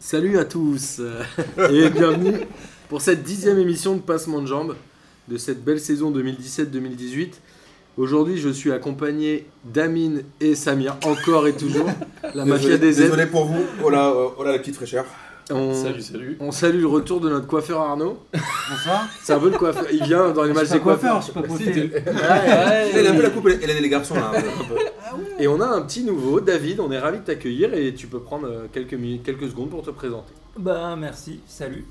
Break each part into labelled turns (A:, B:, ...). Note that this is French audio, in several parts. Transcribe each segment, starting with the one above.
A: Salut à tous euh, et bienvenue pour cette dixième émission de Passement de Jambes de cette belle saison 2017-2018. Aujourd'hui, je suis accompagné d'Amine et Samir, encore et toujours, la mafia
B: désolé,
A: des aides.
B: Désolé pour vous. Oh là, euh, oh là, la petite fraîcheur.
A: On,
C: Salut, salut.
A: on salue le retour de notre coiffeur Arnaud.
D: Bonsoir.
A: C'est un peu le coiffeur, il vient dans les
D: Je
A: matchs
D: suis
A: des
D: pas coiffeur,
A: coiffeurs.
D: je suis pas
C: Si,
D: coiffeur.
C: t'es-
B: Elle a un peu la coupe, elle a des garçons là. un peu, un peu.
A: Et on a un petit nouveau, David, on est ravi de t'accueillir et tu peux prendre euh, quelques, minutes, quelques secondes pour te présenter.
D: Bah merci, salut.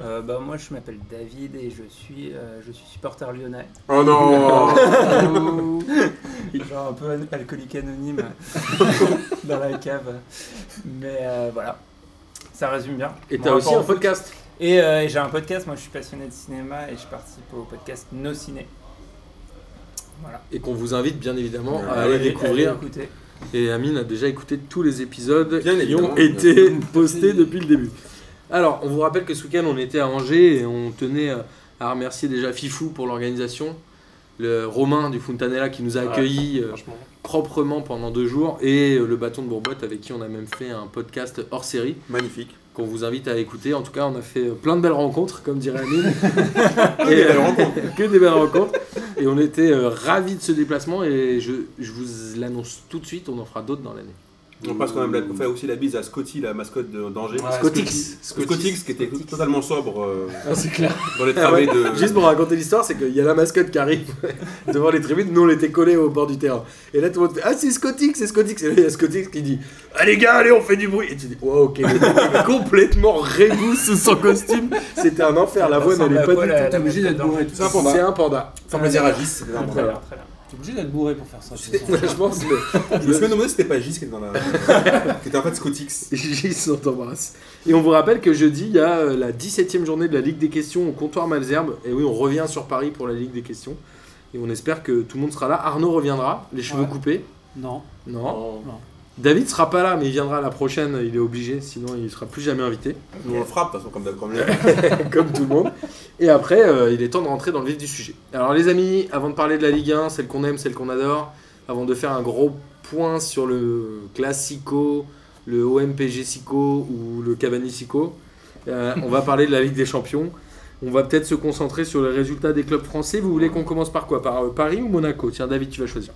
D: Euh, bah moi je m'appelle David et je suis euh, je suis supporter lyonnais.
B: Oh non
D: Genre un peu an- alcoolique anonyme dans la cave. Mais euh, voilà. Ça résume bien.
A: Et
D: Mon
A: t'as aussi
D: rapport
A: un
D: au foot.
A: podcast.
D: Et, euh, et j'ai un podcast, moi je suis passionné de cinéma et je participe au podcast No Ciné. Voilà.
A: Et qu'on vous invite bien évidemment à
B: Ouais,
A: aller
D: Allez-
A: Ah découvrir.
D: allez écouter.
A: Et Amine a déjà écouté tous les épisodes
B: Bien
A: qui ont
B: évidemment.
A: été postés depuis le début. Alors, on vous rappelle que ce week-end, on était à Angers et on tenait euh, à remercier déjà Fifou pour l'organisation, le Romain du Fontanella qui nous a
C: Ouais.
B: Ah.
A: accueillis euh,
C: Franchement,
A: proprement pendant deux jours et euh, le bâton de Bourbotte avec qui on a même fait un podcast hors série
B: Magnifique.
A: qu'on vous invite à écouter. En tout cas, on a fait euh, plein de belles rencontres, comme dirait Amine. euh,
B: des belles
A: que des belles rencontres. Et on était euh, ravis de ce déplacement et je, je vous l'annonce tout de suite, on en fera d'autres dans l'année.
B: On passe quand même la, on fait aussi la bise à Scotty, la mascotte de- d'Angers.
C: Ouais.
A: Scotix.
B: Ah, Scotix qui était
D: Scotix.
B: totalement sobre euh,
C: c'est clair.
B: dans les
A: Ah ouais.
B: travées de.
A: Juste pour raconter l'histoire, c'est qu'il y a la mascotte qui arrive devant les tribunes. Nous, on était collés au bord du terrain. Et là, tout le monde fait Ah, c'est Scotix, c'est Scotix. Et là, il y a Scotix qui dit Ah, les gars, allez, on fait du bruit. Et tu dis Wow, ok, le mec est complètement régou sous son costume. C'était un enfer. La voix,
D: Ça
A: elle est
D: ressemble à
A: pas
D: quoi,
A: du
D: la-
A: tout.
D: la
E: obligé d'être bourré.
B: C'est un panda.
A: C'est un panda.
B: Sans plaisir à Gis.
A: Ah,
B: c'était un
D: Très
B: panda.
D: bien, très bien.
E: T'es obligé d'être bourré pour faire ça. de toute façon.
A: Je pense que.
B: Je me souviens demandé si c'était pas Gis qui était dans la. qui était en fait Scotix.
A: Gilles, on t'embrasse. Et on vous rappelle que jeudi, il y a euh, la 17e journée de la Ligue des questions au comptoir Malzerbe. Et oui, on revient sur Paris pour la Ligue des questions. Et on espère que tout le monde sera là. Arnaud reviendra, les cheveux
E: Ouais.
A: coupés.
E: Non.
A: Non.
E: Non.
A: David sera pas là, mais il viendra la prochaine, il est obligé, sinon il sera plus jamais invité,
B: Nous on le frappe de toute façon comme d'hab- comme d'hab.
A: comme tout le monde. Et après, euh, il est temps de rentrer dans le vif du sujet. Alors les amis, avant de parler de la Ligue 1, celle qu'on aime, celle qu'on adore, avant de faire un gros point sur le Classico, le OMPG Sico ou le Cavani Sico, euh, on va parler de la Ligue des Champions. On va peut-être se concentrer sur les résultats des clubs français. Vous voulez qu'on commence par quoi Par euh, Paris ou Monaco Tiens, David, tu vas choisir.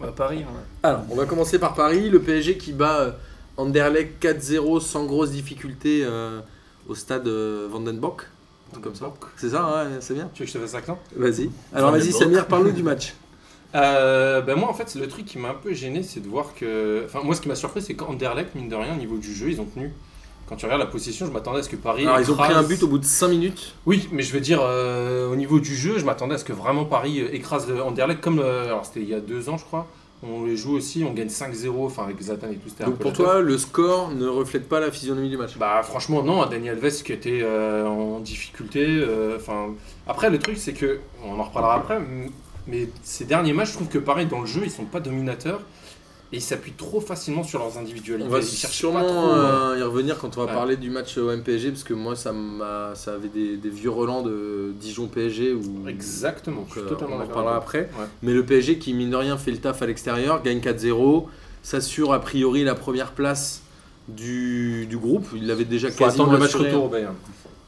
D: Bah, Paris, hein.
A: Alors, on va commencer par Paris. Le PSG qui bat euh, Anderlecht 4-0 sans grosse difficulté euh, au stade euh, Vandenbroek. Un truc Comme ça. C'est ça, ouais, c'est bien.
C: Tu veux que je te fasse un clin
A: Vas-y. Alors, vas-y,
B: Vandenbroek.
A: Samir, parle-nous du match.
C: Euh, ben moi en fait c'est le truc qui m'a un peu gêné c'est de voir que enfin moi ce qui m'a surpris c'est qu'Anderlecht mine de rien au niveau du jeu ils ont tenu quand tu regardes la possession je m'attendais à ce que Paris
A: Alors, ils ont pris un
C: écrase-
A: but au bout de 5 minutes.
C: oui mais je veux dire euh, au niveau du jeu je m'attendais à ce que vraiment Paris euh, écrase le Anderlecht comme euh, alors c'était il y a deux ans je crois on les joue aussi on gagne 5-0 enfin avec Zatan et tout c'était un
A: Donc,
C: peu
A: pour
C: la
A: toi, le score ne reflète pas la physionomie du match.
C: Bah franchement non, Daniel Alves qui était euh, en difficulté. euh, Enfin après le truc c'est que on en reparlera après, m- mais ces derniers matchs je trouve que pareil dans le jeu ils sont pas dominateurs et ils s'appuient trop facilement sur leurs individualités.
A: On va
C: ils cherchent pas trop,
A: sûrement
C: euh,
A: euh, y revenir quand on va
C: Ouais.
A: parler du match euh, au MPSG, parce que moi, ça, m'a- ça avait des, des vieux relents de Dijon-PSG ou
C: Exactement.
A: Donc,
C: Je suis
A: euh, on
C: totalement
A: en
C: d'accord
A: reparlera
C: avec
A: après.
C: toi. Ouais.
A: Mais le PSG qui, mine de rien, fait le taf à l'extérieur, gagne 4-0, s'assure a priori la première place du, du groupe. Il l'avait déjà
C: Faut
A: quasiment hein.
C: attendre le match
A: assuré.
C: retour au Bayern.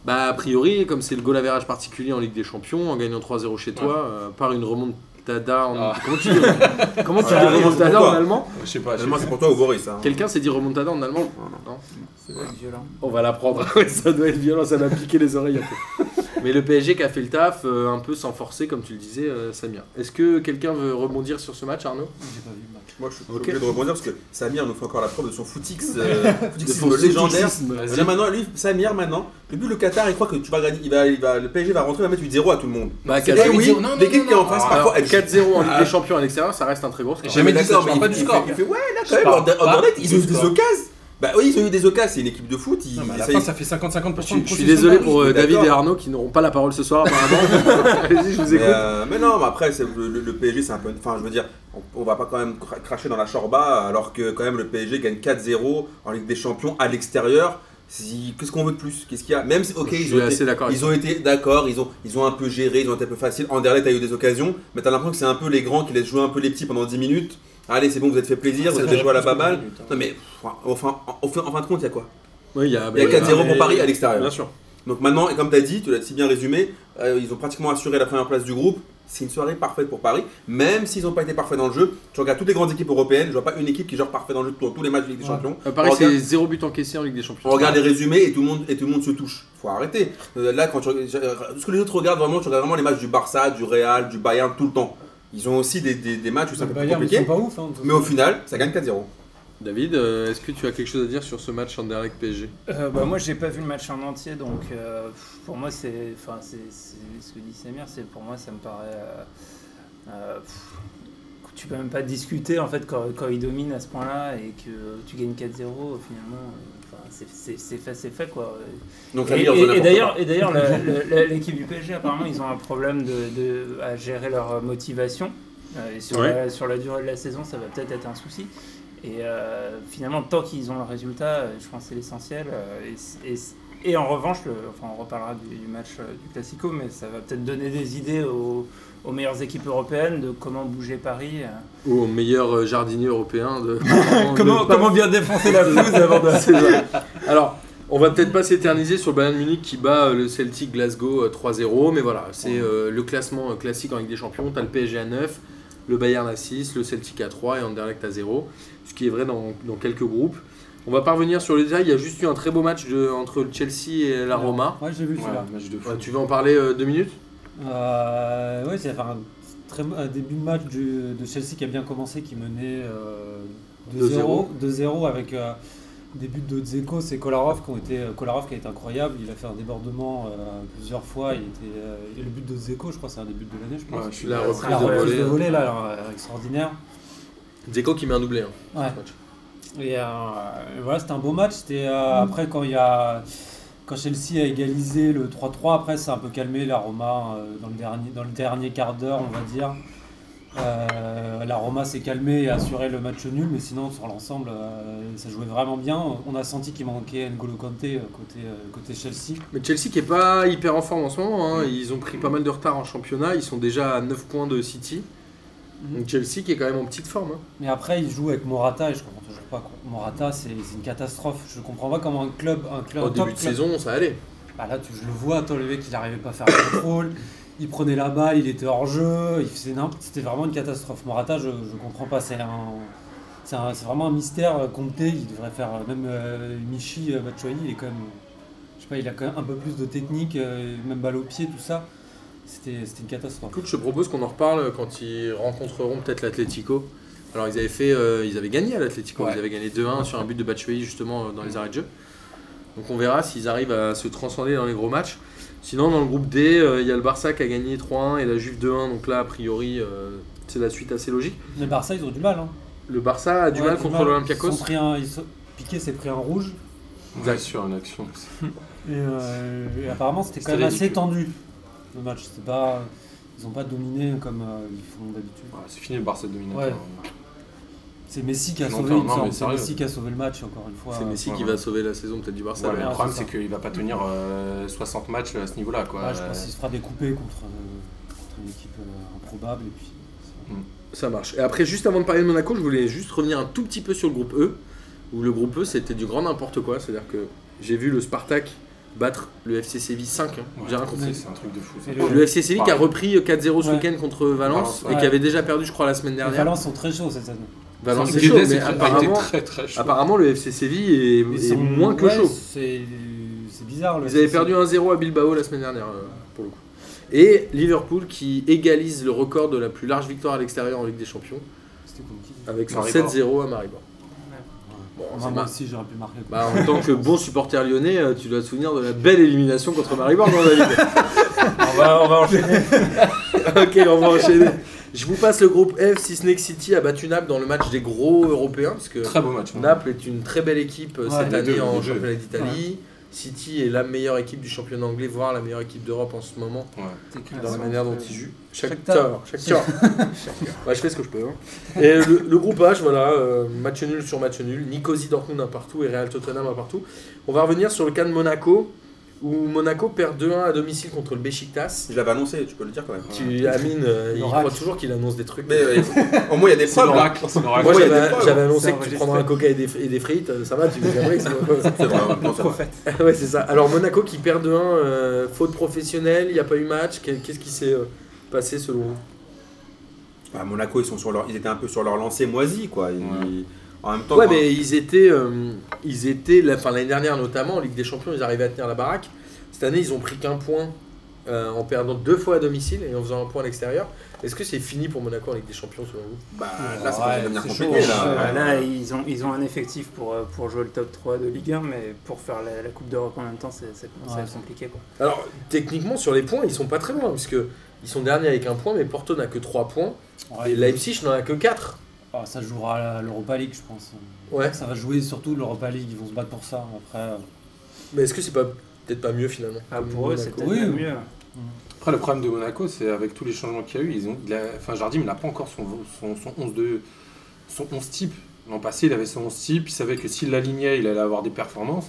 A: Bah, a priori, comme c'est le goal average particulier en Ligue des Champions, en gagnant 3-0 chez toi, euh, par une remontada en.
C: Ah.
A: Comment tu dis Comment tu
B: Ah,
A: dis
B: oui,
A: remontada en
B: pourquoi
A: allemand
C: Je sais pas. je sais
B: Finalement,
C: pas.
B: c'est pour toi ou Boris. hein.
A: Quelqu'un s'est dit remontada en allemand
D: c'est pas violent.
A: On va la prendre, Ouais, ça doit être violent, ça m'a piqué les oreilles un peu. Mais le PSG qui a fait le taf, euh, un peu sans forcer, comme tu le disais, euh, Samir. Est-ce que quelqu'un veut rebondir sur ce match, Arnaud
E: J'ai pas vu le match.
B: Moi je suis
A: Ok.
B: obligé de rebondir parce que Samir nous fait encore la preuve de son footix, euh, footicisme
A: De son
B: légendaire.
A: footixisme.
B: Là maintenant, lui, Samir maintenant, depuis le Qatar, il croit que tu vas gagner, il va, il va, le PSG va rentrer, il va mettre 8-0 à tout le monde.
A: Bah,
B: Eh
A: 4-0.
B: oui, l'équipe qui est en
C: Ah,
B: face,
A: Alors,
B: parfois, elle
A: 4-0 en Ligue
B: Ah.
A: des Champions à l'extérieur, ça reste un très gros score.
C: J'ai- Jamais
B: Mais
C: dit ça,
B: d'accord,
C: je
B: mais
C: parle
B: il fait-
C: pas
B: il
C: du score.
B: fait- Il fait, ouais, là,
C: Je
B: quand même,
C: parle
B: en- en
C: pas
B: Anderlecht, ils ont eu
C: du
B: des
C: score.
B: occasions. Bah oui, ils ont eu des occasions, c'est une équipe de foot. Ils,
C: Non, mais à
B: ils
C: la
B: essayent-
C: fin, ça fait 55% de
A: Je, suis- je suis
C: possession.
A: désolé pour euh,
B: Oui,
A: David
B: d'accord.
A: et Arnaud qui n'auront pas la parole ce soir apparemment. Allez-y, je vous
B: mais,
A: écoute.
B: euh, mais non, mais après, c'est- le, le- le PSG, c'est un peu. Enfin, je veux dire, on, on va pas quand même cra- cracher dans la chorba, alors que quand même le PSG gagne 4-0 en Ligue des Champions à l'extérieur. Si- Qu'est-ce qu'on veut de plus Qu'est-ce qu'il y a Même si, ok,
A: je
B: ils
A: suis
B: ont, été,
A: assez d'accord. avec
B: ils ont été d'accord, ils ont, ils ont un peu géré, ils ont été un peu facile. Anderlecht a eu des occasions, mais t'as l'impression que c'est un peu les grands qui laissent jouer un peu les petits pendant 10 minutes.
A: hein.
B: Allez, c'est bon, vous êtes fait plaisir, vous avez joué à la baballe. Non mais pff, enfin, en, en fin de compte, il y a quoi
A: Oui, il y a,
B: Il y a
A: bah,
B: 4-0 pour Paris à
A: Bien
B: l'extérieur.
A: sûr.
B: Donc maintenant, et comme tu as dit, tu l'as si bien résumé, euh, ils ont pratiquement assuré la première place du groupe. C'est une soirée parfaite pour Paris, même s'ils n'ont pas été parfaits dans le jeu. Tu regardes toutes les grandes équipes européennes, je vois pas une équipe qui genre parfait dans le jeu pour tous les matchs de Ligue des
E: Ouais.
B: Champions.
A: Euh, Paris,
B: On regarde-
A: c'est zéro but encaissé en Ligue des Champions.
B: On regarde les résumés et tout le monde, et tout le monde se touche. Faut arrêter. Euh, Là, quand tu, ce que les autres regardent vraiment, tu regardes vraiment les matchs du Barça, du Real, du Bayern tout le temps. Ils ont aussi des, des- des matchs où c'est un
E: Le
B: peu plus
E: Bayern, ils sont
B: compliqué.
E: pas ouf. hein, de toute
B: Mais au
E: façon.
B: final, ça gagne 4-0.
A: David, euh, est-ce que tu as quelque chose à dire sur ce match en direct PSG
D: Euh, bah, moi, j'ai pas vu le match en entier, donc euh, pff, pour moi, c'est, enfin, c'est, c'est- ce que dit Samir, c'est pour moi, ça me paraît. euh, euh, pff, tu peux même pas discuter en fait quand, quand il domine à ce point-là et que tu gagnes 4-0 finalement. euh, enfin, c'est, c'est, c'est fait, c'est fait quoi.
B: Donc
D: Et,
B: Amir,
D: et-
B: je n'importe
D: et d'ailleurs, et d'ailleurs, la- la- la- l'équipe du PSG apparemment, ils ont un problème de, de- à gérer leur motivation. Euh, et sur,
A: Ouais.
D: la, sur la durée de la saison, ça va peut-être être un souci. Et euh, finalement, tant qu'ils ont le résultat, euh, je pense que c'est l'essentiel. Euh, et c- et, c- et en revanche, le- enfin, on reparlera du, du match euh, du Classico, mais ça va peut-être donner des idées aux, aux meilleures équipes européennes de comment bouger Paris. euh.
A: Ou au meilleur euh, jardinier européen de.
D: comment,
A: de-
D: comment bien défoncer la pelouse avant de...
A: C'est ça. Alors, on va peut-être pas s'éterniser sur le Bayern Munich qui bat euh, le Celtic Glasgow euh, 3-0, mais voilà, c'est euh, le classement euh, classique en Ligue des Champions. T'as le PSG à 9, le Bayern à 6, le Celtic à 3 et Anderlecht à 0, ce qui est vrai dans, dans quelques groupes. On va pas revenir sur les détails, il y a juste eu un très beau match de- entre le Chelsea et la Roma.
E: Ouais, j'ai vu
C: Ouais,
E: celui-là.
C: un match de fou.
A: Ouais, tu veux en parler euh, deux minutes
E: Euh, ouais, c'est enfin, un, très, un début de match du- de Chelsea qui a bien commencé, qui menait euh, 2-0 2-0 avec euh, des buts de Dzeko, c'est Kolarov qui, ont été, euh, Kolarov qui a été incroyable. Il a fait un débordement euh, plusieurs fois. Il était, euh, et le but de Dzeko, je crois, c'est un des buts de l'année, je pense.
C: Ouais, je suis
A: La
C: là.
A: reprise
E: La
A: de
E: reprise
A: volée.
E: de volet, là, alors, euh, extraordinaire.
A: Dzeko qui met un doublé. hein, ce
E: Ouais.
A: match.
E: Et, euh, et voilà, c'était un beau match. C'était euh,
A: Mm.
E: après quand il y a quand Chelsea a égalisé le 3-3. Après, c'est un peu calmé la Roma euh, dans le dernier dans le dernier quart d'heure, on va dire. Euh, la Roma s'est calmée et a assuré le match nul, mais sinon sur l'ensemble, euh, ça jouait vraiment bien. On a senti qu'il manquait N'Golo Kante euh, côté euh, côté Chelsea.
A: Mais Chelsea qui est pas hyper en forme en ce moment, hein.
E: Mm.
A: ils ont pris pas mal de retard en championnat, ils sont déjà à 9 points de City.
E: Mhm.
A: Donc Chelsea qui est quand même en petite forme. hein.
E: Mais après, il joue avec Morata et je comprends toujours pas. quoi. Morata, c'est c'est une catastrophe. Je comprends pas comment un club, un club,
A: Au
E: un top
A: début de
E: club-
A: saison, ça allait.
E: Bah là, tu- je le vois, toi, le mec, il n'arrivait pas à faire le contrôle. Il prenait la balle, il était hors jeu. il faisait n'importe- C'était vraiment une catastrophe. Morata, je ne comprends pas. C'est un, c'est un- c'est vraiment un mystère. euh, Conte, il devrait faire euh, même euh, Michi euh, Batshuayi, il est quand même, je sais pas, il a quand même un peu plus de technique, euh, même balle au pied, tout ça. C'était c'était une catastrophe.
A: Écoute, je te propose qu'on en reparle quand ils rencontreront peut-être l'Atlético. Alors ils avaient fait, euh, ils avaient gagné à l'Atlético,
C: Ouais.
A: ils avaient gagné 2-1 sur un but de Batshuayi justement euh, dans les arrêts de jeu. Donc on verra s'ils arrivent à se transcender dans les gros matchs. Sinon dans le groupe D, euh, il y a le Barça qui a gagné 3-1 et la Juve 2-1. Donc là a priori euh, c'est la suite assez logique.
E: Les Barça, ils ont du mal. Hein.
A: Le Barça a du
E: Ouais,
A: mal contre l'Olympiakos.
E: Ils se sont pris un- ils se- Piqué s'est pris un rouge.
C: Ouais, sur une action.
E: Et, euh, et apparemment, c'était quand
C: C'était
E: même assez
C: ridicule.
E: tendu le match. C'était pas, ils n'ont pas dominé comme euh, ils font d'habitude.
C: Ouais, c'est fini le Barça dominateur.
E: Ouais.
C: hein.
E: C'est Messi qui a
C: Je
E: sauvé.
C: l'entends,
E: il me
C: non,
E: semble.
C: mais
E: C'est
C: sérieux.
E: Messi qui a sauvé le match encore une fois. euh,
A: C'est Messi
C: ouais,
A: qui
C: ouais.
A: va sauver la saison peut-être du Barça.
C: Ouais, mais
A: d'ailleurs.
C: le problème,
E: c'est
C: c'est
E: ça.
C: qu'il va pas tenir euh, 60 matchs à ce niveau-là. Quoi.
E: Ouais, je pense qu'il se fera découper contre, euh, contre une équipe euh, improbable et puis. c'est-
A: Ça marche. Et après, juste avant de parler de Monaco, je voulais juste revenir un tout petit peu sur le groupe E, où le groupe E c'était du grand n'importe quoi. C'est-à-dire que j'ai vu le Spartak battre le FC Séville 5. hein.
C: Ouais,
A: J'ai rien
C: c'est-
A: compris.
C: C'est un truc de fou. ça.
E: Et le-
A: Le FC Séville qui a
C: Pareil.
A: repris 4-0 ce
E: euh, Ouais.
A: week-end contre Valence
C: Valence,
A: et qui
E: ouais.
A: avait déjà perdu, je crois, la semaine
E: Les
A: dernière.
E: Valence sont très chauds cette année.
A: Valence
C: Sans
A: est chaud,
C: Guedes,
A: mais
C: ça a été
A: apparemment,
C: très très chaud.
A: apparemment le FC Séville est,
E: Ils
A: est
E: sont-
A: moins que
E: ouais,
A: chaud.
E: C'est c'est bizarre. le
A: Ils avaient
E: FC.
A: perdu 1-0 à Bilbao la semaine dernière, euh, pour le coup. Et Liverpool qui égalise le record de la plus large victoire à l'extérieur en Ligue des Champions
E: C'était contre qui
A: avec son
C: Maribor. Ah,
A: 7-0 à Maribor. Bon,
E: Moi
A: Ah, c'est
E: moi
A: mar-
E: aussi, j'aurais pu marquer. quoi.
A: Bah, en tant que bon supporter lyonnais, euh, tu dois te souvenir de la belle élimination contre Maribor dans la Ligue.
D: on, va, on va enchaîner.
A: ok, on va enchaîner. Je vous passe le groupe F, si ce n'est que City a battu Naples dans le match des gros européens, parce que
C: Très beau match. hein.
A: Naples est une très belle équipe euh,
E: Ouais,
A: cette
C: les
A: année
C: deux,
A: en
C: les deux.
A: championnat d'Italie. City est la meilleure équipe du championnat anglais, voire la meilleure équipe d'Europe en ce moment,
C: Ouais.
D: Ah,
A: dans la manière dont ils jouent.
E: Shakhtar.
A: Shakhtar, Shakhtar. Bah, je fais ce que je peux. hein. Et le, le groupe H, voilà, euh, match nul sur match nul. Nicosie Dortmund un partout et Real Tottenham un partout. On va revenir sur le cas de Monaco, où Monaco perd 2-1 à domicile contre le Besiktas.
B: Je l'avais annoncé, tu peux le dire quand même.
A: Tu, Amine, euh, il
E: L'oracle.
A: croit toujours qu'il annonce des trucs.
B: Mais euh, au moins, il y a des
C: C'est
B: preuves. hein.
C: l'oracle. c'est l'oracle.
A: Moi,
B: ouais, il y a
A: j'avais
B: des preuves.
A: j'avais
D: C'est
A: annoncé que tu
D: enregistré.
A: prendras un coca et des, fri- et des frites, euh, ça va, tu nous avoues que c'est-
B: C'est vrai, en même temps, ça va.
D: Prophète.
A: Ouais, c'est ça. Alors, Monaco qui perd 2-1, euh, faute professionnelle, il n'y a pas eu match. Qu'est- Qu'est-ce qui s'est euh, passé selon vous
B: Bah, Monaco, ils, sont sur leur... ils étaient un peu sur leur lancée moisie, quoi. Ils-
C: Ouais.
B: En même temps,
A: Ouais,
B: quand-
A: mais ils étaient, euh, ils étaient la- enfin, l'année dernière notamment, en Ligue des Champions, ils arrivaient à tenir la baraque. Cette année, ils ont pris qu'un point euh, en perdant deux fois à domicile et en faisant un point à l'extérieur. Est-ce que c'est fini pour Monaco en Ligue des Champions selon vous
B: bah, là, ça
E: Ouais,
B: va devenir
E: c'est
B: compliqué.
E: chaud.
B: là.
D: Euh,
E: Ouais.
D: là, ils ont, ils ont un effectif pour, euh, pour jouer le top 3 de Ligue 1, mais pour faire la, la Coupe d'Europe en même temps, c'est- ça commence à
E: Ouais.
D: être compliqué. Quoi.
A: Alors techniquement sur les points, ils sont pas très loin puisque ils sont derniers avec un point, mais Porto n'a que trois points
E: Ouais,
A: et Leipzig n'en a que quatre.
E: ah, ça jouera à l'Europa League, je pense.
A: Ouais.
E: Ça va jouer surtout l'Europa League, ils vont se battre pour ça. Après, euh,
A: Mais est-ce que c'est pas peut-être pas mieux finalement
D: Ah, pour eux, c'est
A: Monaco.
D: peut-être
E: Oui,
D: même
E: oui.
D: mieux.
C: Après, le problème de Monaco, c'est avec tous les changements qu'il y a eu, ils ont, il a- enfin, Jardim, il n'a pas encore son, son, son 11 de, son 11 type. L'an passé, il avait son 11 type, il savait que s'il l'alignait, il allait avoir des performances.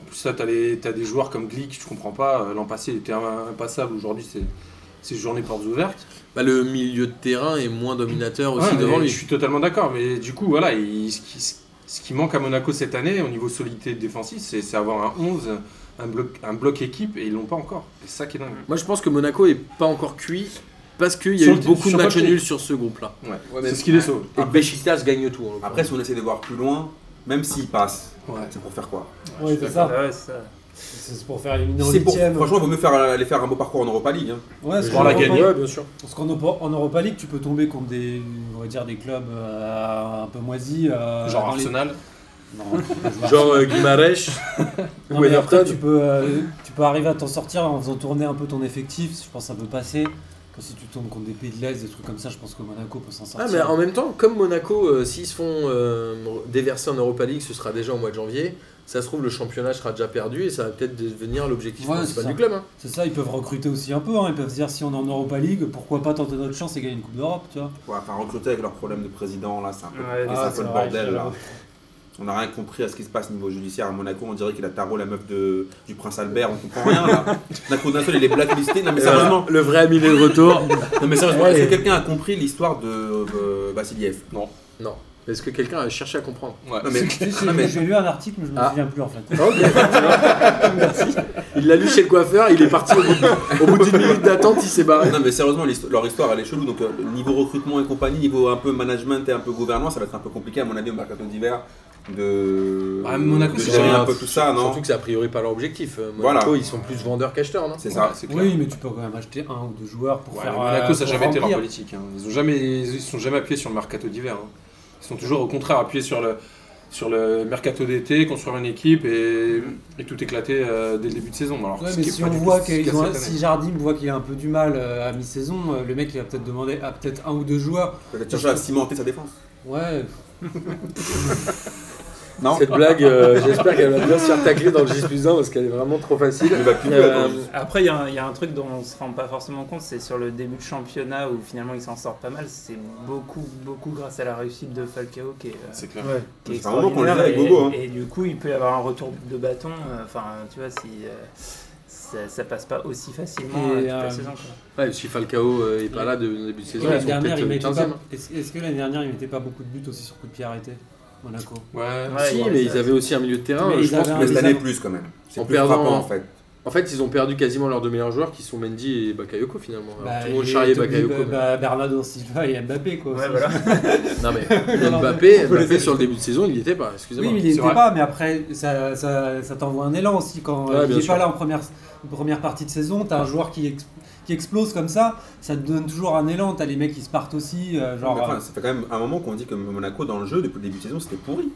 C: En plus, là, tu as, des joueurs comme Glick, je comprends pas. euh, L'an passé, il était un- impassable, aujourd'hui, c'est, c'est journée portes ouvertes.
A: Bah, le milieu de terrain est moins dominateur aussi
C: Ouais,
A: devant
C: mais
A: lui.
C: Je suis totalement d'accord, mais du coup, voilà, il- ce, qui, ce qui manque à Monaco cette année, au niveau solidité défensive, c'est, c'est avoir un 11, un bloc, un bloc équipe, et ils l'ont pas encore. C'est ça qui est dingue.
A: Moi, je pense que Monaco est pas encore cuit parce qu'il y a
C: Sur
A: eu
C: le-
A: beaucoup de
C: sur
A: matchs
C: papier.
A: nuls sur ce groupe-là.
C: Ouais.
B: Ouais, mais-
C: c'est ce qui les sauve.
A: Et Besiktas gagne tout. en l'occurrence.
B: Après, si on essaie de voir plus loin, même s'ils passent,
C: Ouais.
B: c'est pour faire quoi
E: ouais, c'est ça.
D: Ouais, ça.
E: C'est pour faire éliminer en
B: C'est pour...
E: huitième.
B: Franchement, il vaut mieux faire, les faire un beau parcours en Europa League. hein.
E: Ouais, c'est
C: Pour la
E: qu'en
C: gagner.
E: Europa-
A: Ouais, bien sûr.
E: Parce qu'en Europa- en Europa League, tu peux tomber contre des, on va dire, des clubs euh, un peu moisis. euh,
C: Genre
E: dans les-
C: Arsenal.
E: Non, tu peux jouer
A: Genre euh, Guimarães
E: Non,
A: ou
E: mais après,
A: Everton.
E: tu peux, euh, tu peux arriver à t'en sortir en faisant tourner un peu ton effectif. Je pense que ça peut passer. Que si tu tombes contre des pays de l'Est, des trucs comme ça, je pense que Monaco peut s'en
A: Ah,
E: sortir.
A: mais en même temps, comme Monaco, euh, s'ils se font euh, déverser en Europa League, ce sera déjà au mois de janvier. Ça se trouve, le championnat sera déjà perdu et ça va peut-être devenir l'objectif
E: Ouais,
A: principal
E: c'est ça.
A: du club. hein.
E: C'est ça, ils peuvent recruter aussi un peu. hein. Ils peuvent se dire si on est en Europa League, pourquoi pas tenter notre chance et gagner une Coupe d'Europe, tu vois.
B: Ouais, enfin, recruter avec leur problème de président, là, c'est un peu,
D: Ouais,
B: c'est
D: Ah,
B: un peu le bordel. Là. On n'a rien compris à ce qui se passe niveau judiciaire à Monaco. On dirait qu'il a tarot la meuf de... du prince Albert. On comprend rien là. D'un coup d'un seul, il est blacklisté. Non mais
A: Euh,
B: sérieusement,
A: le vrai ami de retour.
B: non, mais sérieusement
A: Ouais.
B: est-ce que quelqu'un a compris l'histoire de euh, Vassiliev
A: non. Est-ce que quelqu'un a cherché à comprendre
C: Ouais.
B: Non mais,
E: Si, si,
C: Ah,
B: non, mais-
E: J'ai lu un article, mais je me
A: Ah.
E: souviens plus en fait.
A: Il l'a lu chez le coiffeur, il est parti au bout de- au bout d'une minute d'attente, il s'est barré.
B: Ah, non, mais sérieusement, l'histo- leur histoire elle est chelou. Donc euh, niveau recrutement et compagnie, niveau un peu management et un peu gouvernance, ça va être un peu compliqué à mon avis au mercato d'hiver de,
C: Ah, Monaco,
B: de
C: c'est
B: gérer
C: vrai.
B: un peu tout ça, non
A: Surtout que c'est a priori pas leur objectif. Euh, Monaco,
B: Voilà.
A: ils sont plus vendeurs qu'acheteurs, non
B: C'est ça.
C: c'est clair.
E: Oui, mais tu peux quand même acheter un ou deux joueurs pour
C: Ouais,
E: faire.
C: Monaco,
E: euh,
C: ça n'a
E: pour
C: jamais été leur
E: remplir.
C: politique. hein. Ils ont jamais, ils se sont jamais appuyés sur le mercato d'hiver. hein. Ils sont toujours au contraire appuyés sur le, sur le mercato d'été, construire une équipe et, et tout éclater euh, dès le début de saison. Alors,
E: Ouais,
C: ce
E: mais
C: qui est
E: si
C: pas
E: on
C: du tout
E: voit
C: ce qui se
E: qu'ils
C: passe
E: ont,
C: cette année.
E: si Jardim voit qu'il a un peu du mal euh, à mi-saison, euh, le mec il va peut-être demander à peut-être un ou deux joueurs.
B: Peut-être chercher à cimenter sa défense.
E: Ouais,
B: Non
A: Cette blague, euh, j'espère qu'elle va bien se faire tacler dans le J plus 1 parce qu'elle est vraiment trop facile.
B: Il va plus
A: Euh,
B: attendre.
D: Après, il y, a un- il y a un truc dont on se rend pas forcément compte, c'est sur le début de championnat où finalement ils s'en sortent pas mal. C'est beaucoup, beaucoup grâce à la réussite de Falcao qui est, euh,
C: C'est clair.
D: qui est
B: Ça fait un moment qu'on les a avec
D: extraordinaire. Et,
B: Bobo, hein.
D: et du coup, il peut y avoir un retour de bâton. euh, Enfin, tu vois, si euh, ça, ça passe pas aussi facilement
E: Et,
D: euh, toute la
E: euh,
D: saison. quoi.
A: Ouais, si Falcao euh, est pas là depuis le début de
E: Est-ce
A: saison,
E: que
A: ils
E: l'année
A: sont
E: dernière,
A: peut-être
E: il
A: euh,
E: mettait
A: 15e.
E: pas- est-ce- est-ce que l'année dernière, il mettait pas beaucoup de buts aussi sur coup de pied arrêté Monaco.
C: Ouais.
D: Ouais,
A: si,
D: ouais,
A: mais
D: ça,
A: ils
D: c'est-
A: avaient aussi un milieu de terrain.
E: Mais
A: euh,
E: ils
A: je pense
E: avaient
A: que-
E: un-
B: Mais cette
E: les
B: année,
E: avons-
B: plus quand même. C'est
A: En
B: plus
A: perdant,
B: frappant
A: hein.
B: en fait.
A: En fait, ils ont perdu quasiment leurs deux meilleurs joueurs qui sont Mendy et Bakayoko finalement. Alors, tout le monde
E: et
A: charriait
E: Bah, Toby,
A: Bakayoko. mais-
E: bah, Bernardo Silva et Mbappé quoi.
D: Ouais,
E: aussi.
D: voilà.
A: Non mais
E: Non,
A: Mbappé,
E: on peut les
A: Mbappé sur
E: ajouter.
A: le début de saison, il n'y était pas,
E: Oui,
A: excusez-moi.
E: mais il était
C: vrai.
E: pas, mais après, ça, ça, ça t'envoie un élan aussi. Quand
A: Ouais,
E: euh,
A: bien
E: il est
A: sûr.
E: pas là en première, en première partie de saison, t'as un joueur qui, ex- qui explose comme ça, ça te donne toujours un élan. T'as les mecs qui se partent aussi. euh, genre,
B: Mais enfin,
E: euh,
B: ça fait quand même un moment qu'on dit que Monaco, dans le jeu, depuis le début de saison, c'était pourri.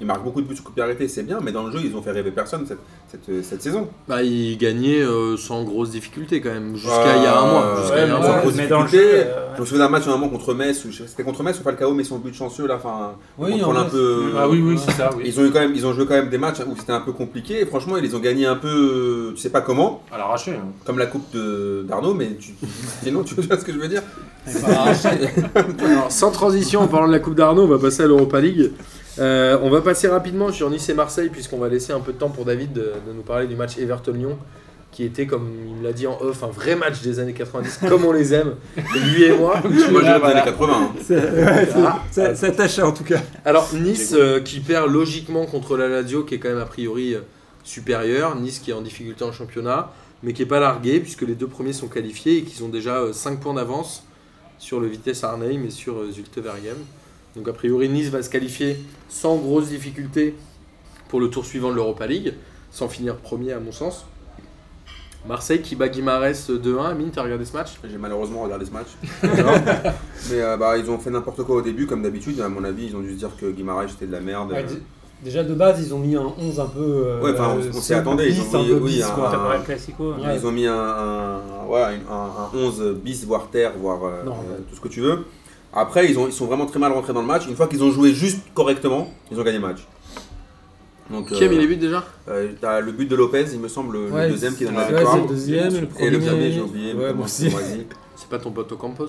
B: Ils marquent beaucoup de buts sur coup de pied arrêté, c'est bien, mais dans le jeu, ils ont fait rêver personne cette, cette, cette saison.
A: Bah, il gagnait euh, sans grosse difficulté quand même, jusqu'à il y a un mois.
B: Euh,
A: Jusqu'à
D: Ouais,
A: il y a un
D: mais
A: mois.
D: ouais.
B: grosse
D: mais dans le
B: difficulté.
D: jeu, euh, ouais.
B: Je me souviens d'un match, un moment, contre Metz, où je- c'était contre Metz ou Falcao, mais son but chanceux, là, enfin, on
E: Oui,
B: contrôle
E: en
B: un
E: Metz.
B: peu...
C: Ah oui, oui, c'est ça. Oui.
B: Ils ont, eu quand même, ils ont joué quand même des matchs où c'était un peu compliqué, et franchement, ils les ont gagnés un peu, euh, tu sais pas comment,
C: À l'arraché. hein.
B: comme la coupe de- d'Arnaud, mais tu, tu- non, tu vois ce que je veux dire
E: c'est pas arraché.
A: Alors, sans transition, en parlant de la Coupe d'Arnaud, on va passer à l'Europa League. Euh, on va passer rapidement sur Nice et Marseille, puisqu'on va laisser un peu de temps pour David de, de nous parler du match Everton-Lyon, qui était, comme il me l'a dit en off, un vrai match des années 90, comme on les aime, lui et moi.
B: Moi, j'ai
D: Voilà,
B: des
D: voilà.
B: années 80. hein.
A: Ah,
D: ça, ça tâche en tout cas.
A: Alors Nice euh, qui perd logiquement contre la Lazio qui est quand même a priori euh, supérieur, Nice qui est en difficulté en championnat mais qui est pas largué puisque les deux premiers sont qualifiés et qu'ils ont déjà 5 points d'avance sur le Vitesse Arnhem et sur euh, Zulte Waregem. Donc a priori Nice va se qualifier sans grosse difficulté pour le tour suivant de l'Europa League, sans finir premier à mon sens. Marseille qui bat Guimarès 2-1. Amine, t'as regardé ce match
B: J'ai malheureusement regardé ce match.
A: Non
B: Mais euh, bah, ils ont fait n'importe quoi au début, comme d'habitude. À mon avis, ils ont dû se dire que Guimarães c'était de la merde.
E: Ouais, d- déjà de base, ils ont mis un 11 un peu. euh,
B: Ouais, enfin, on- on s'y
E: euh,
B: attendait, ils
E: bis,
B: ont
E: un
B: mis-
E: peu
B: oui,
E: bis,
B: un-
E: quoi.
D: T'as parlé de classico. hein.
E: Ouais.
B: Ils ont mis un, un- ouais, une- un- un 11 bis, voire terre, voire euh,
E: Non,
B: euh,
E: ouais.
B: tout ce que tu veux. Après, ils, ont, ils sont vraiment très mal rentrés dans le match. Une fois qu'ils ont joué juste correctement, ils ont gagné le match. Donc,
A: Qui a mis
B: euh,
A: les buts déjà
B: euh, t'as le but de Lopez, il me semble, le
E: Ouais,
B: deuxième qui donne la
E: ouais, c'est
B: victoire.
E: le deuxième, le premier.
B: Et le premier, j'ai oublié.
E: Ouais,
B: mais
E: moi
B: comment-
E: aussi.
B: comment vas-y.
A: C'est pas ton pote Ocampos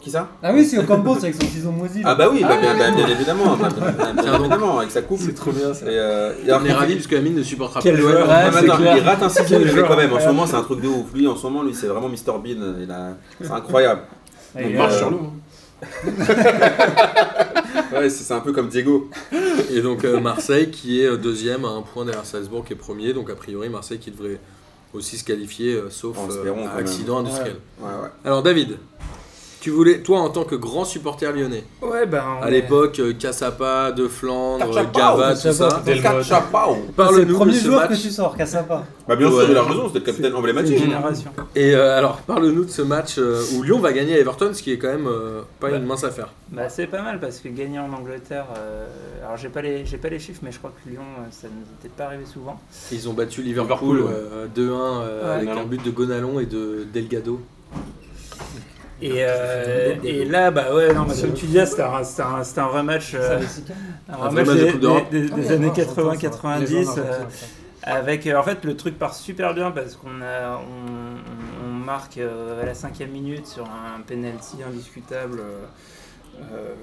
B: Qui ça
E: Ah oui, c'est Ocampo, c'est avec son ciseau moisi. là.
B: Ah bah oui, bah, bien, bah, bien évidemment, bah, bien, bien
A: Tiens donc.
B: évidemment, avec sa coupe. C'est trop bien ça. Et, euh, et
A: On
B: alors,
A: est ravis parce que Amine ne supportera pas.
E: Quel
B: Ouais,
E: joueur,
B: mais
E: ouais,
B: attends,
E: c'est clair.
B: il rate un sixième,
E: Quel
B: mais
E: joueur,
B: quand même, en ce
E: ouais.
B: moment c'est un truc de ouf. Lui, en ce moment, lui, c'est vraiment Mr Bean. Il a... C'est incroyable.
D: Et,
C: Il marche
B: euh,
C: sur l'eau.
B: Ouais, c'est c'est un peu comme Diego.
A: Et donc euh, Marseille qui est euh, deuxième à un point derrière Salzbourg qui est premier. Donc a priori Marseille qui devrait aussi se qualifier euh, sauf
B: En
A: euh,
B: espérant, quand même.
A: accident industriel.
B: Ouais, ouais.
A: Alors David, tu voulais, toi en tant que grand supporter lyonnais,
C: hein.
D: Ouais, ben.
A: à l'époque euh, Cassapa, De Flandre,
B: Cachapa,
A: Gava,
E: ou
A: tout ça.
E: Cachapa.
C: Delmotte.
B: Cachapao.
E: C'est le
A: Parle-nous de
E: premier
A: ce
E: joueur
A: match.
E: que tu sors, Cassapa.
B: Bah bien
A: Ouais.
B: sûr, il a raison, c'était le capitaine
E: C'est une
B: emblématique.
E: génération.
A: Et euh, alors parle-nous de ce match euh, où Lyon va gagner à Everton, ce qui est quand même euh, pas
D: Ouais.
A: une mince affaire.
D: Bah, c'est pas mal parce que gagner en Angleterre, euh, alors j'ai pas les j'ai pas les chiffres, mais je crois que Lyon, euh, ça nous était pas arrivé souvent.
A: Ils ont battu Liverpool,
C: Liverpool, ouais.
A: euh, 2-1 euh,
D: Ouais.
A: avec un but de Gonalon et de Delgado.
D: Et, euh, et là, bah ouais, non, bah, comme tu disais, c'était un, c'était un, c'était un vrai match, euh,
E: Ça, les six cas.
D: un
A: Un
D: vrai
A: vrai
D: match
A: match de
D: des,
A: Coupe d'Europe.
D: des- des
E: Ah oui,
D: années
E: d'accord, j'entends ça. Les
D: 80-90.
E: gens,
D: euh,
E: j'entends ça.
D: Avec, euh, en fait, le truc part super bien parce qu'on a, on, on marque euh, à la cinquième minute sur un penalty indiscutable. euh, euh,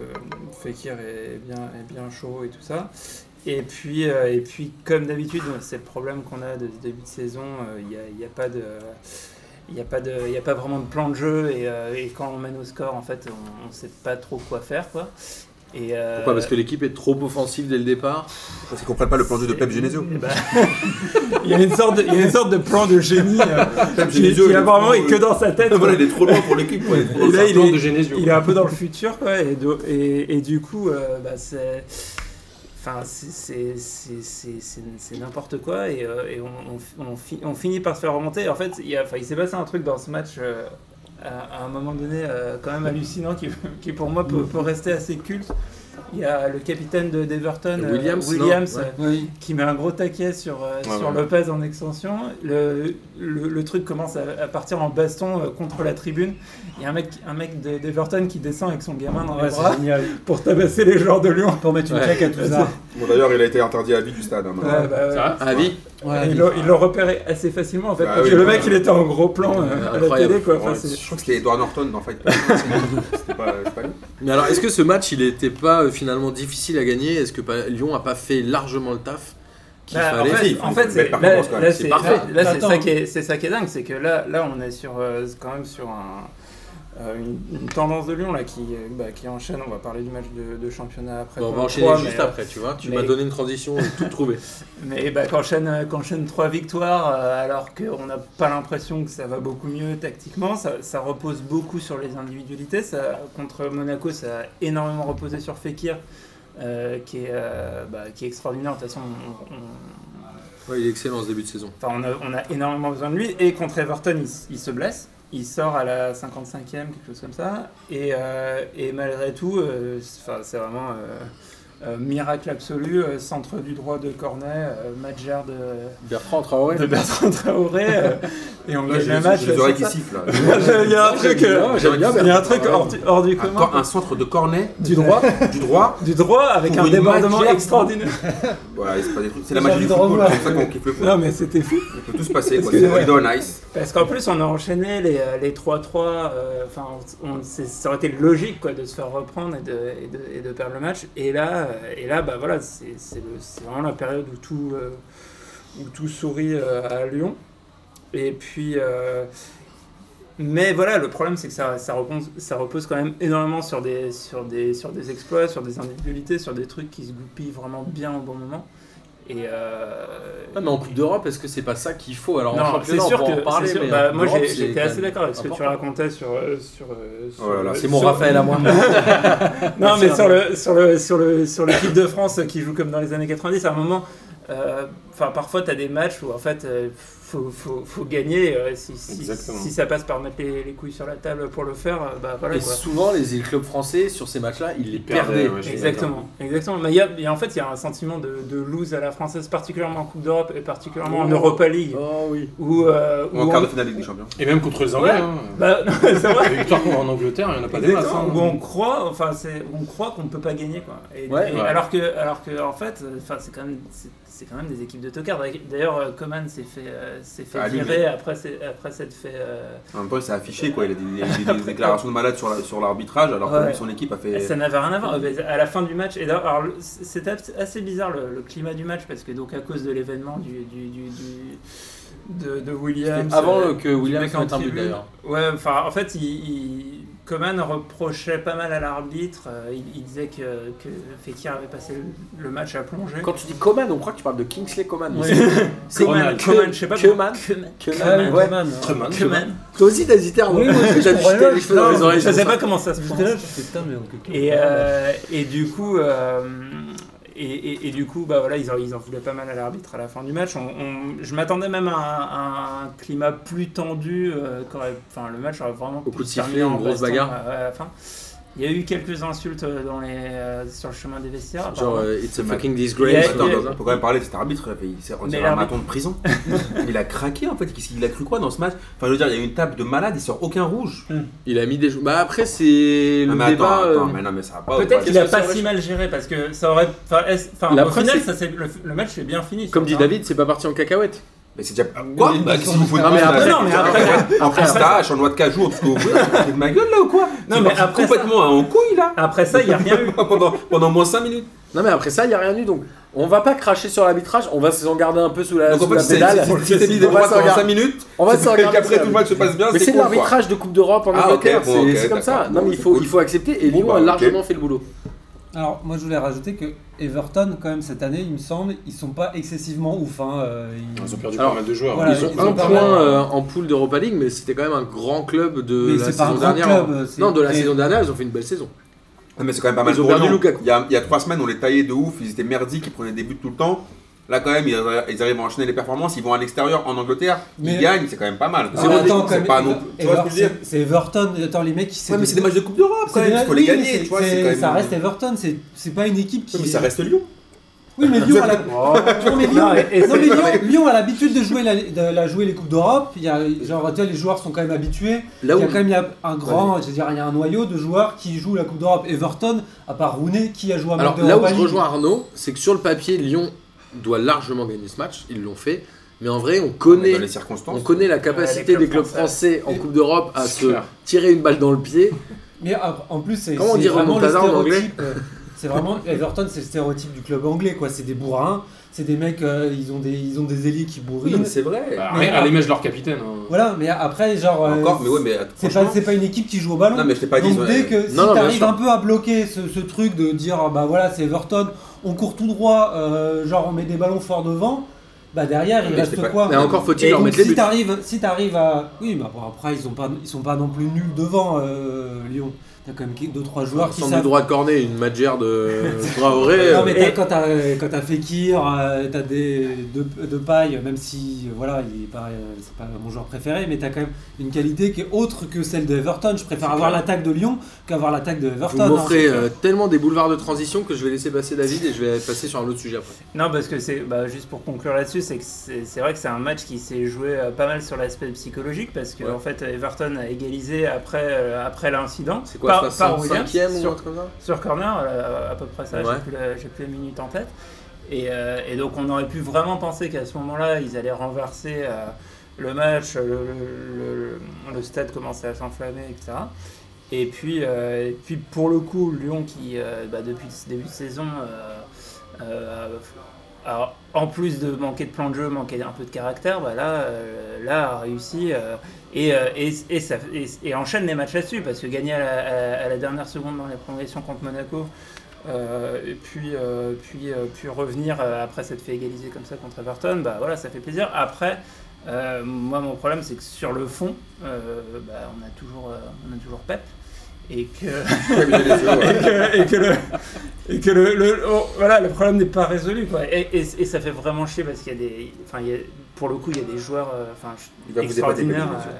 D: Fekir est bien, est bien chaud et tout ça. Et puis, euh, et puis comme d'habitude, c'est le problème qu'on a de ce début de saison. euh, Il n'y a, il y a pas de. Il n'y a, pas de- il y a pas vraiment de plan de jeu et, euh, et quand on mène au score, en fait, on ne sait pas trop quoi faire. Quoi. Et, euh,
A: Pourquoi Parce que l'équipe est trop offensive dès le départ.
B: Parce qu'ils comprennent pas le plan de jeu de Pep Genesio.
D: eh ben, il, y a une sorte de, il y a une sorte de plan de génie euh,
B: Pep
D: qui,
B: Genesio,
D: qui
B: il est
D: apparemment
B: trop-
D: est que dans sa tête.
B: Voilà,
D: quoi.
B: il est trop loin pour l'équipe. ouais, il est trop loin.
D: Et là,
C: C'est un
D: il
C: plan
D: est-
C: de Genesio.
D: Il est un peu dans le futur, quoi. Et, do- et, et du coup, euh, bah, c'est. Enfin, c'est- c'est- c'est c'est- c'est- c'est n'importe quoi. Et, euh, et on, on fi- on fi- on finit par se faire remonter. En fait, il, y a- enfin, il s'est passé un truc dans ce match. euh, à à un moment donné, euh, quand même hallucinant, qui, qui pour moi peut, peut rester assez culte. Il y a le capitaine de d'Everton, euh,
A: Williams, non
D: Williams,
A: Ouais.
D: euh,
E: Oui.
D: qui met un gros taquet sur, euh,
C: Ouais,
D: sur
C: ouais.
D: Lopez en extension. Le, le, le truc commence à, à partir en baston euh, contre la tribune. Il y a un mec, un mec de- d'Everton qui descend avec son gamin dans les
E: Ouais,
D: bras
E: c'est génial.
D: pour tabasser les joueurs de Lyon.
E: Pour mettre une
A: Ouais.
E: claque à tout ça.
B: Bon, d'ailleurs, il a été interdit à vie du stade. hein, maintenant.
D: Ouais, bah ouais.
C: Ça
A: Avis
E: Ouais,
D: Ils l'ont- ils l'ont repéré assez facilement en fait.
B: Bah
D: parce
B: oui,
D: que le
B: bah
D: mec
B: ouais.
D: il était en gros plan euh, à la
A: Incroyable.
D: télé quoi. Enfin,
B: Ouais,
D: c'est-
B: je crois que c'était Edward Norton dans Fight Club. C'était pas, c'est pas lui.
A: Mais alors, est-ce que ce match, il n'était pas euh, finalement difficile à gagner Est-ce que pas- Lyon a pas fait largement le taf qu'il
D: Bah, en
A: fallait
D: fait,
B: Si,
D: en
B: faut
D: fait,
B: une
D: c'est-
B: belle
D: là,
B: performance, quand même,
D: là,
A: c'est
D: c'est
A: parfait.
D: là- là, c'est
E: Attends.
D: ça qui est, c'est ça qui est dingue, c'est que là, là, on est sur euh, quand même sur un, euh, une, une tendance de Lyon là qui, euh, bah, qui enchaîne. On va parler du match de, de championnat après.
A: Bon, on
D: qu'on
A: va
D: le
A: enchaîner
D: croit,
A: juste
D: mais, euh,
A: après, tu vois. Tu
D: mais-
A: m'as donné une transition, j'ai tout trouvé.
D: Mais bah, qu'enchaîne euh, qu'enchaîne trois victoires euh, alors qu'on n'a pas l'impression que ça va beaucoup mieux tactiquement. Ça, ça repose beaucoup sur les individualités. Ça, contre Monaco, ça a énormément reposé sur Fekir. euh, qui, est, euh, bah, qui est extraordinaire. De toute façon, on- on,
A: Ouais, il est excellent ce début de saison.
D: Enfin, on a, on a énormément besoin de lui. Et contre Everton, il, s- il se blesse. Il sort à la 55e, quelque chose comme ça. Et, euh, et malgré tout, euh, c'est- enfin, c'est vraiment euh, euh, miracle absolu. Euh, centre du droit de Cornet, euh, Madjer de,
A: Bertrand Traoré
D: de Bertrand Traoré. euh, et on
B: Là,
D: gagne
B: j'ai
D: le match.
B: j'ai les
D: sur
B: oreilles qui
D: ça.
B: sifflent. là.
D: Il y a un truc, euh,
A: j'aime bien
D: il y a un
A: Bertrand
D: truc hors du, hors du
B: Un
D: commun.
B: cor- un centre de cornet
D: Du droit,
B: du droit.
D: du droit avec
B: Pour
D: un
B: une
D: débordement
B: matière.
D: extraordinaire.
B: Voilà, il se passe des trucs. C'est la
E: J'ai
B: magie
E: envie
B: du
E: de
B: football.
E: revoir.
B: C'est pour ça qu'on kiffe le foot.
D: Non mais c'était fou.
B: Il peut tout se passer. quoi.
D: Parce que-
B: C'est Holiday on Ice.
D: Parce qu'en plus, on a enchaîné les, euh, les 3-3. euh, Enfin, on- on- c'est- ça aurait été logique quoi, de se faire reprendre et de, et de- et de perdre le match. Et là, euh, et là bah, voilà, c'est c'est le- c'est vraiment la période où tout, euh, où tout sourit euh, à Lyon. Et puis. euh, mais voilà, le problème, c'est que ça, ça, repose, ça repose quand même énormément sur des, sur, des, sur des exploits, sur des individualités, sur des trucs qui se goupillent vraiment bien au bon moment. Et. euh,
A: Ah, mais en Coupe d'Europe, est-ce que c'est pas ça qu'il faut Alors, en
D: non, c'est
A: championnat,
D: sûr
A: on peut
D: que.
A: en parler.
D: c'est sûr-
A: mais
D: bah,
A: en
D: moi,
A: Europe,
D: j'ai-
A: c'est
D: j'étais
A: quand
D: assez
A: même
D: d'accord avec ce que tu
A: important.
D: racontais sur. euh, sur, euh, sur
B: Oh là là,
D: le-
A: C'est mon
D: sur-
A: Raphaël à moi.
D: Non, mais
E: Merci,
D: sur le sur le sur le sur l'équipe de France qui joue comme dans les années 90, à un moment, euh, enfin parfois t'as des matchs où en fait euh, faut, faut, faut gagner euh, si, si,
C: Exactement.
D: si ça passe par mettre les, les couilles sur la table pour le faire, euh, bah voilà
A: Et
D: quoi.
A: souvent, les clubs français, sur ces matchs-là, ils les
C: Ils perdaient,
A: perdaient.
C: ouais, je suis
D: Exactement, exactement. Mais il y a, il y a- en fait il y a un sentiment de, de lose à la française, particulièrement en Coupe d'Europe et particulièrement en
A: Oh.
D: Europa League,
A: Oh oui.
D: où, euh,
B: Ou
D: où
B: en
D: on-
B: quart de finale Ligue des Champions.
C: Et même contre les Anglais.
D: Ouais.
C: hein.
D: bah, c'est vrai.
C: La victoire contre en Angleterre, il n'y en a pas des masses.
D: Exactement,
C: hein.
D: où on croit, enfin, c'est, on croit qu'on ne peut pas gagner, quoi. Et-
A: Ouais.
D: et
C: Ouais.
D: Alors que, alors que, en fait, euh, enfin, c'est quand même, c'est, c'est quand même des équipes de tocards. D'ailleurs, euh, Coman s'est fait, euh, s'est fait
B: Allumer.
D: virer après, c'est- après s'être fait. euh,
B: En même temps, il s'est affiché quoi. Il a des, des- des- des déclarations de malade sur la- sur l'arbitrage, alors que
D: Ouais.
B: lui, son équipe a fait.
D: Ça n'avait rien à voir. Euh, mais À la fin du match, et d'ailleurs, alors, le- c'était abs- assez bizarre le, le climat du match parce que donc à cause de l'événement du, du, du, du- de, de Williams.
A: Avant
D: euh,
A: euh, que Williams
D: mec en
A: mette un but
D: tribune.
A: d'ailleurs.
D: Ouais, enfin, en fait, il, il- Coman reprochait pas mal à l'arbitre. euh, Il, il disait que, que Fekir avait passé le, le match à plonger.
A: Quand tu dis Coman, on croit que tu parles de Kingsley Coman.
E: Ouais.
A: C'est
D: Coman,
A: Coman,
D: Coman, je sais pas.
A: Coman. Coman. Ouais.
E: Coman, hein.
C: Très mal.
D: Coman.
A: Toi aussi, t'as hésité à
E: Oui, moi aussi, je
A: T'as
E: comprenais
A: juste
E: pas,
A: les cheveux dans les
E: putain.
A: oreilles.
D: Je sais pas comment ça se
E: J'étais
D: prononce.
E: là, je- putain, mais on-
D: Et,
A: bah.
D: euh, et du coup, euh, et, et- et du coup, bah voilà, ils en, ils en voulaient pas mal à l'arbitre à la fin du match. On- on- je m'attendais même à un, à un climat plus tendu. euh, qu'aurait- enfin, le match aurait vraiment
A: Beaucoup
D: pu
A: de
D: se terminer
A: sifflets, une
D: en
A: grosse
D: baston,
A: bagarre.
D: euh, à la fin. Il y a eu quelques insultes dans les, euh, sur le chemin des vestiaires.
A: Genre,
D: apparemment.
A: euh, it's a
B: Ouais.
A: fucking
D: Et-
A: disgrace.
B: Attends,
A: ou un
D: et-
A: truc
B: on
A: comme ça.
B: peut quand même parler de cet arbitre, il s'est
D: Mais
B: retiré un
D: l'arbitre-
B: maton de prison. il a craqué en fait, qu'est-ce qu'il a cru quoi dans ce match Enfin je veux dire, il y a eu une table de malade, il sort aucun rouge.
A: Il a mis des. jou- Bah après, c'est
B: Ah,
A: le
B: mais
A: débat.
B: attends,
A: euh,
B: attends, mais non mais ça va pas. ou
D: Peut-être
B: quoi
D: qu'il a
A: Qu'est-ce que
D: pas
A: ça aurait
D: si mal géré parce que ça aurait. Enfin, est-ce- enfin,
A: La
D: au
A: preuve,
D: final,
A: c'est-
D: ça, s'est- le, le match est bien fini. je
A: Comme dit
D: trouve, hein.
A: David, c'est pas parti en cacahuète.
B: Mais c'est déjà. Quoi Bah qu'est-ce que vous foutez
A: Non, mais
B: de moi,
A: après-
B: là
D: Non, mais après-
B: En
A: après-
B: pistache, en noix de cajou, en tout ce que vous voulez, vous foutez de ma gueule là ou quoi
D: Non,
B: C'est
D: mais
B: parti
D: après
B: complètement en couille là
D: Après ça, il n'y a rien eu.
B: pendant, pendant moins 5 minutes.
A: Non mais après ça, il n'y a rien eu donc. On va pas cracher sur l'arbitrage, on va s'en garder un peu sous la,
B: Donc en
A: sous
B: fait,
A: Euh, la
B: si
A: pédale.
B: t'es- si t'es mis des
A: On va s'en
B: droits pendant 5
A: garder-
B: minutes,
A: on va
B: c'est
A: s'en
B: parce
A: garder
B: qu'après
A: ça.
B: tout le match se passe bien,
A: Mais c'est de
B: con, quoi.
A: l'arbitrage de Coupe d'Europe en
B: Ah, ok,
A: Angleterre,
B: bon,
A: c'est-
B: ok,
A: c'est comme ça.
B: d'accord.
A: Non mais il faut, il faut accepter et
B: Bon,
A: Lyon
B: bah,
A: a
B: ok.
A: largement fait le boulot.
E: Alors, moi, je voulais rajouter que Everton, quand même, cette année, il me semble, ils sont pas excessivement ouf. hein, euh, ils-
C: Ils ont perdu
A: Alors,
C: pas mal de joueurs. hein.
E: voilà,
A: ils ont
E: ils
A: un
E: ont pas
A: point
E: mal.
A: euh, en poule d'Europa League, mais c'était quand même un grand club de
E: Mais
A: la
E: c'est
A: saison
E: pas un grand
A: dernière. hein.
E: club, euh, c'est-
A: non, de la
E: mais-
A: saison dernière, ils ont fait une belle saison.
B: Ah, mais c'est quand même pas mal
A: Ils ont
B: pour
A: perdu
B: Lyon.
A: Lukaku.
B: Il y, a, il y a trois semaines, on les taillait de ouf, ils étaient merdiques, ils prenaient des buts tout le temps. Là, quand même, ils, ils arrivent à enchaîner les performances, ils vont à l'extérieur, en Angleterre,
E: Mais-
B: ils gagnent, c'est quand même pas mal.
E: Ah,
A: Zéro
E: mais
B: C'est
E: attends, quand même,
B: pas non plus. Tu vois ce
E: Ever-
B: que je veux dire
E: c'est- C'est Everton, attends, les mecs, qui
B: Ouais, mais c'est des matchs de Coupe d'Europe quand même, il faut les gagner, tu vois, c'est quand même.
E: Ça reste Everton, c'est- c'est pas une équipe qui.
B: Ouais, mais ça reste Lyon.
E: Oui, mais Lyon, à la- Oh. Non, mais Lyon,
D: Non, et- et
E: non, mais Lyon- Lyon a l'habitude de jouer la, de la jouer les coupes d'Europe. Il y a, genre, tu vois, les joueurs sont quand même habitués.
A: Là
E: il
A: où
E: y a quand même il y a un grand, je veux dire, il y a un noyau de joueurs qui jouent la coupe d'Europe. Everton, à part Rooney, qui a joué un match
A: Alors
E: de
A: là où
E: Europa
A: je
E: League
A: rejoins Arnaud, c'est que sur le papier, Lyon doit largement gagner ce match. Ils l'ont fait. Mais en vrai, on connaît,
B: Dans les
A: on
B: circonstances.
A: connaît la
D: les
A: capacité
D: clubs
A: des clubs
D: français.
A: français, en Coupe d'Europe à
C: C'est
A: se
C: clair.
A: tirer une balle dans le pied.
E: Mais ah, en plus, c'est
A: Comment on
E: c'est
A: dit
E: vraiment le
A: remontada en anglais
E: stéréotype. euh, C'est vraiment Everton, c'est le stéréotype du club anglais, quoi. C'est des bourrins, c'est des mecs, euh, ils ont des, ils ont des ailiers qui
B: Oui,
E: bourrinent.
B: mais c'est vrai.
C: Bah,
E: Mais-
C: à l'image de leur capitaine. hein.
E: voilà, mais après, genre, euh,
B: Encore, mais ouais, mais.
E: c'est
B: franchement-
E: pas, c'est pas une équipe qui joue au ballon.
B: Non, mais je t'ai pas dit.
E: Donc
B: ouais.
E: dès que si
A: non, bien
E: t'arrives
A: sûr.
E: un peu à bloquer ce, ce truc de dire ah, bah voilà c'est Everton, on court tout droit, euh, genre on met des ballons forts devant, bah derrière il
B: Mais
E: reste
B: c'était pas-
E: quoi
A: Mais encore faut-il
E: Et
A: leur
E: donc,
A: mettre les
E: si
A: buts.
E: t'arrives, si t'arrives à, oui, bah bon, après ils sont pas, ils sont pas non plus nuls devant euh, Lyon. T'as quand même 2 trois joueurs qui
A: Sans
E: savent.
A: du droit de cornet, une magère de Traoré.
E: Non mais t'as-
A: euh,
E: quand t'as quand t'as Fekir, euh, t'as des deux deux pailles, même si euh, voilà il est pas euh, c'est pas mon joueur préféré, mais t'as quand même une qualité qui est autre que celle de Everton. Je préfère avoir l'attaque de Lyon qu'avoir l'attaque de
A: Vous
E: Everton. hein.
A: m'offrez euh, tellement des boulevards de transition que je vais laisser passer David et je vais passer sur un autre sujet après.
D: Non, parce que c'est bah, juste pour conclure là-dessus, c'est que c'est c'est vrai que c'est un match qui s'est joué euh, pas mal sur l'aspect psychologique parce que
A: Ouais.
D: en fait Everton a égalisé après euh, après l'incident.
A: C'est quoi,
D: par, par Williams
A: 65 e ou un
D: sur,
A: truc comme ça
D: sur corner euh, à peu près ça.
A: Ouais.
D: J'ai plus la- J'ai plus la minute en tête. Et, euh, et donc on aurait pu vraiment penser qu'à ce moment-là ils allaient renverser euh, le match, le, le- le- le stade commençait à s'enflammer, etc. Et puis, euh, et puis pour le coup, Lyon qui, euh, bah, depuis le début de saison, euh, euh, alors, en plus de manquer de plan de jeu, manquer un peu de caractère, bah là, euh, là a réussi euh, et, euh, et, et, ça- et- et enchaîne les matchs là-dessus parce que gagner à la, à- à la dernière seconde dans les prolongations contre Monaco euh, et puis, euh, puis, euh, puis revenir euh, après s'être fait égaliser comme ça contre Everton, bah voilà, ça fait plaisir. Après, euh, moi, mon problème, c'est que sur le fond, euh, bah, on, a toujours, euh, on a toujours Pep et que et que, et que le, et que le, le- oh, voilà, le problème n'est pas résolu. Quoi. Et, et, et ça fait vraiment chier parce qu'il y a des. Enfin, il y a- pour le coup, il y a des joueurs euh, enfin,
B: Il va vous épater,
D: extraordinaires
B: Pep Genesio.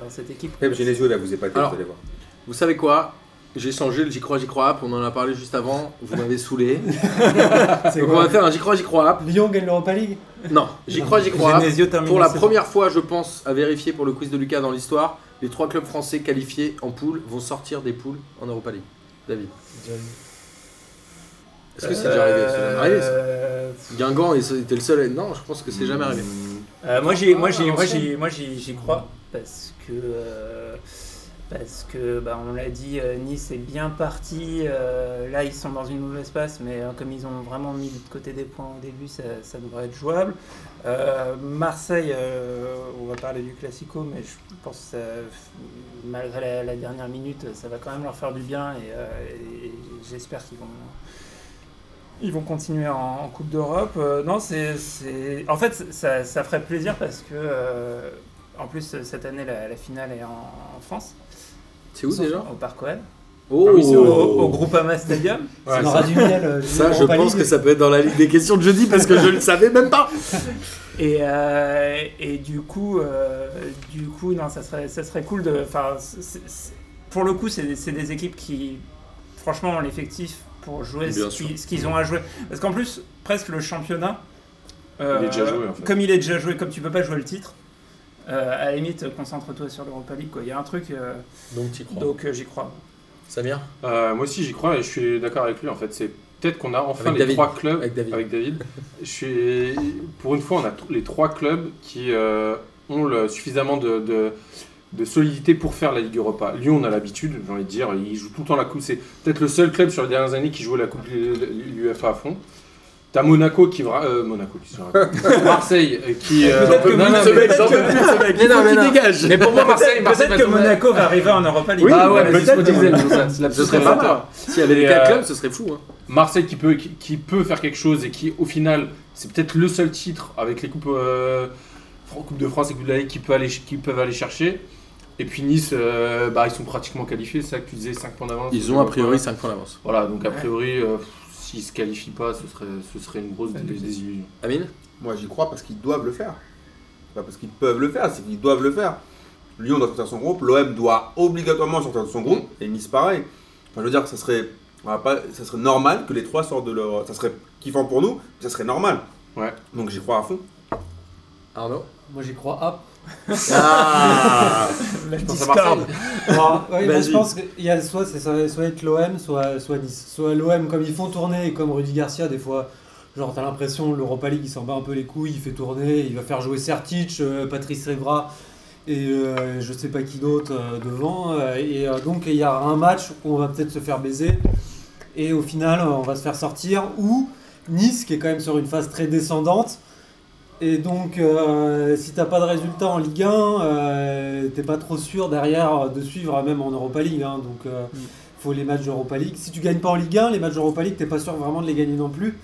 D: euh, dans cette équipe.
B: Pep Genesio, il va vous épater,
A: Alors.
B: vous allez voir.
A: Vous savez quoi J'ai changé le j'y crois, j'y crois app. On en a parlé juste avant. Vous m'avez saoulé.
E: C'est
A: Donc on
E: quoi
A: va faire un j'y crois, j'y crois app.
E: Lyon gagne l'Europa League
A: Non, j'y crois, j'y crois app.
D: Genesio termine
A: Pour la
D: saison.
A: première fois, je pense, à vérifier pour le quiz de Lucas dans l'histoire, les trois clubs français qualifiés en poule vont sortir des poules en Europa League. David. Est-ce que c'est déjà arrivé C'est jamais arrivé ça.
D: Euh,
A: Guingamp, et c'était le seul. Non, je pense que c'est jamais
B: Hmm.
A: arrivé.
D: Euh, moi j'y moi
C: Ah,
D: j'y moi
C: l'ancienne.
D: j'y moi j'y j'y crois parce que euh, parce que bah, on l'a dit euh, Nice est bien parti euh, là ils sont dans une mauvaise passe mais euh, comme ils ont vraiment mis de côté des points au début ça, ça devrait être jouable Euh, Marseille euh, on va parler du classico mais je pense que ça- malgré la, la dernière minute ça va quand même leur faire du bien et, euh, et j'espère qu'ils vont ils vont continuer en, en Coupe d'Europe. Euh, non, c'est, c'est- En fait, ça, ça ferait plaisir parce que, euh, en plus, cette année, la, la finale est en, en France.
A: C'est où déjà
D: Au Parc OL.
A: Oh
D: Ah oui, c'est au, au Groupama Stadium.
E: On aura du miel. euh,
A: Ça, je
E: l'Europa
A: pense
E: League.
A: que ça peut être dans la liste des questions de jeudi parce que je le savais même pas.
D: Et, euh, et du coup, euh, du coup, non, ça serait, ça serait cool de. Enfin, c'est- c'est- pour le coup, c'est des- c'est des équipes qui, franchement, ont l'effectif pour jouer ce
A: Bien
D: qui- ce qu'ils ont à jouer. Parce qu'en plus, presque le championnat, euh,
C: Il est déjà joué, en fait.
D: comme il est déjà joué, comme tu peux pas jouer le titre, euh, à la limite, concentre-toi sur l'Europa League. quoi. Il y a un truc, euh,
A: Donc tu crois.
D: donc euh, j'y crois.
A: Samir
C: Euh, moi aussi, j'y crois et je suis d'accord avec lui. En fait, c'est peut-être qu'on a enfin
A: Avec
C: les
A: David.
C: trois clubs
A: Avec David.
C: Je suis pour une fois, on a t- les trois clubs qui euh, ont le- suffisamment de, de- de solidité pour faire la Ligue Europa. Lyon, on a l'habitude, j'ai envie de dire, ils jouent tout le temps la Coupe. C'est peut-être le seul club sur les dernières années qui jouait la Coupe l'UFA à fond. T'as Monaco qui va. euh, Monaco, qu'est-ce que je raconte Marseille euh, qui. euh,
D: Peut-être que
C: non,
D: vous-
C: non,
D: ce
C: mais-
D: mec, j'en peux plus,
A: Mais non, mais non.
D: dégage
C: mais pour moi, Marseille, Marseille
D: Peut-être
C: va
D: que
C: tomber.
D: Monaco va arriver en Europa League.
A: Oui, bah,
C: Ah ouais,
A: mais
C: peut-être
A: c'est ce qu'on
C: que
A: disait.
C: Monaco, ça- c'est
A: Ce
C: l'absurde
A: serait pas
C: révélateur.
A: mal. S'il y avait les
C: Et,
A: 4
C: euh,
A: clubs, ce serait fou. hein.
C: Marseille qui peut, qui, qui peut faire quelque chose et qui, au final, c'est peut-être le seul titre avec les coupes, euh, Fran- Coupe de France et Coupe de la Ligue qui, peut aller, qui peuvent aller chercher. Et puis Nice, euh, bah, ils sont pratiquement qualifiés, c'est ça que tu disais, 5 points d'avance.
A: Ils ont a priori 5 points d'avance.
C: Voilà, donc a priori, euh, s'ils se qualifient pas, ce serait, ce serait une grosse dé- désillusion.
A: Amine
B: Moi, j'y crois parce qu'ils doivent le faire. C'est pas parce qu'ils peuvent le faire, c'est qu'ils doivent le faire. Lyon doit sortir de son groupe, l'OM doit obligatoirement sortir de son groupe, et Nice pareil. Enfin, je veux dire, ça serait, on va pas, ça serait normal que les trois sortent de leur. Ça serait kiffant pour nous, mais ça serait normal.
C: Ouais.
B: Donc j'y crois à fond.
A: Arnaud
E: Moi, j'y crois. Hop.
A: Ah
C: Je pense à Marseille.
E: Alors, ouais, moi,
A: Vas-y.
E: je pense qu'il y a soit, c'est soit, soit être l'OM, soit, soit Nice. Soit l'OM, comme ils font tourner, et comme Rudy Garcia, des fois, genre, t'as l'impression l'Europa League, il s'en bat un peu les couilles, il fait tourner, il va faire jouer Sertic, euh, Patrice Evra et euh, je sais pas qui d'autre euh, devant. euh, et euh, donc, il y a un match où on va peut-être se faire baiser, et au final, euh, on va se faire sortir, ou Nice, qui est quand même sur une phase très descendante. Et donc, euh, si t'as pas de résultat en Ligue 1, euh, t'es pas trop sûr derrière de suivre, même en Europa League. hein. donc, euh,
D: Mm.
E: faut les matchs d'Europa League. Si tu gagnes pas en Ligue 1, les matchs d'Europa League, t'es pas sûr vraiment de les gagner non plus.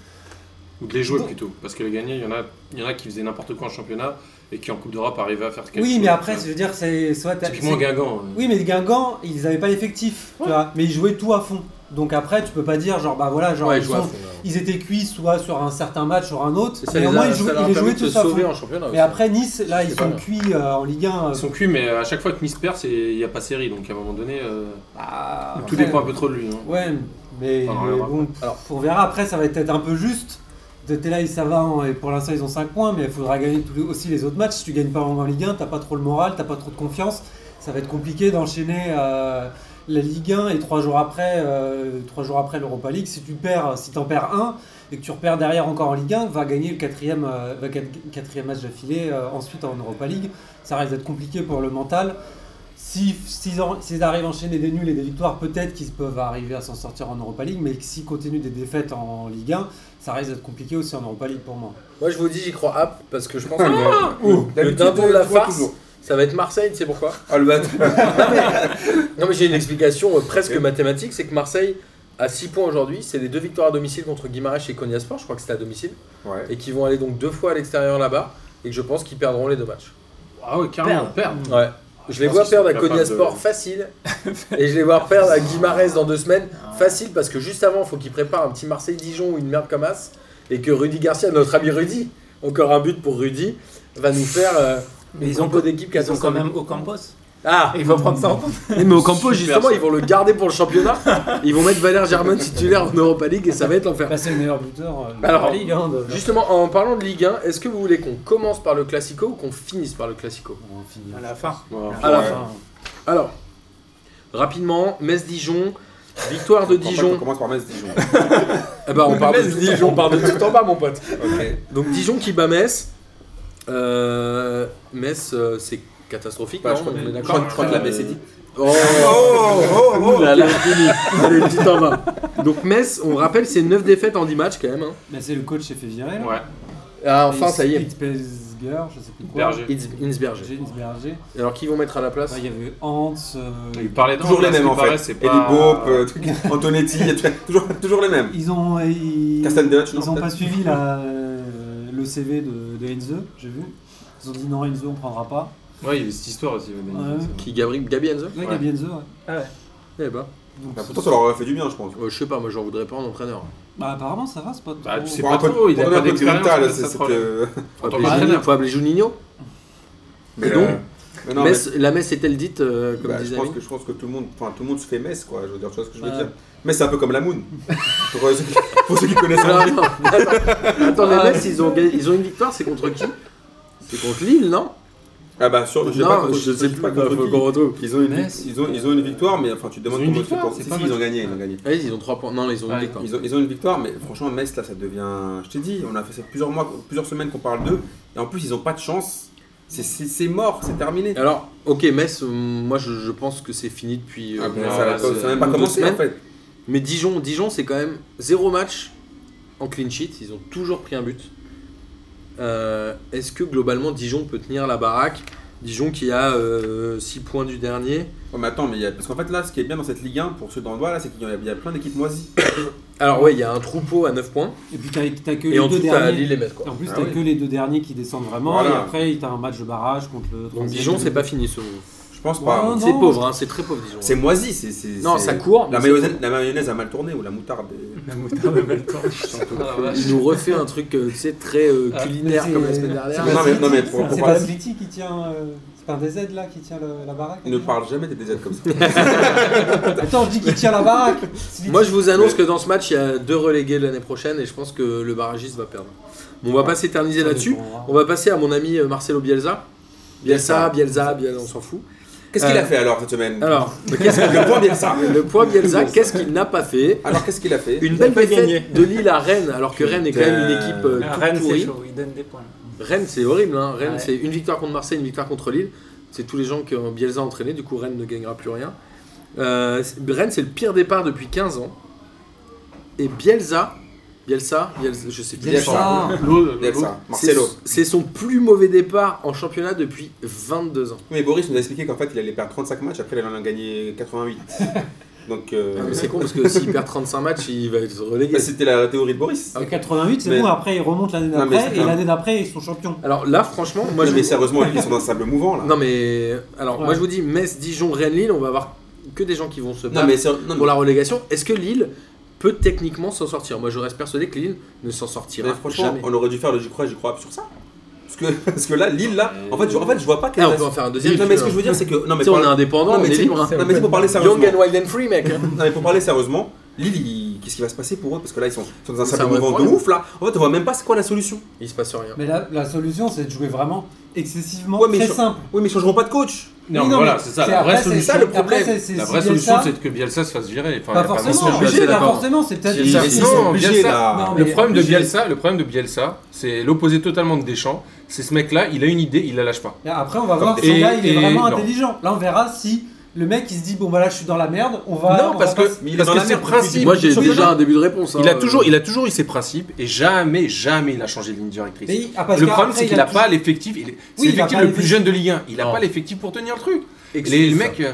C: Ou de les jouer plutôt, parce que les gagnés, il y, en a, il y en a qui faisaient n'importe quoi en championnat et qui en Coupe d'Europe arrivaient à faire quelque
E: Oui,
C: chose. Euh,
E: mais après, je veux dire, c'est soit t'as-
C: Typiquement
E: c'est-
C: Guingamp. euh.
E: Oui, mais Guingamp, ils avaient pas l'effectif, tu vois, mais ils jouaient tout à fond. Donc après, tu peux pas dire, genre, bah voilà, genre,
A: Ouais,
E: ils,
A: je vois.
E: sont- ils étaient cuits soit sur un certain match, sur un autre.
A: Ça
E: Mais
A: les
E: au
A: a-
E: moins, ils
A: ça
E: jouaient,
A: leur a
E: ils les
A: permis
E: jouaient
A: de se
E: tous à
A: sauver
E: fond.
A: en championnat.
E: Mais
A: aussi.
E: après, Nice, là, ils
A: C'est pas
E: sont
A: mal.
E: cuits euh, en Ligue 1. euh,
C: Ils sont cuits, mais à chaque fois que Nice perd, c'est- il n'y a pas série, donc à un moment donné, euh,
E: bah,
C: tout
E: après,
C: dépend un peu trop de lui. hein.
E: Ouais, mais,
C: On en
E: mais
C: reviendra
E: bon,
A: Alors.
E: on verra. Après, ça va être peut-être un peu juste. De t'es là, ça va, hein, et pour l'instant, ils ont 5 points, mais il faudra gagner tous les- aussi les autres matchs. Si tu gagnes pas en Ligue 1, t'as pas trop le moral, t'as pas trop de confiance. Ça va être compliqué d'enchaîner euh, la Ligue 1 et 3 jours après, euh, trois jours après l'Europa League. Si tu perds, si t'en perds un et que tu repères derrière encore en Ligue 1, va gagner le quatrième, euh, va ga- quatrième match d'affilée euh, ensuite en Europa League. Ça risque d'être compliqué pour le mental. si s'ils en- s'ils arrivent à enchaîner des nuls et des victoires, peut-être qu'ils peuvent arriver à s'en sortir en Europa League, mais s'ils continuent des défaites en Ligue 1, ça risque d'être compliqué aussi en Europa League pour moi.
A: Moi, je vous dis, j'y crois app parce que je pense que
B: Ouh,
A: Ah, le, le
B: d'habitude,
A: dindon de la
B: tu vois
A: farce,
B: toujours.
A: ça va être Marseille, tu sais pourquoi
B: Ah, le bâtard.
A: Non, mais j'ai une explication euh, presque
B: Ok.
A: mathématique c'est que Marseille a 6 points aujourd'hui, c'est les deux victoires à domicile contre Guimaraes et Konyaspor, je crois que c'était à domicile,
B: Ouais.
A: et qui vont aller donc deux fois à l'extérieur là-bas, et que je pense qu'ils perdront les deux matchs.
C: Ah ouais, carrément,
D: Perdre.
C: on perd.
A: Ouais. Je les
C: pense
A: vois
C: qu'ils
A: perdre
C: sont
A: à
C: capables
A: Konyaspor
C: de-
A: facile, et je les vois perdre à Guimaraes dans deux semaines
D: Ah.
A: facile, parce que juste avant, il faut qu'ils préparent un petit Marseille-Dijon ou une merde comme As, et que Rudy Garcia, notre ami Rudy, encore un but pour Rudy, va nous faire. euh,
D: Mais
A: une
D: ils ont
A: compo
D: co-
A: d'équipe qui
D: Ils
A: attend
D: ont quand
A: son but.
D: même Ocampos.
A: Ah
D: Il faut prendre ça en compte.
A: Mais, mais au Campo,
C: Super,
A: justement,
C: ça.
A: ils vont le garder pour le championnat. Ils vont mettre Valère Germain titulaire en Europa League et ça va être l'enfer.
E: Bah, c'est le meilleur buteur euh, de
A: Alors,
E: la Ligue. Hein, de-
A: Justement, en parlant de Ligue 1, est-ce que vous voulez qu'on commence par le Classico ou qu'on finisse par le Classico
E: On finit.
D: À la fin.
C: Ouais.
A: À la
B: Ouais.
A: fin. Alors, rapidement, Metz-Dijon, victoire de
B: Je comprends pas qu'on
A: Dijon.
B: commence par Metz-Dijon.
A: Eh ben, on part de Dijon, on part de tout en bas, mon pote.
B: Ok.
A: Donc, Dijon qui bat Metz. Euh, Metz, euh, c'est catastrophique,
B: Bah,
A: non
B: je crois-
A: On est
B: je
A: d'accord
B: crois je crois que la baisse est dite.
A: Oh
B: Oh, oh,
A: Ouh là là, fini. Allez, le petit en bas. Donc Metz, on rappelle, c'est 9 défaites en 10 matchs quand même. hein.
E: Bah, c'est le coach s'est fait virer. là.
C: Ouais,
A: Ah, enfin, ça y est.
E: Hitzberger, je sais plus quoi.
C: Berger.
A: It's- Innsberger.
E: Berger, Hitzberger.
A: Alors qui vont mettre à la place
E: Bah, Il y avait Hans. euh,
C: Il parlait
B: Toujours les
C: d'Anglais,
B: mêmes en
C: c'est pareil,
B: fait.
C: c'est
B: Et les
C: pas-
B: Bop, euh, truc- Antonetti, et tout- toujours, toujours les mêmes.
E: Ils ont, ils,
B: Carsten Deutsch,
E: ils
B: non,
E: ont
B: peut-être
E: pas suivi la- euh, le CV de, de Heinze, j'ai vu. Ils ont dit non, Heinze, on prendra pas.
C: Ouais, il y avait cette histoire aussi. Van Halen,
E: Ouais.
C: c'est vrai.
A: Qui Gabriel Gabi Enzo
E: Là, il y
C: Ouais.
E: a Bienzo, ouais.
D: Ah ouais.
A: Eh bah,
E: Donc,
B: Bah,
E: c'est-
B: pourtant, ça leur aurait fait du bien, je pense.
A: euh, je sais pas, moi j'en voudrais pas en entraîneur.
E: bah, apparemment, ça va, c'est pas trop.
C: Bah, tu sais
B: Pour
C: pas
B: un peu-
C: trop, il
B: pour
C: a
B: donner
C: pas
B: un peu de
C: d'expérience,
B: résultat, là,
C: c'est ça
B: c'est euh, c'est que.
C: le problème.
A: Faut
C: En tant
A: appeler
C: qu'entraîneur.
A: Juninho, faut appeler Juninho.
B: Mais
A: donc,
B: euh, mais non, mais-
A: Metz- La messe est-elle dite, euh, comme
B: Bah, je
A: disait
B: pense
A: Ami
B: que je pense que tout le monde, enfin tout le monde se fait mess quoi. Je veux dire, tu vois ce que je veux
E: Ouais.
B: dire. Mais c'est un peu comme la Moon. pour, euh, ceux qui, pour ceux qui connaissent.
A: Non, non,
B: pas.
A: attends, Attends,
B: Ah.
A: les Metz, ils ont, gagné- ils ont une victoire, c'est contre qui C'est contre Lille, non
B: Ah bah sur, je sais pas.
A: Non,
B: contre-
A: je sais
B: pas
A: plus,
B: contre
A: faut
B: qui.
A: qu'on retrouve.
B: Ils ont une
E: Metz.
B: ils ont ils ont une victoire, mais enfin tu te
C: ont
B: demandes
C: une
B: comment
C: victoire,
B: ils se
C: c'est
B: Si,
C: pas
B: si,
C: mal.
B: ils ont gagné, ils ont gagné.
A: Ah, ils ont 3 points. Non, ils ont une
C: Ouais.
A: victoire.
B: Ils ont, ils ont une victoire, mais franchement Metz là ça devient. Je t'ai dit, on a fait ça plusieurs mois, plusieurs semaines qu'on parle d'eux, et en plus ils ont pas de chance. C'est- C'est c'est mort, c'est terminé.
A: Alors, ok, Metz, euh, moi je, je pense que c'est fini depuis. euh,
B: Ah, bon,
C: non,
B: ça
C: là,
B: n'a pas-
C: c'est-
B: ça n'a même pas
A: deux
B: commencé
A: semaines.
B: en fait.
A: Mais Dijon, Dijon c'est quand même zéro match en clean sheet. Ils ont toujours pris un but. Euh, Est-ce que globalement Dijon peut tenir la baraque Dijon qui a 6 points du dernier.
B: Oh, mais attends, mais il y a- parce qu'en fait là, ce qui est bien dans cette Ligue 1 pour ceux dans le doigt là, c'est qu'il y a, il y a plein d'équipes moisies.
A: Alors ouais, il y a un troupeau à 9 points.
E: Et puis, t'as t'as que
A: Et
E: les
A: en
E: deux
A: tout, t'as
E: derniers.
A: Lille et Metz. Quoi.
E: En plus,
B: Ah
E: t'as
B: oui.
E: que les deux derniers qui descendent vraiment.
B: Voilà.
E: Et après, t'as un match de barrage contre le.
A: Donc
E: 30e.
A: Dijon, c'est pas fini selon vous.
B: Je pense
E: Ouais,
B: pas.
E: non,
A: C'est pauvre, hein, c'est très pauvre Dijon.
B: C'est moisi, c'est. c'est-
A: Non,
B: c'est-
A: ça court.
B: La
A: mais c'est
B: mayonnaise, la mayonnaise a mal tourné ou la moutarde. est-
D: La moutarde de Belcourt.
C: Ah,
A: pauvre.
C: vache.
A: Il nous refait un truc, euh, tu sais, très euh,
C: Ah,
A: culinaire
E: c'est-
A: comme la semaine dernière.
B: Non, mais, non, mais pour,
E: C'est
B: pour
E: pas
B: parler-
E: Sliti qui tient. euh, C'est pas un DZ là qui tient le- la baraque
B: Ne
E: déjà
B: parle jamais des DZ comme ça.
A: Euh,
E: Attends, je dis qu'il tient la baraque Sliti.
A: Moi, je vous annonce
B: Mais-
A: que dans ce match, il y a deux relégués l'année prochaine et je pense que le barragiste va perdre. Bon, on va pas s'éterniser là-dessus. On va passer à mon ami euh, Marcelo Bielsa. Bielsa, Bielsa, Bielsa, on s'en fout.
B: Qu'est-ce qu'il
A: Euh,
B: a fait alors cette semaine
A: Alors,
B: le point bien ça.
A: le point Bielsa, qu'est-ce qu'il n'a pas fait
B: Alors qu'est-ce qu'il a fait
A: Une belle
D: pas gagné.
A: défaite de Lille à Rennes, alors que Rennes est quand même une
B: Putain.
A: équipe euh,
D: Ah,
A: toute
D: Rennes, c'est
A: pourrie.
D: chaud. Ils donnent des points.
A: Rennes, c'est horrible. hein. Rennes,
D: Ouais.
A: c'est une victoire contre Marseille, une victoire contre Lille. C'est tous les gens que euh, Bielsa a entraînés. Du coup, Rennes ne gagnera plus rien. Euh, c'est- Rennes, c'est le pire départ depuis 15 ans. Et Bielsa, Bielsa, Bielsa je sais plus.
B: Bielsa.
E: Bielsa.
C: L'eau-
B: Bien
C: l'eau-
B: ça,
A: C'est
B: Marcelo.
A: c'est son plus mauvais départ en championnat depuis 22 ans.
B: Oui, mais Boris nous a expliqué qu'en fait il allait perdre 35 matchs, après il allait en gagner 88. Donc euh,
A: Ah, mais c'est con parce que s'il perd 35 matchs, il va être relégué.
B: bah, c'était la théorie de Boris.
A: Ah,
E: Et 88, c'est
B: Mais-
E: bon, après ils remontent l'année
B: Non, mais c'est
E: d'après, et
B: clair.
E: l'année d'après ils sont champions.
A: Alors là, franchement, moi
B: Moi,
A: je.
B: mais sérieusement, ils sont dans un sable mouvant là.
A: Non mais. Alors moi
E: Ouais.
A: je vous dis, Metz, Dijon, Rennes, Lille, on va avoir que des gens qui vont se
B: Non,
A: battre
B: mais, c'est- non, mais-
A: pour la relégation. Est-ce que Lille peut techniquement s'en sortir Moi je reste persuadé que Lille ne s'en sortira
B: mais franchement,
A: jamais.
B: on aurait dû faire le j'y crois, j'y crois sur ça. Parce que, parce que là, Lille là, en fait, je, en fait, je vois pas quelle
A: Ah, on
B: raison-
A: peut en faire un deuxième.
B: Non,
A: si
B: mais
A: tu
B: ce
A: veux.
B: que je veux dire, c'est que. Non, mais
A: Tu sais, on est
B: par-
A: indépendant,
B: Non,
A: on
B: mais
A: est
B: tu-
A: libre. hein.
B: non, mais c'est pour parler
A: Young
B: sérieusement.
A: and wild and free, mec.
B: Non mais pour parler sérieusement, Lille, il- qu'est-ce qui va se passer pour eux Parce que là, ils sont, ils sont dans un
A: C'est
B: sable
A: un vrai
B: mouvant de
A: problème.
B: ouf là. En fait, on voit même pas c'est quoi la solution.
A: Il se passe rien.
E: Mais la, la solution, c'est de jouer vraiment excessivement
B: Ouais, mais
E: très
B: sur-
E: simple.
B: Oui, mais ils changeront pas de coach.
C: Non,
E: Oui,
C: mais
E: non,
C: voilà,
E: mais
C: c'est ça. La vraie
E: après, c'est-
C: solution,
B: ça, le
E: après,
B: problème.
E: c'est- c'est
C: la
E: si
C: vraie
E: Bielsa-
C: solution, c'est que Bielsa se fasse virer. Enfin,
E: Pas
C: y a
E: forcément,
A: je suis
E: obligé,
A: assez
E: pas
A: d'accord.
E: forcément, c'est peut-être
A: Si-
E: une
A: si-
E: sortie.
C: non,
B: obligé,
C: Bielsa-
B: là.
E: Non, mais-
C: Le problème, de
E: obligé.
C: Bielsa, le problème de Bielsa, c'est l'opposé totalement de Deschamps. C'est ce mec-là, il a une idée, il la lâche pas.
E: Et Après, on va voir
C: Comme
E: si
C: des-
E: le gars, il est
C: et-
E: vraiment
C: non.
E: intelligent. Là, on verra si le mec, il se dit, bon, bah là, je suis dans la merde, on va.
C: non,
E: on va
C: parce que
E: passer-
B: Mais il est
C: parce
B: dans
C: que
B: la
C: ses
B: merde depuis le
C: principes.
A: Moi j'ai
E: championnat.
A: déjà un début de réponse.
C: Il
A: hein,
C: a toujours,
A: euh,
C: il a toujours eu ses principes et jamais, jamais il a changé de ligne directrice.
E: Mais il- ah, parce
C: le
E: qu'après,
C: problème, c'est
E: il
C: qu'il n'a
E: tout-
C: pas l'effectif. il est- C'est
E: il a
C: l'effectif
E: pas
C: le plus
E: l'effectif.
C: jeune de Ligue 1. Il n'a
A: Non.
C: pas l'effectif pour tenir le truc. Les,
A: excuse,
C: le
A: ça.
C: mec, euh,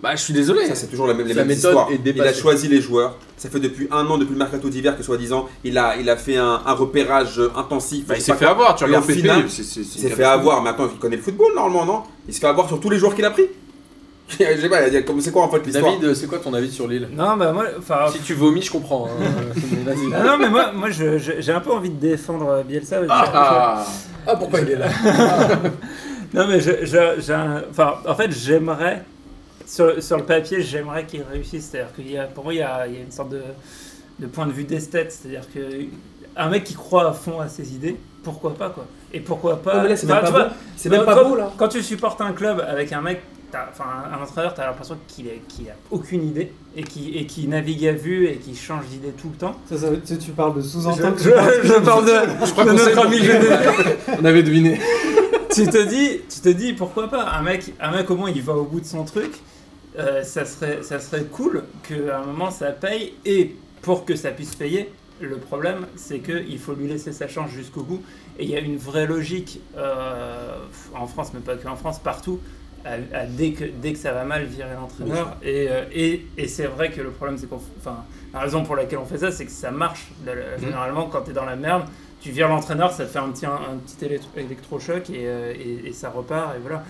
C: bah, je suis désolé.
B: Ça, c'est toujours la même, les
A: Sa
B: mêmes
A: méthode
B: histoires.
A: est
B: Il
A: dépassée.
B: a choisi les joueurs. Ça fait depuis un an, depuis le mercato d'hiver, que soi-disant, il a, il a fait un, un repérage euh, intensif.
C: Bah, il
B: Je
C: s'est
B: sais
C: fait
B: pas
C: avoir. Tu
B: Et
C: regardes
B: en
C: Pepe,
B: finale,
C: c'est- c'est- c'est
B: Il s'est fait
C: catastrophique.
B: avoir, mais attends, il connaît le football normalement, non Il se fait avoir sur tous les joueurs qu'il a pris Je sais pas, il y a- comme- c'est quoi en fait l'histoire
A: David, c'est quoi ton avis sur l'île
D: Non, bah moi, enfin.
A: Si tu vomis, je comprends. hein, mais vas-y.
D: Ah Non, non, mais moi, moi je- je- j'ai un peu envie de défendre euh, Bielsa. parce que-
C: Ah,
A: Ah pourquoi il est là
D: Non, mais je, je- j'ai un- enfin, en fait, j'aimerais, sur, sur le papier, j'aimerais qu'il réussisse. C'est-à-dire qu'il y a, pour moi, il y a, il y a une sorte de, de point de vue d'esthète. C'est-à-dire que un mec qui croit à fond à ses idées, pourquoi pas, quoi. Et pourquoi pas.
B: Ouais, Ah, mais là, c'est
D: Enfin,
B: même
D: tu
B: pas
D: vois,
B: C'est même
D: quand-
B: pas
D: quand,
B: beau là
D: Quand tu supportes un club avec un mec, t'as- enfin un entraîneur, t'as l'impression qu'il est- qu'il a aucune idée et qui et qui navigue à vue et qui change d'idée tout le temps.
E: Ça, ça- tu- tu parles de
D: Je,
E: sous-entendu.
D: je- je parle de,
C: je crois
D: de
C: qu'on sait
D: notre ami
C: pourquoi.
D: Genet
C: On avait deviné.
D: tu te dis, tu te dis pourquoi pas un mec, un mec au moins il va au bout de son truc. Euh, ça serait, ça serait cool qu'à un moment ça paye et pour que ça puisse payer, le problème c'est que il faut lui laisser sa chance jusqu'au bout. Et il y a une vraie logique euh, en France, mais pas que en France, partout. à- à dès, que, dès que ça va mal, virer l'entraîneur. Et, euh, et, et c'est vrai que le problème, c'est qu'on. Enfin, la raison pour laquelle on fait ça, c'est que ça marche. Généralement, quand t'es dans la merde, tu vires l'entraîneur, ça te fait un petit, un, un petit électro- électrochoc et, euh, et- et ça repart et voilà.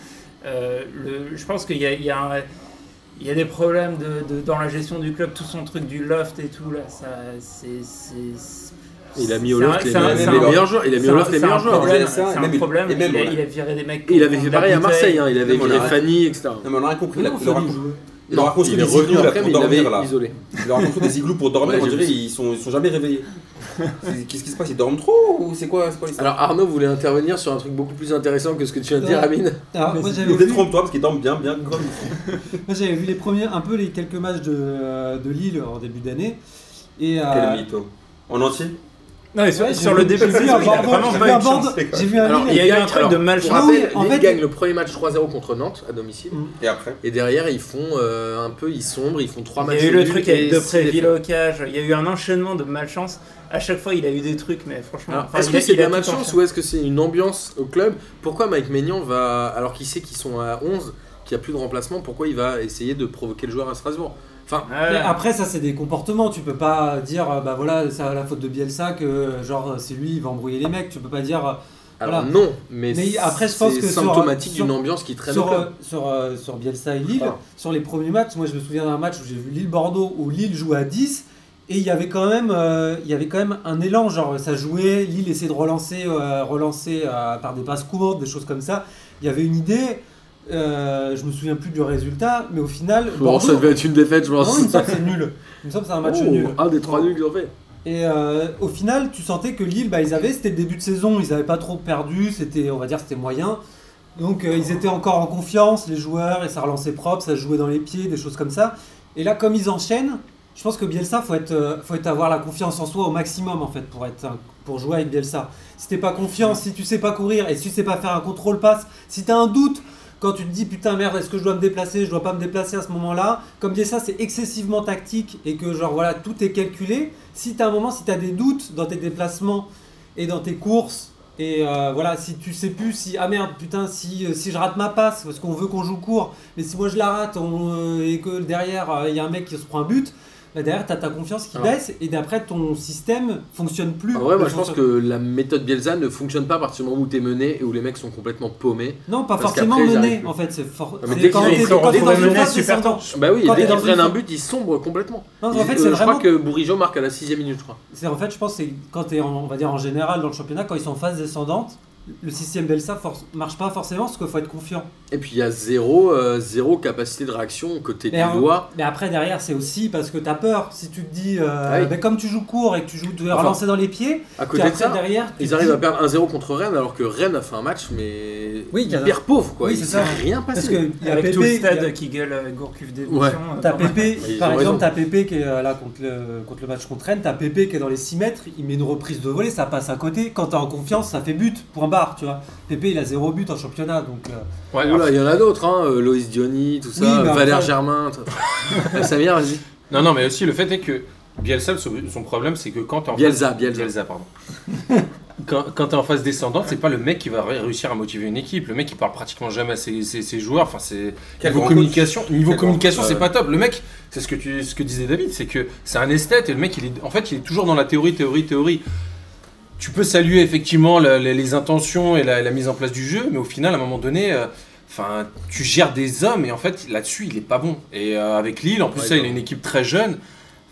D: Euh, le- je pense qu'il y a, il y a un- il y a des problèmes de, de- dans la gestion du club, tout son truc du loft et tout là, ça c'est c'est-
A: Il a mis au
D: c'est un-
A: loft les
D: c'est un-
A: les-
D: c'est
A: les
D: un-
A: meilleurs joueurs. Il a mis
D: c'est
A: au
D: un-
A: loft les
D: c'est un
A: meilleurs joueurs.
D: problème,
B: Et
D: C'est
B: même
D: un
B: il-
D: problème.
B: et même
D: il, a,
B: on a-
D: il a viré des mecs.
A: Et il avait
D: comme
A: fait pareil à
D: David
A: Marseille,
D: Hay.
A: hein, il avait
B: Même on
A: viré
B: a-
A: Fanny, etc.
B: Non mais on a rien compris, il a,
E: Comment
B: il, aura,
E: Fanny joue
B: il aura construit
A: Il est
B: des igloos
A: revenu
B: là,
A: après,
B: pour
A: mais il
B: dormir
A: avait
B: là.
A: isolé.
B: Il aura construit des igloos pour dormir,
A: Ouais,
B: on
A: j'ai
B: dirait
A: vu
B: ils sont, ils sont jamais réveillés. C'est- Qu'est-ce qui se passe Ils dorment trop ou c'est quoi, c'est quoi l'histoire
A: Alors Arnaud voulait intervenir sur un truc beaucoup plus intéressant que ce que tu viens de dire,
E: Ouais.
A: Amine.
E: Ah, moi, j'avais vu-
B: Détrompe-toi parce qu'ils dorment bien, bien comme
E: Moi j'avais vu les premiers, un peu les quelques matchs de, euh, de Lille en début d'année. Et euh,
B: Quel mytho. En entier
D: Non, mais sur,
E: ouais, j'ai
D: sur
E: vu-
D: le début,
E: j'ai
D: il
E: vu
D: a
E: un Bordeaux-
D: vraiment
E: j'ai
D: pas
E: vu
D: eu
E: un
D: de chance.
E: Bordeaux-
B: c'est quoi.
E: j'ai vu un
A: Alors,
E: Lille
D: Ah il y a eu
A: gagne-
D: un truc
A: alors,
D: de mal
A: pour
E: choisi.
A: rappel,
E: Oui, en
A: Lille
E: fait,
A: gagne le premier match 3-0 contre Nantes à domicile.
B: Et après
A: Et derrière, ils font euh, un peu, ils sombrent, ils font 3 matchs.
D: Il y a eu le
A: nuls
D: truc
A: et
D: avec de
A: six
D: près
A: défaites.
D: Villocage, il y a eu un enchaînement de malchance. À chaque fois, il a eu des trucs, mais franchement.
A: Alors,
D: enfin,
A: est-ce
D: il
A: que
D: a-
A: c'est
D: il a
A: de la
D: tout
A: malchance
D: enchaîné.
A: ou est-ce que c'est une ambiance au club Pourquoi Mike Maignan va, alors qu'il sait qu'ils sont à 11, qu'il n'y a plus de remplacement, pourquoi il va essayer de provoquer le joueur à Strasbourg Enfin,
E: Mais
D: Voilà.
E: Après, ça, c'est des comportements. Tu peux pas dire, euh, bah voilà, c'est à la faute de Bielsa que, euh, genre, c'est lui, il va embrouiller les mecs. Tu peux pas dire. euh,
A: alors
E: Voilà.
A: non, mais,
E: Mais après, je
A: c'est
E: pense que sur-
A: symptomatique
E: sur-
A: d'une ambiance qui traîne au
E: Sur,
A: club.
E: euh, sur, euh, sur Bielsa et Lille,
A: Ah.
E: sur les premiers matchs, moi je me souviens d'un match où j'ai vu Lille-Bordeaux où Lille joue à 10 et il y avait quand même, euh, il y avait quand même un élan, genre ça jouait, Lille essayait de relancer, euh, relancer euh, par des passes courtes, des choses comme ça. Il y avait une idée, euh, je me souviens plus du résultat, mais au final,
A: Bon, ça
E: Bordeaux-
A: devait être une défaite, je pense.
E: non, il me semble que c'est nul. Il me semble que c'est un match
A: Oh,
E: nul.
A: Un des trois nuls qu'ils ont fait.
E: Et euh, au final, tu sentais que Lille, bah, ils avaient, c'était le début de saison, ils n'avaient pas trop perdu, c'était, on va dire, c'était moyen. Donc euh, ils étaient encore en confiance, les joueurs, et ça relançait propre, ça se jouait dans les pieds, des choses comme ça. Et là, comme ils enchaînent, je pense que Bielsa, faut être, euh, faut être avoir la confiance en soi au maximum en fait pour être, un- pour jouer avec Bielsa. Si t'es pas confiant, si tu sais pas courir, et si tu sais pas faire un contrôle passe, si t'as un doute. Quand tu te dis putain merde est-ce que je dois me déplacer je dois pas me déplacer à ce moment-là comme Bielsa c'est excessivement tactique et que genre voilà tout est calculé si t'as un moment, si t'as des doutes dans tes déplacements et dans tes courses, et euh, voilà, si tu sais plus si ah merde putain si, euh, si je rate ma passe parce qu'on veut qu'on joue court, mais si moi je la rate on, euh, et que derrière il y a un mec qui se prend un but, bah derrière t'as ta confiance qui
A: Alors.
E: baisse et d'après ton système fonctionne plus.
A: En vrai, Ah moi
E: Ne
A: je pense
E: fonctionne-
A: que la méthode Bielsa ne fonctionne pas à partir du moment où t'es mené et où les mecs sont complètement paumés.
E: non pas
A: parce
E: forcément
A: qu'après, ils
E: mené
A: arrivent
E: en fait c'est for-
A: Ah, mais
E: c'est
A: dès
E: quand
A: qu'ils
E: t'es
A: sont-
E: quand
A: dès qu'ils
E: t'es dans
D: sont
E: une phase
D: super
E: descendante.
A: Bah oui,
E: Quand
A: dès
E: t'es
A: qu'ils
E: dans
A: prennent
E: une-
A: un but, ils sombrent complètement.
E: Non, en
A: Ils-
E: fait
A: euh,
E: c'est
A: je
E: vraiment
A: crois que Bourigeau marque à la 6 minute, je crois.
E: C'est en fait, je pense, c'est quand t'es, en- on va dire en général dans le championnat, quand ils sont en phase descendante, le système d'Elsa force- marche pas forcément parce qu'il faut être confiant.
A: Et puis il y a zéro, euh, zéro capacité de réaction côté
E: Mais,
A: du
E: en-
A: doigt.
E: mais après, derrière, c'est aussi parce que t'as peur. Si tu te dis, euh,
A: Ah oui.
E: ben, comme tu joues court et que tu joues de
A: Enfin,
E: relancer dans les pieds,
A: À
E: puis
A: côté de
E: après,
A: ça,
E: derrière, tu
A: ils
E: te
A: arrivent
E: dis-
A: à perdre 1-0 contre Rennes alors que Rennes a fait un match mais
E: Oui, il y a-
A: hyper pauvre quoi.
E: Oui,
A: il
E: c'est
A: s'est
E: ça.
A: rien
E: Parce
A: passé.
E: qu'il y a
D: Avec
E: Pépé,
D: tout le
E: il y
D: stade
E: a-
D: qui gueule euh, Gourcuff des
A: Ouais.
D: Bouchons, euh,
E: T'as
D: quand même.
E: Pépé,
A: Ils
E: par
A: ont
E: exemple,
A: raison.
E: t'as Pépé qui est euh, là contre le, contre le match contre Rennes, t'as Pépé qui est dans les 6 mètres, il met une reprise de volée, ça passe à côté. Quand t'es en confiance, ça fait but, point barre, tu vois. Pépé, il a zéro but en championnat, donc. euh,
C: Ouais,
A: Oula, il y en a d'autres, hein, euh, Loïs Diony, tout
E: Oui,
A: ça,
E: mais
A: Valère
E: après-
A: Germain. tout- Euh, Samir, vas-y.
C: Non, non, mais aussi le fait est que Bielsa, son son problème, c'est que quand t'es en
A: Bielsa,
C: phase-
A: Bielsa.
C: pardon. quand quand t'es en phase descendante, c'est pas le mec qui va ré- réussir à motiver une équipe. Le mec, il parle pratiquement jamais à ses, ses- ses joueurs. Enfin, c'est
B: Quel
C: niveau
B: grand
C: communication, niveau
B: Quel grand
C: communication,
B: coach,
C: c'est
B: ouais.
C: pas top. Le mec, c'est ce que tu, ce que disait David, c'est que c'est un esthète et le mec, il est, en fait, il est toujours dans la théorie, théorie, théorie. Tu peux saluer effectivement la- la- les intentions et la, la mise en place du jeu, mais au final, à un moment donné. euh, Enfin, tu gères des hommes et en fait là-dessus il est pas bon. Et euh, avec Lille, en plus
A: Ouais,
C: ça, il a
A: non.
C: une équipe très jeune.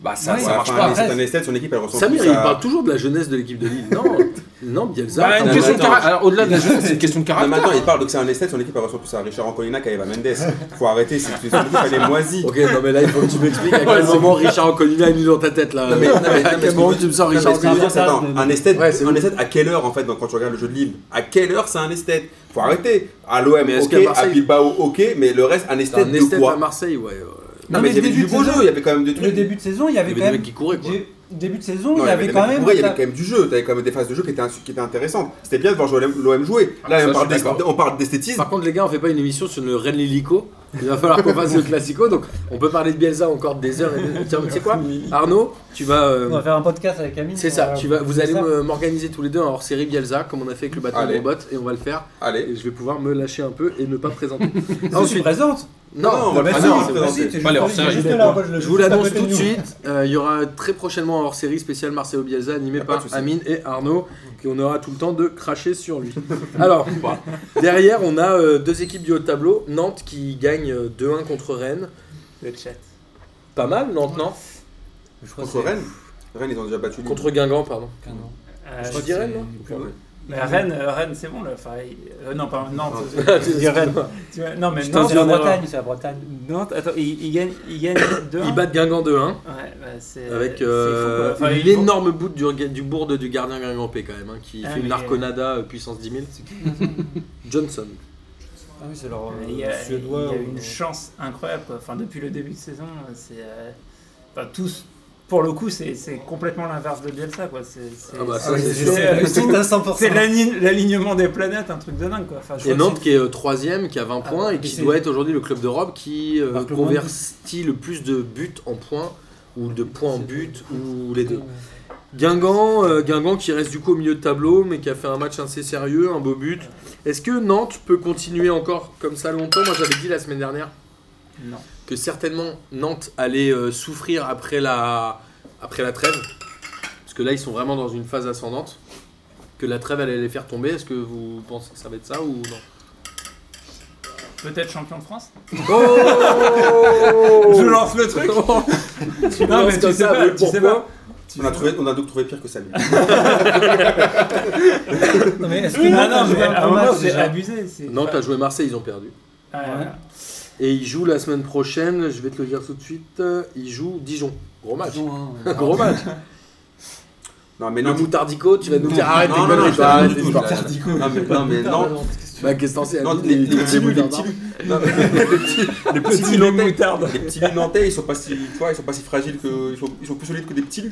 C: Bah ça,
E: Ouais,
C: ça
B: Ouais,
C: marche
B: enfin,
C: pas.
B: les- C'est
E: Après,
B: un esthète, son équipe, elle ressemble
A: Samir,
B: plus
A: il
B: à-
A: parle toujours de la jeunesse de l'équipe de Lille. Non, non Bielsa.
C: Bah,
A: t'as
C: une
B: non,
A: un
B: mais
C: question de
A: moment-
B: attends.
C: caractère. Alors, au-delà de la jeunesse, c'est une question
B: Non,
C: de
B: mais
C: caractère.
B: attends, il parle donc c'est un esthète, son équipe, elle ressemble plus à Richard Ancolina qu'à Eva Mendes. Faut arrêter, c'est que son équipe, elle est moisie.
A: Ok, non mais là il faut que tu m'expliques à quel moment Richard Anconina est mis dans ta tête là.
B: Non, mais- non, mais- non, mais
A: à
B: ce que
A: quel
B: je
A: moment
B: veux
A: tu me sors
B: Non, mais
A: Richard
B: ce que je veux
A: Anconina
B: dire, c'est, attends,
E: Ouais,
B: un esthète,
A: ouais, c'est
B: un esthète à quelle heure en fait donc, quand tu regardes le jeu de Lille À quelle heure c'est un esthète Faut arrêter. À l'OM,
A: Mais est-ce
B: ok,
A: qu'à
B: à
A: Marseille-
B: Bilbao, ok, mais le reste, un
A: T'as
B: esthète
A: un
B: de
A: esthète à
B: quoi
A: Marseille, ouais. euh,
B: Non,
E: Non,
B: mais
E: mais
B: il y avait
E: début
B: du
E: de
B: beau
E: saison-
B: jeu, il y avait quand même des
E: Le
B: trucs.
E: début de saison, il y
A: Il
E: avait
A: y avait
E: quand
A: des
E: même.
A: mecs qui couraient quoi.
E: Dé- Début de saison,
B: Non,
E: il y avait
B: des
E: quand
B: mecs qui
E: même.
B: couraient, il y avait quand même du jeu, t'avais quand même des phases de jeu qui étaient, qui étaient intéressantes. C'était bien de voir jouer l'OM jouer.
C: Ah,
B: Là,
C: ça,
B: on, parle
C: je suis
B: d'est-
C: d'accord. Ah.
B: on parle d'esthétisme.
A: Par contre, les gars, on fait pas une émission sur le Rennes Lilico. Il va falloir qu'on fasse le Classico. Donc, on peut parler de Bielsa encore des heures. Et des... Tiens, mais tu sais quoi Arnaud, tu vas. euh,
E: On va faire un podcast avec Amine.
A: C'est ça,
E: euh,
A: tu vas, vous
E: c'est
A: allez
E: ça.
A: me- m'organiser tous les deux un hors série Bielsa, comme on a fait avec le Batman
B: Allez.
A: Robot, et on va le faire.
B: Allez.
A: Et je vais pouvoir me lâcher un peu et ne pas présenter.
E: Si tu
A: Ensuite,
E: présentes.
A: non,
B: Non, on va
A: bah
B: le
A: si,
B: faire,
A: c'est
B: on
A: vrai.
B: va le
E: Bah si,
B: présenter.
E: t'es
C: Allez, on
E: juste
C: sert,
E: t'es
C: il
E: juste
C: est
E: là.
C: bon.
E: moi, le-
A: je vous
E: juste à
A: l'annonce
E: côté
A: tout
E: de
A: de
E: nous.
A: suite. euh, Il y aura très prochainement un hors série spécial Marcelo Bielsa, animé
B: Y a pas de
A: par
B: souci.
A: Amine et Arnaud, et on aura tout le temps de cracher sur lui. Alors, derrière, on a euh, deux équipes du haut de tableau. Nantes qui gagne euh, 2-1 contre Rennes.
D: Le chat.
A: Pas mal, Nantes, non
E: Je crois que
B: Contre Rennes Rennes, ils ont déjà battu Lille.
A: Contre Guingamp, pardon.
E: c'est- Ah non.
D: Euh,
A: Je dirais, non
D: mais Rennes, euh, Rennes c'est bon là. Enfin, il- euh, non, pas Nantes. Je dis Rennes.
A: Excuse-moi.
D: Tu vois, Non, mais
E: Putain,
D: Nantes,
E: c'est la
D: on a-
E: Bretagne, c'est la Bretagne.
D: Nantes, attends, ils ils gagnent ils gagnent 2-1.
A: Ils battent Guingamp 2-1.
D: Ouais, bah, c'est.
A: Avec
D: c'est
A: euh,
D: fou, quoi. Enfin, ils vont-
A: l'énorme bout du, du bourde du gardien Guingampé quand même, hein, qui
D: Ah,
A: fait une
D: mais-
A: arconada euh, puissance 10 000. Johnson.
E: Ah oui, c'est leur
D: Euh, Il y a, il y
E: suédois.
D: a une chance incroyable. quoi. Enfin, depuis le début de saison, c'est. euh, Enfin, tous. Pour le coup, c'est c'est complètement l'inverse de Bielsa. quoi. C'est- c'est-
A: Ah bah, ça,
D: c'est-
A: c'est
D: c'est-
A: sûr.
D: c'est-
E: à 100%.
D: C'est l'aligne- l'alignement des planètes, un truc de dingue. Quoi. Enfin, je
A: Et
D: crois que
A: Nantes qui est euh, troisième, qui a 20 points
E: bah,
A: et qui
E: c'est-
A: doit être aujourd'hui le club d'Europe qui euh,
E: Marque le moins de buts.
A: convertit le plus de buts en points ou de points en buts ou les deux. Guingamp, euh, Guingamp qui reste du coup au milieu de tableau mais qui a fait un match assez sérieux, un beau but. Est-ce que Nantes peut continuer encore comme ça longtemps Moi j'avais dit la semaine dernière
D: c'est- Non.
A: que certainement Nantes allait euh, souffrir après la, après la trêve, parce que là ils sont vraiment dans une phase ascendante, que la trêve allait les faire tomber. Est-ce que vous pensez que ça va être ça ou non
D: Peut-être champion de France
A: oh
D: Je lance le truc Non, mais tu sais pas, tu sais pas.
B: On a trouvé- on a donc trouvé pire que Samuel.
E: Non, mais est-ce que
D: Non, Ah non,
E: Nantes a joué
D: mais
E: un
D: à un
E: bon
D: moment,
E: match,
D: c'est
E: déjà
D: abusé. c'est-
A: Nantes a joué Marseille, ils ont perdu.
D: Ah,
E: Ouais.
A: Et ils jouent la semaine prochaine, je vais te le dire tout de suite, euh, ils jouent Dijon. Gros match.
E: Ils ont un-
A: Gros match.
B: Non, mais
A: Le
B: Ah, non.
A: moutardico, tu vas nous dire
E: Non,
A: arrête
B: non,
A: tes
B: non,
A: conneries,
B: je
A: toi,
B: t'arrête
A: arrête
B: du
A: tes
B: tout,
A: conneries.
B: là. Non, mais, non, mais non.
A: Bah, qu'est-ce que t'en sais
B: Non,
A: Amine,
B: les, les
A: il est
B: petits
A: très
B: loups, les
A: moutardard.
B: petits loups. Non, mais les petits, les petits
D: Petit
B: loups
D: loup
B: nantais,
D: moutarde.
B: les petits loups nantais, ils sont pas si, tu vois, ils sont pas si fragiles que, ils sont, ils sont plus solides que des petits loups.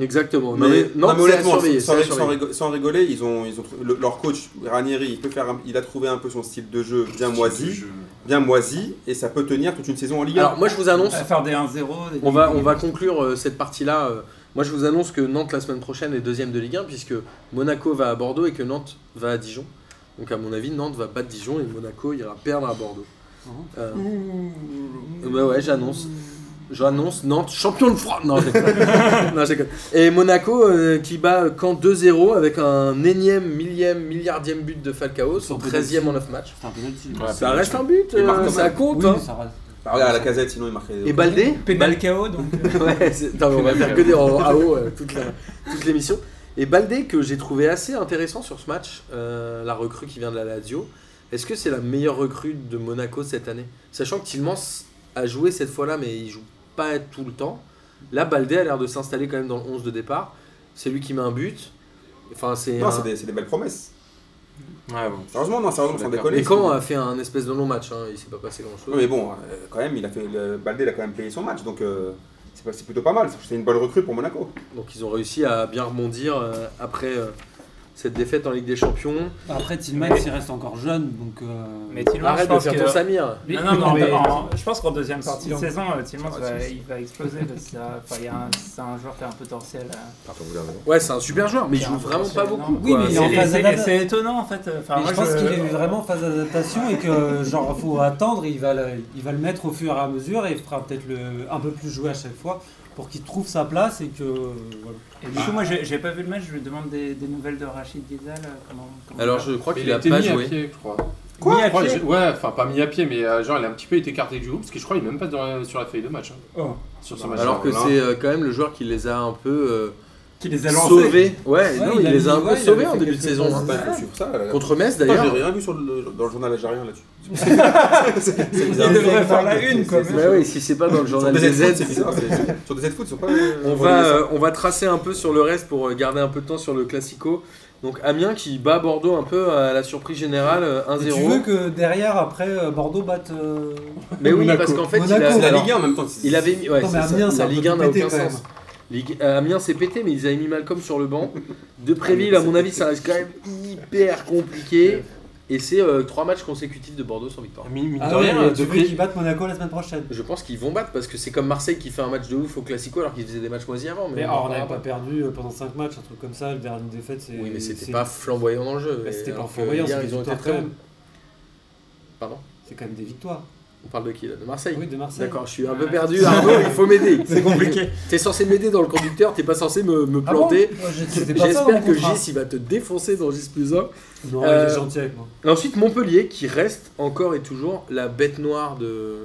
A: Exactement. Non, mais, non, mais
B: honnêtement,
A: honnêtement,
B: sans, sans- sans rigo- sans rigoler, ils ont, ils ont trou- le- leur coach Ranieri, il peut faire, un- il a trouvé un peu son style de jeu bien moisi, bien moisi, et ça peut tenir toute une saison en Ligue 1.
A: Alors, moi, je vous annonce,
D: À faire des 1-0. des-
A: on va, on va conclure euh, cette partie-là. euh, moi, je vous annonce que Nantes, la semaine prochaine, est deuxième de Ligue 1, puisque Monaco va à Bordeaux et que Nantes va à Dijon. Donc, à mon avis, Nantes va battre Dijon et Monaco ira perdre à Bordeaux. Euh, bah ouais, j'annonce. J'annonce Nantes champion de France. Non, je déconne. Non, je déconne. Et Monaco euh, qui bat Caen 2-0 avec un énième, millième, milliardième but de Falcao, son
E: Son
A: 13e en 9 matchs.
E: C'est un penalty.
C: Ouais.
A: Ça reste un but,
B: Il marque
A: euh,
B: quand
A: ça
B: même.
A: compte.
E: Oui,
A: hein.
E: ça reste.
B: Ah, regarde, à la casette, sinon il marquait.
A: Et Baldé
D: Pénal KO, donc.
A: Ouais, c'est- non, mais on va faire que des en en haut euh, toute la- toute l'émission. Et Baldé, que j'ai trouvé assez intéressant sur ce match, euh, la recrue qui vient de la Lazio, est-ce que c'est la meilleure recrue de Monaco cette année Sachant que Tillmans a joué cette fois-là, mais il joue pas tout le temps. Là, Baldé a l'air de s'installer quand même dans le 11 de départ. C'est lui qui met un but. Enfin, c'est.
B: Non,
A: un-
B: c'est des, c'est des belles promesses.
C: Ouais, bon.
B: Sérieusement, non, sérieusement, sans
C: D'accord.
B: déconner.
A: Mais quand a fait un espèce de long match, hein, il s'est pas passé
B: Ouais,
A: grand-chose.
B: mais bon, euh, quand même, il a fait, le, Baldé il a quand même payé son match, donc euh, c'est pas- c'est plutôt pas mal. C'est une bonne recrue pour Monaco.
A: Donc ils ont réussi à bien rebondir euh, après euh, cette défaite en Ligue des Champions.
E: Après, Tillman,
D: Mais-
E: il reste encore jeune, donc. euh,
D: Mais Tillman, je
A: Arrête de
D: pense
A: faire
D: que.
A: ton Samir.
D: Non, non, mais hein. en-
E: Mais-
D: en- je pense qu'en deuxième partie de
E: Silence.
D: saison, euh, Tillmans
B: Ah,
D: va,
B: silence.
D: il va exploser parce que ça- enfin, il y a un- c'est un joueur qui est un potentiel. euh,
B: Pardon, vous avez raison.
A: Ouais, c'est un super joueur, mais il joue
D: un
A: vraiment pas
D: potentiel
A: beaucoup.
D: énorme.
E: Oui,
A: quoi.
E: mais il est en
D: C'est-
E: phase
D: c'est-
E: d'adaptation.
D: C'est étonnant en fait. euh, Enfin,
E: mais
D: moi,
E: je pense qu'il est vraiment en phase d'adaptation et que genre faut attendre, il va, le, il va le mettre au fur et à mesure et il fera peut-être le un peu plus jouer à chaque fois pour qu'il trouve sa place et que euh, voilà.
D: Et du coup, moi, j'ai j'ai pas vu le match, je lui demande des, des nouvelles de Rachid Ghezal. euh, Comment, comment
A: Alors
D: il va
A: je crois
C: Mais
A: qu'il a
C: été
A: pas
C: mis à
A: joué.
C: pied, je crois.
D: Quoi Mis à
C: Je crois que
D: pied
C: j'ai- Ouais, enfin pas mis à pied, mais euh, genre il a un petit peu été écarté du groupe parce que je crois qu'il est même pas dans la- sur la feuille de match. hein.
E: Oh.
C: Sur ce
B: Non,
C: match.
A: Alors que
B: Voilà.
A: c'est euh, quand même le joueur qui les a un peu
D: Qui les
A: euh,
D: a lancés
A: sauvés. Ouais,
E: Ouais,
A: non,
E: il
A: il,
E: a
A: les a
E: mis-
A: un peu
E: ouais, il
A: sauvés
E: avait
A: en
E: fait
A: début de
E: quelques
A: saison. hein.
B: Putain,
E: passes.
B: il faut suivre ça. là.
A: Contre Metz
B: Putain,
A: d'ailleurs.
B: j'ai rien vu sur le, dans le journal algérien là-dessus.
D: Il
B: bizarre.
D: devrait
B: C'est-
D: faire la
B: c'est-
D: une quand
B: c'est-
D: même.
A: Bah oui, si c'est pas dans le journal
B: sur
A: des
B: des Z-Foot,
A: Z,
B: c'est bizarre. c'est- Sur des Z-Foot, ils sont pas.
A: on va, euh, on va tracer un peu sur le reste pour euh, garder un peu de temps sur le Classico. Donc Amiens qui bat Bordeaux un peu à la surprise générale euh,
E: Et tu veux
A: 1-0.
E: que derrière après euh, Bordeaux batte euh,
A: Mais oui,
C: Monaco.
A: parce qu'en fait, il
E: Monaco.
A: a,
B: C'est la
A: euh, alors,
B: Ligue 1 en même temps. c'est-
A: il avait mis. Ouais,
E: Non, mais
A: c'est ça.
E: Amiens, c'est
A: la
E: un peu
A: Ligue 1 n'a
E: pété
A: aucun
E: quand même.
A: sens. Ligue- euh, Amiens s'est pété, mais ils avaient mis Malcolm sur le banc. De Préville, à mon avis, ça reste quand même hyper compliqué. Et c'est euh, trois matchs consécutifs de Bordeaux sans victoire.
C: Mine- mine de
E: Ah ouais,
C: rien,
E: tu
C: de
E: veux
C: près-
E: qu'ils battent Monaco la semaine prochaine.
A: Je pense qu'ils vont battre parce que c'est comme Marseille qui fait un match de ouf au Classico alors qu'ils faisaient des matchs moisis avant. Mais
E: Mais
A: on en
E: on n'avait
A: parlera
E: pas perdu euh, pendant 5 matchs, un truc comme ça, le dernier défaite c'est
A: pas. Oui, mais c'était
E: c'est-
A: pas flamboyant dans le jeu.
E: bah, c'était
A: alors
E: pas
A: que
E: flamboyant,
A: hier,
E: c'est
A: ils ont été
E: victoire
A: très
E: quand
A: bons.
E: même.
A: Pardon
E: C'est quand même des victoires.
A: On parle de qui là De Marseille
E: Oui, de Marseille. Ah.
A: D'accord, je suis un peu perdu. Arnaud, il faut m'aider.
E: C'est compliqué.
A: T'es censé m'aider dans le conducteur, t'es pas censé me, me
E: Ah bon
A: planter.
E: Moi, j'ai- c'était pas ça,
A: J'espère
E: mon
A: que
E: contrat.
A: Gis il va te défoncer dans Gis plus 1.
E: Non,
A: Euh,
E: il est gentil avec moi.
A: Et ensuite Montpellier qui reste encore et toujours la bête noire de.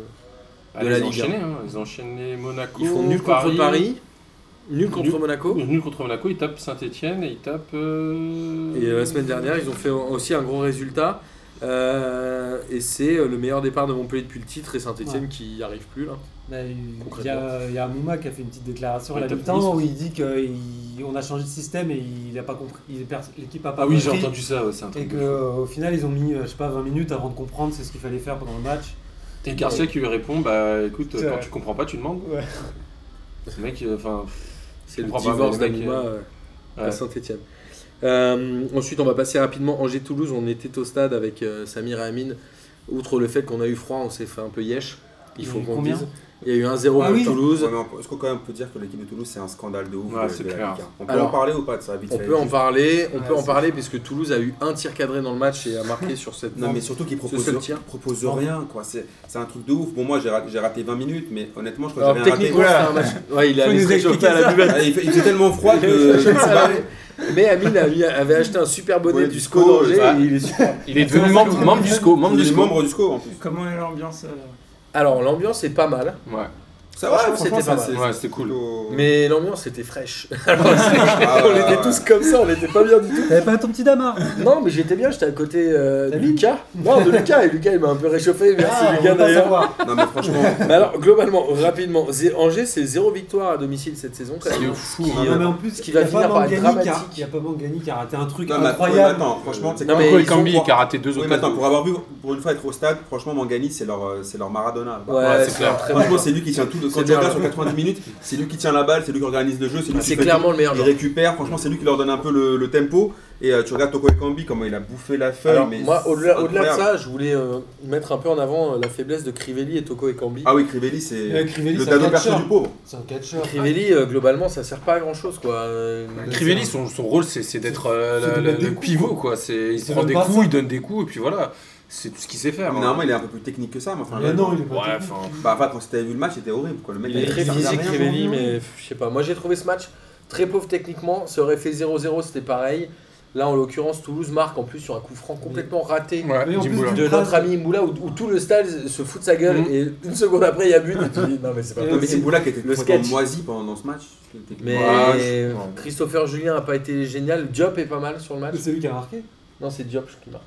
C: Ah,
A: de la
C: ils ont
A: Ligue
C: enchaîné, hein. Ils ont enchaîné Monaco.
A: Ils font nul contre Paris, nul contre
C: Nul.
A: Monaco.
C: Nul contre Monaco, ils tapent Saint-Etienne et ils tapent. euh,
A: Et euh, la semaine dernière, ils ont fait aussi un gros résultat. Euh, et c'est euh, le meilleur départ de Montpellier depuis le titre et Saint-Etienne
E: Ouais.
A: qui n'y arrive plus là.
E: Bah, Il y
A: Concrètement.
E: a, il y a Mouma qui a fait une petite déclaration à
C: Ouais,
E: la
C: t'as
E: mi-temps
C: pris-
E: où il dit qu'on a changé de système et il a pas compris, il- pers- l'équipe a pas
C: Ah oui, j'ai
E: compris
C: entendu ça, ouais, c'est un
E: et
C: truc. de fou.
E: qu'au final ils ont mis euh, je sais pas 20 minutes avant de comprendre c'est ce qu'il fallait faire pendant le match.
C: Et Garcia qui lui répond Bah écoute,
E: C'est
C: quand
E: vrai.
C: tu comprends pas, tu demandes.
E: Ouais.
C: Ce mec, euh, enfin.
A: C'est le
C: comprends pas,
A: divorce
C: mais le mec,
A: d'Amouma euh, à
C: ouais.
A: Saint-Etienne. ensuite, on va passer rapidement Angers-Toulouse. On était au stade avec euh, Samir et Amine. Outre le fait qu'on a eu froid, on s'est fait un peu yesh. Il
E: Il y
A: faut
E: a eu
A: qu'on
E: combien
A: dise. Il y a eu 1-0
E: Ah
A: pour
E: oui.
A: Toulouse.
B: Ouais, mais on peut- Est-ce qu'on quand même peut dire que l'équipe de Toulouse c'est un scandale de ouf
C: Ouais,
B: de-
C: c'est
B: de la
C: clair.
B: Ligue 1. On peut
A: Alors,
B: en parler ou pas de ça vite
A: On
B: fait
A: peut en
B: Juste-
A: parler, on
D: Ouais,
A: peut en
D: c'est
A: parler puisque Toulouse a eu un tir cadré dans le match et a marqué sur cette.
B: Non mais surtout qu'ils proposent,
A: seul tir.
B: proposent rien quoi, c'est c'est un truc de ouf. Bon moi j'ai raté, j'ai raté 20 minutes mais honnêtement je crois
A: Alors,
B: que j'ai rien raté.
A: techniquement, c'était un match. Ouais, il est
E: Faut
A: allé
E: nous
A: se réchauffer
E: expliquer
A: à la
E: ça.
A: buvette.
B: Ah, il, fait- il faisait tellement froid que
A: Je sais
B: je me suis
A: pas,
B: barré.
A: Mais Amine a- lui avait acheté un super bonnet
B: Ouais,
A: du
B: du
A: SCO
B: SCO,
A: d'Angers.
C: ouais.
A: et il est super.
C: Il est
D: Attends,
C: devenu
D: ça,
C: membre,
D: comment-
C: membre du SCO, membre
B: Il
C: du
B: est
C: SCO.
B: membre du SCO en plus.
D: Comment est l'ambiance euh
A: Alors l'ambiance est pas mal,
C: Ouais,
B: Ça va,
A: Franchement,
B: franchement
A: c'était pas
B: ça,
A: mal.
B: c'est
C: ouais c'était cool.
B: plutôt-
A: mais l'ambiance était fraîche.
B: Ah,
A: on
B: ouais,
A: était
B: ouais.
A: tous comme ça, on était pas bien du tout.
E: T'avais pas ton petit damar
A: Non, mais j'étais bien, j'étais à côté euh, de
E: T'as vu
A: Lucas. Non, de Lucas, et Lucas il m'a un peu réchauffé. Merci
E: Ah, on
A: Lucas
E: veut pas
A: d'ailleurs.
E: savoir.
B: Non mais franchement.
A: Mais alors, globalement, rapidement, Zé- Angers c'est zéro victoire à domicile cette saison. quand même.
C: C'est fou.
A: Qui,
E: Non,
A: euh,
E: mais en plus,
A: qui
E: il
A: va
E: y a
A: finir
E: pas
A: par être
E: Mangani qui a-
A: dramatique.
E: il y a pas Mangani qui a raté un truc
B: Non, mais
E: incroyable.
A: Euh,
B: attends, franchement, tu sais
A: Non,
B: quoi,
A: mais
C: Marco
A: ils
C: et Cambi
B: sont
C: qui a raté deux
B: Oui, mais attends,
C: occasions.
B: pour avoir vu pour une fois être au stade, franchement, Mangani, c'est leur, euh, c'est leur Maradona.
A: Ouais,
C: Ouais, c'est
A: c'est
C: clair.
A: un très bon
B: Franchement,
A: joueur.
B: c'est lui qui tient tout.
A: C'est
B: Quand tu regardes
A: bien,
B: sur 90 minutes, c'est lui qui tient la balle, c'est lui qui organise le jeu, c'est lui qui
A: C'est
B: fait
A: clairement le meilleur
B: tout. Il
A: joueur.
B: récupère, franchement, c'est lui qui leur donne un peu le, le tempo. Et euh, tu regardes Toko Ekambi, comment il a bouffé la feuille.
A: Alors,
B: mais
A: moi,
B: c'est
A: au-delà au-delà de
B: incroyable.
A: ça, je voulais euh, mettre un peu en avant euh, la faiblesse de Crivelli et Toko et Cambi.
B: Ah oui, Crivelli, c'est
A: euh,
E: Ouais, Euh, Crivelli,
B: le
E: c'est un
B: dado perso
E: catcheur.
B: du pauvre.
E: C'est un catcheur.
A: Crivelli, euh, globalement, ça sert pas à grand chose quoi. Euh,
B: Ah,
C: Crivelli, son, son rôle, c'est c'est d'être euh,
E: C'est de
C: le-
E: mettre
C: le,
E: des
C: le
E: coups,
C: pivot, quoi. C'est- Il se
E: C'est
C: prend
E: même
C: des
E: pas
C: coups,
E: ça.
C: il donne des coups, et puis voilà. C'est tout ce qu'il sait
A: Ah,
C: faire.
B: Mais
C: hein.
B: Normalement, il est un peu plus technique que ça. Mais enfin,
E: Mais non, il est pas
C: Ouais,
E: technique.
C: enfin.
B: Bah, enfin, quand t'avais vu le match, c'était horrible. Quoi. Le mec,
A: Il est
B: avait-
A: très
B: ça servait à
A: physique,
B: rien.
A: Crivelli, mais pff, je sais pas. Moi, j'ai trouvé ce match très pauvre techniquement. Ça aurait fait 0-0, c'était pareil. Là, en l'occurrence, Toulouse marque en plus sur un coup franc complètement raté
C: Ouais,
E: Mais en
C: Jimboula.
E: plus
A: de notre ami Moula où, où tout le stade se fout de sa gueule
C: Mhm.
A: et une seconde après il y a but et tu dis non mais c'est pas
E: Et
A: possible.
B: Mais c'est Boula qui était
A: le
B: complètement
A: sketch.
B: moisi pendant ce match. techniquement.
A: Mais
C: Ouais, je- ouais.
A: Christopher Julien a pas été génial. Diop est pas mal sur le match.
E: Ah, C'est lui qui a marqué.
A: Non, c'est Diop qui marque.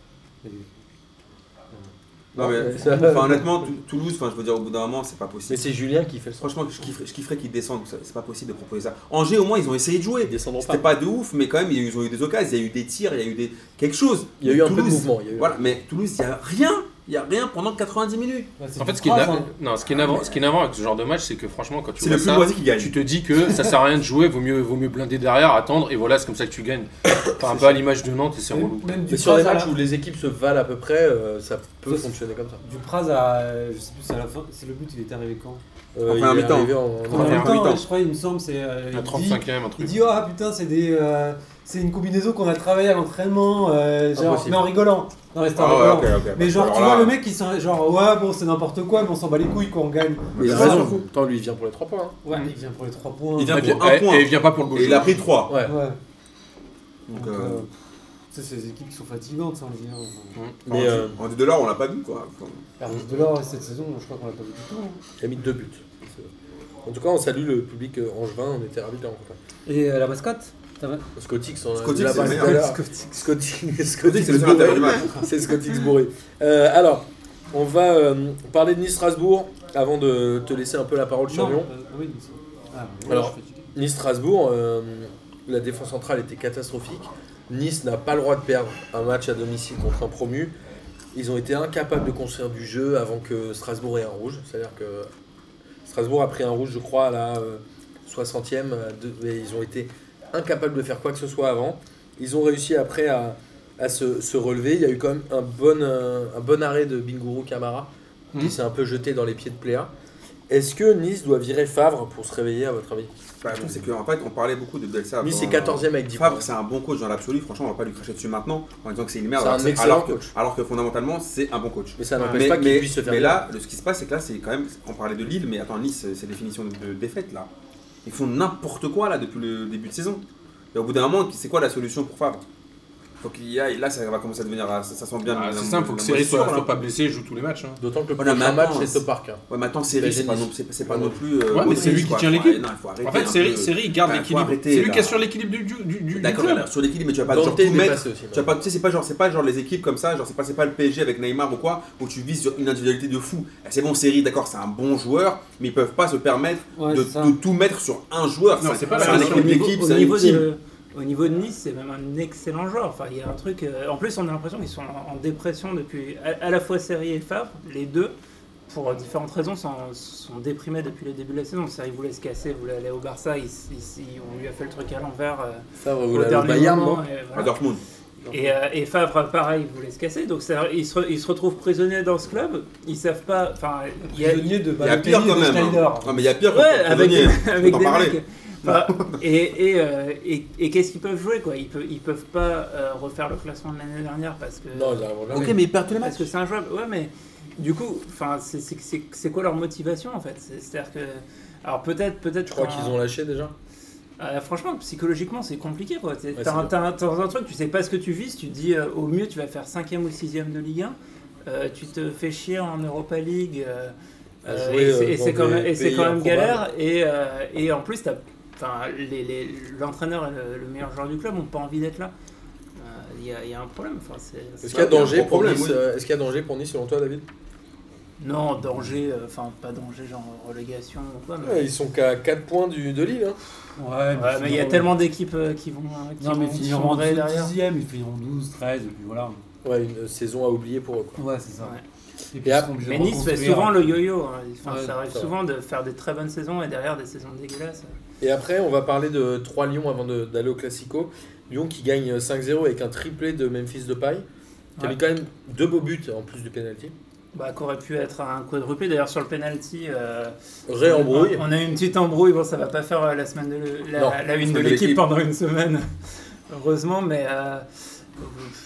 B: Non, mais,
A: Ça-
B: enfin, honnêtement, Tou- Toulouse, enfin, je veux dire, au bout d'un moment, c'est pas
A: Mais
B: possible.
A: c'est Julien qui fait le centre.
B: Franchement, je kifferais, je kifferais qu'ils descendent. ça- C'est pas possible de proposer ça. Angers, au moins, ils ont essayé de jouer.
A: Ils descendront pas.
B: C'était pas de ouf, mais quand même, ils ont eu des occasions. Il y a eu des tirs, il y a eu des quelque chose.
A: Il y a
B: Mais
A: eu un peu de
B: Toulouse-
A: mouvement. il y a eu-
B: Voilà, mais Toulouse, il y a rien. Il y a rien pendant 90 minutes.
C: En fait, ce qui est
E: hein.
C: nav- non, ce qui est navrant ce qui est navrant avec ce genre de match, c'est que franchement, quand tu
B: C'est
C: vois
B: le plus
C: ça,
B: moisi qui gagne.
C: tu te dis que ça sert à rien de jouer, vaut mieux, vaut mieux blinder derrière, attendre, et voilà, c'est comme ça que tu gagnes. Enfin, un peu à l'image de Nantes, et c'est relou.
E: Même
A: Mais
E: du
A: sur des
E: Praz à
A: matchs
E: la-
A: où les équipes se valent à peu près, euh, ça peut
E: Ça,
A: fonctionner comme ça.
E: du Praz à. euh, Je sais plus, c'est à la fin. C'est le but, il est arrivé quand
A: Euh,
B: Après
A: il
B: un
A: est
B: mi-temps.
A: arrivé en-
E: En
B: Ouais,
E: même
B: en
E: temps,
B: même temps.
E: je crois, il me semble, c'est. euh,
C: La
E: il dit-
C: 35ème, un
E: Il
C: truc.
E: dit ah putain c'est des euh, c'est une combinaison qu'on a travaillé à l'entraînement euh, genre
A: Impossible.
E: mais en rigolant non mais c'était en
B: Ah ouais,
E: rigolant
B: ok, ok.
E: mais genre
B: Alors
E: tu
B: là,
E: vois le mec il s'en- genre ouais bon c'est n'importe quoi mais on s'en bat les couilles quand on gagne
A: Mais il a
E: Ouais.
A: raison. Attends, Bah, lui il vient pour les 3 points. hein.
E: ouais il vient pour les 3 points
B: Il vient
C: Et,
B: pour
C: puis-
B: un
C: et-
B: point.
C: et il vient pas pour le beau
B: Et il
C: jeu.
B: a pris 3.
A: Ouais.
E: ouais
B: Donc,
E: donc
B: euh,
E: euh, c'est ces équipes qui sont fatigantes ça on le dit hein.
A: Mais
B: en-
A: euh,
B: En de l'or, on l'a pas vu quoi. Enfin,
E: Carlos Delors cette saison je crois qu'on l'a pas vu du tout hein.
A: il a mis 2 buts. En tout cas, on salue le public euh, angevin, on était ravis de la rencontre.
E: et euh, la mascotte ça va
A: Scotix, on
B: Scotix,
A: l'a
B: c'est
A: parlé
B: le
A: tout à
B: meilleur.
A: l'heure. Scotix,
B: Scotix, c'est le seul
A: bourré.
B: intérieur du match.
A: C'est Scotix bourré. Euh, alors, on va euh, parler de Nice-Strasbourg avant de te laisser un peu la parole sur Lyon.
E: Non, euh, oui, mais c'est- ah, ouais,
A: Alors,
E: je suis fatigué.
A: Nice-Strasbourg, euh, la défense centrale était catastrophique. Nice n'a pas le droit de perdre un match à domicile contre un promu. Ils ont été incapables de construire du jeu avant que Strasbourg ait un rouge. C'est-à-dire que Strasbourg a pris un rouge, je crois, à la euh, 60e. euh, de- et ils ont été incapables de faire quoi que ce soit avant. Ils ont réussi après à, à se, se relever. Il y a eu quand même un bon, euh, un bon arrêt de Binguru Camara
C: Mhm.
A: qui s'est un peu jeté dans les pieds de Pléa. Est-ce que Nice doit virer Favre pour se réveiller, à votre avis
B: Bah, le truc, c'est qu'en fait, on parlait beaucoup de Belsa.
A: Nice est
B: avant-
A: 14 e avec 10 points.
B: Favre, c'est un bon coach dans l'absolu. Franchement, on va pas lui cracher dessus maintenant en disant que c'est une merde.
A: C'est
B: alors
A: un
B: que-
A: excellent
B: alors que,
A: coach.
B: alors que fondamentalement, c'est un bon coach.
A: Mais ça n'empêche
B: Mais,
A: pas qu'il
B: mais-
A: puisse se faire
B: mais
A: virer.
B: là, le- ce qui se passe, c'est que là, c'est quand même. On parlait de Lille, mais attends, Nice, c'est définition de, de défaite là. Ils font n'importe quoi là depuis le début de saison. Et au bout d'un moment, c'est quoi la solution pour Favre Faut qu'il y aille. Là, ça va commencer à devenir. Ça, ça sent bien.
C: Ah,
B: la-
C: c'est simple, faut que
B: la
C: Série soit,
B: moisissure, là.
C: soit pas blessé et joue tous les matchs. hein.
A: D'autant que le
B: Voilà,
A: prochain match,
B: maintenant,
A: c'est ce
B: c'est-
A: parc. hein.
B: Ouais, mais attends, Série, c'est pas,
A: Nice.
B: non- c'est pas- c'est pas non plus. euh,
C: Ouais, mais c'est
B: Modric,
C: lui qui
B: quoi.
C: tient
B: Faut-
C: l'équipe.
B: non, il faut arrêter
C: En fait,
B: un
C: Série,
B: peu.
C: Série, il garde
B: Bah, faut
C: l'équilibre.
B: arrêter,
C: C'est lui
B: là.
C: qui assure l'équilibre du, du, du- du
B: D'accord,
C: club.
B: alors, sur l'équilibre, mais tu vas pas genre,
A: Dante
B: tout
A: est
B: mettre.
A: dépassé aussi.
B: Tu vas pas, tu sais, c'est pas genre, c'est pas genre les équipes comme ça, genre c'est pas, c'est pas le PSG avec Neymar ou quoi, où tu vises sur une individualité de fou. Eh, C'est bon, série, d'accord, c'est un bon joueur, mais ils peuvent pas se permettre
E: Ouais,
B: de,
E: c'est ça.
B: de tout mettre sur un joueur.
C: Non, c'est pas la
B: un
C: question
B: équipe d'équipe,
D: au
B: c'est
D: niveau
B: une team.
D: de- au niveau de Nice, c'est même un excellent joueur. Enfin, il y a un truc. euh, en plus, on a l'impression qu'ils sont en, en dépression depuis à, à la fois Série et Favre, les deux, pour euh, différentes raisons, sont, sont déprimés depuis le début de la saison. Série voulait se casser, voulait aller au Barça, il- il- il- on lui a fait le truc à l'envers. euh,
A: Favre
D: au
A: voulait aller au
D: dernier
A: Bayern,
D: moment,
A: non
D: et
B: À
D: voilà.
B: Dortmund.
D: Et, euh, et Favre, pareil, voulait se casser. Donc, ça- ils, se, re- ils se retrouvent prisonniers dans ce club. Ils savent pas. Enfin, il y a-
E: prisonnier de
B: Il y a
E: Balotelli
B: pire
E: et
B: quand
E: de
B: même. hein.
E: Schneider
B: Non, mais il y a pire
D: Ouais,
B: que
D: avec,
B: prisonnier.
D: avec
B: en
D: des
B: hein. parler.
D: mecs. Enfin, et et, euh, et, et qu'est-ce qu'ils peuvent jouer quoi ils, peuvent, ils peuvent pas euh, refaire le classement de l'année dernière parce que
A: Non, il a vraiment
B: mais ils perdent tous les
D: parce que c'est injouable. Ouais, mais du coup, enfin, c'est- c'est- c'est c'est quoi leur motivation en fait C'est- C'est-à-dire que alors peut-être peut-être
A: Je crois
D: qu'en-
A: qu'ils ont lâché déjà.
D: euh, franchement, psychologiquement, c'est compliqué. quoi. T'es-
A: Ouais,
D: T'as
A: c'est
D: un, t'as un- t'as un truc, tu sais pas ce que tu vises, tu te dis euh, au mieux tu vas faire 5ème ou 6ème de Ligue 1, euh, tu te fais chier en Europa League, euh,
A: À
D: euh,
A: jouer,
D: et c'est-
A: euh,
D: et c'est
A: dans
D: quand,
A: des
D: même- et c'est
A: pays
D: quand même
A: improbables.
D: galère, et, euh, et en plus, t'as- enfin, les- les- l'entraîneur et le, le meilleur joueur du club n'ont pas envie d'être là. Il y, a- y a un problème. Enfin, c'est-
A: Est-ce
D: c'est-
A: qu'il y a
B: Ouais, il y a un
A: danger
B: gros
A: pour
B: problème,
A: Nice
B: oui.
A: euh, Est-ce qu'il y a danger pour Nice selon toi, David
D: Non, danger, euh, enfin pas danger, genre relégation ou quoi. Mais...
A: Ouais, Ils sont qu'à 4 points du, de Lille. hein.
E: ouais
D: Ouais, mais il y a
E: finalement-
D: tellement d'équipes euh, qui vont, euh, qui
E: non mais
D: vont
E: ils finiront en
D: sombrer derrière.
E: 10ème ils finiront 12 13 et puis voilà
A: Ouais, une saison à oublier pour eux. quoi.
E: Ouais, c'est ça.
D: Ouais.
E: Et
A: Et
E: puis, ils
A: ap-
E: seront obligés
D: Mais
E: de
D: Nice fait
E: reconstruire.
D: souvent le yo-yo. hein. Enfin,
E: Ouais,
D: ça arrive
A: ça va.
D: souvent de faire des très bonnes saisons et derrière des saisons dégueulasses.
A: Et après, on va parler de 3 Lyon avant de- d'aller au Classico. Lyon qui gagne 5-0 avec un triplé de Memphis Depay. Qui a
D: Ouais.
A: mis quand même deux beaux buts en plus du penalty.
D: Bah, qu'aurait pu être un quadruplé. D'ailleurs, sur le penalty, euh,
A: Réembrouille.
D: on on a eu une petite embrouille. Bon, ça va pas faire euh, la semaine de le-
A: Non,
D: la, la une
B: semaine
D: de
B: de
D: l'équipe
B: l'équipe.
D: pendant une semaine, heureusement, mais euh,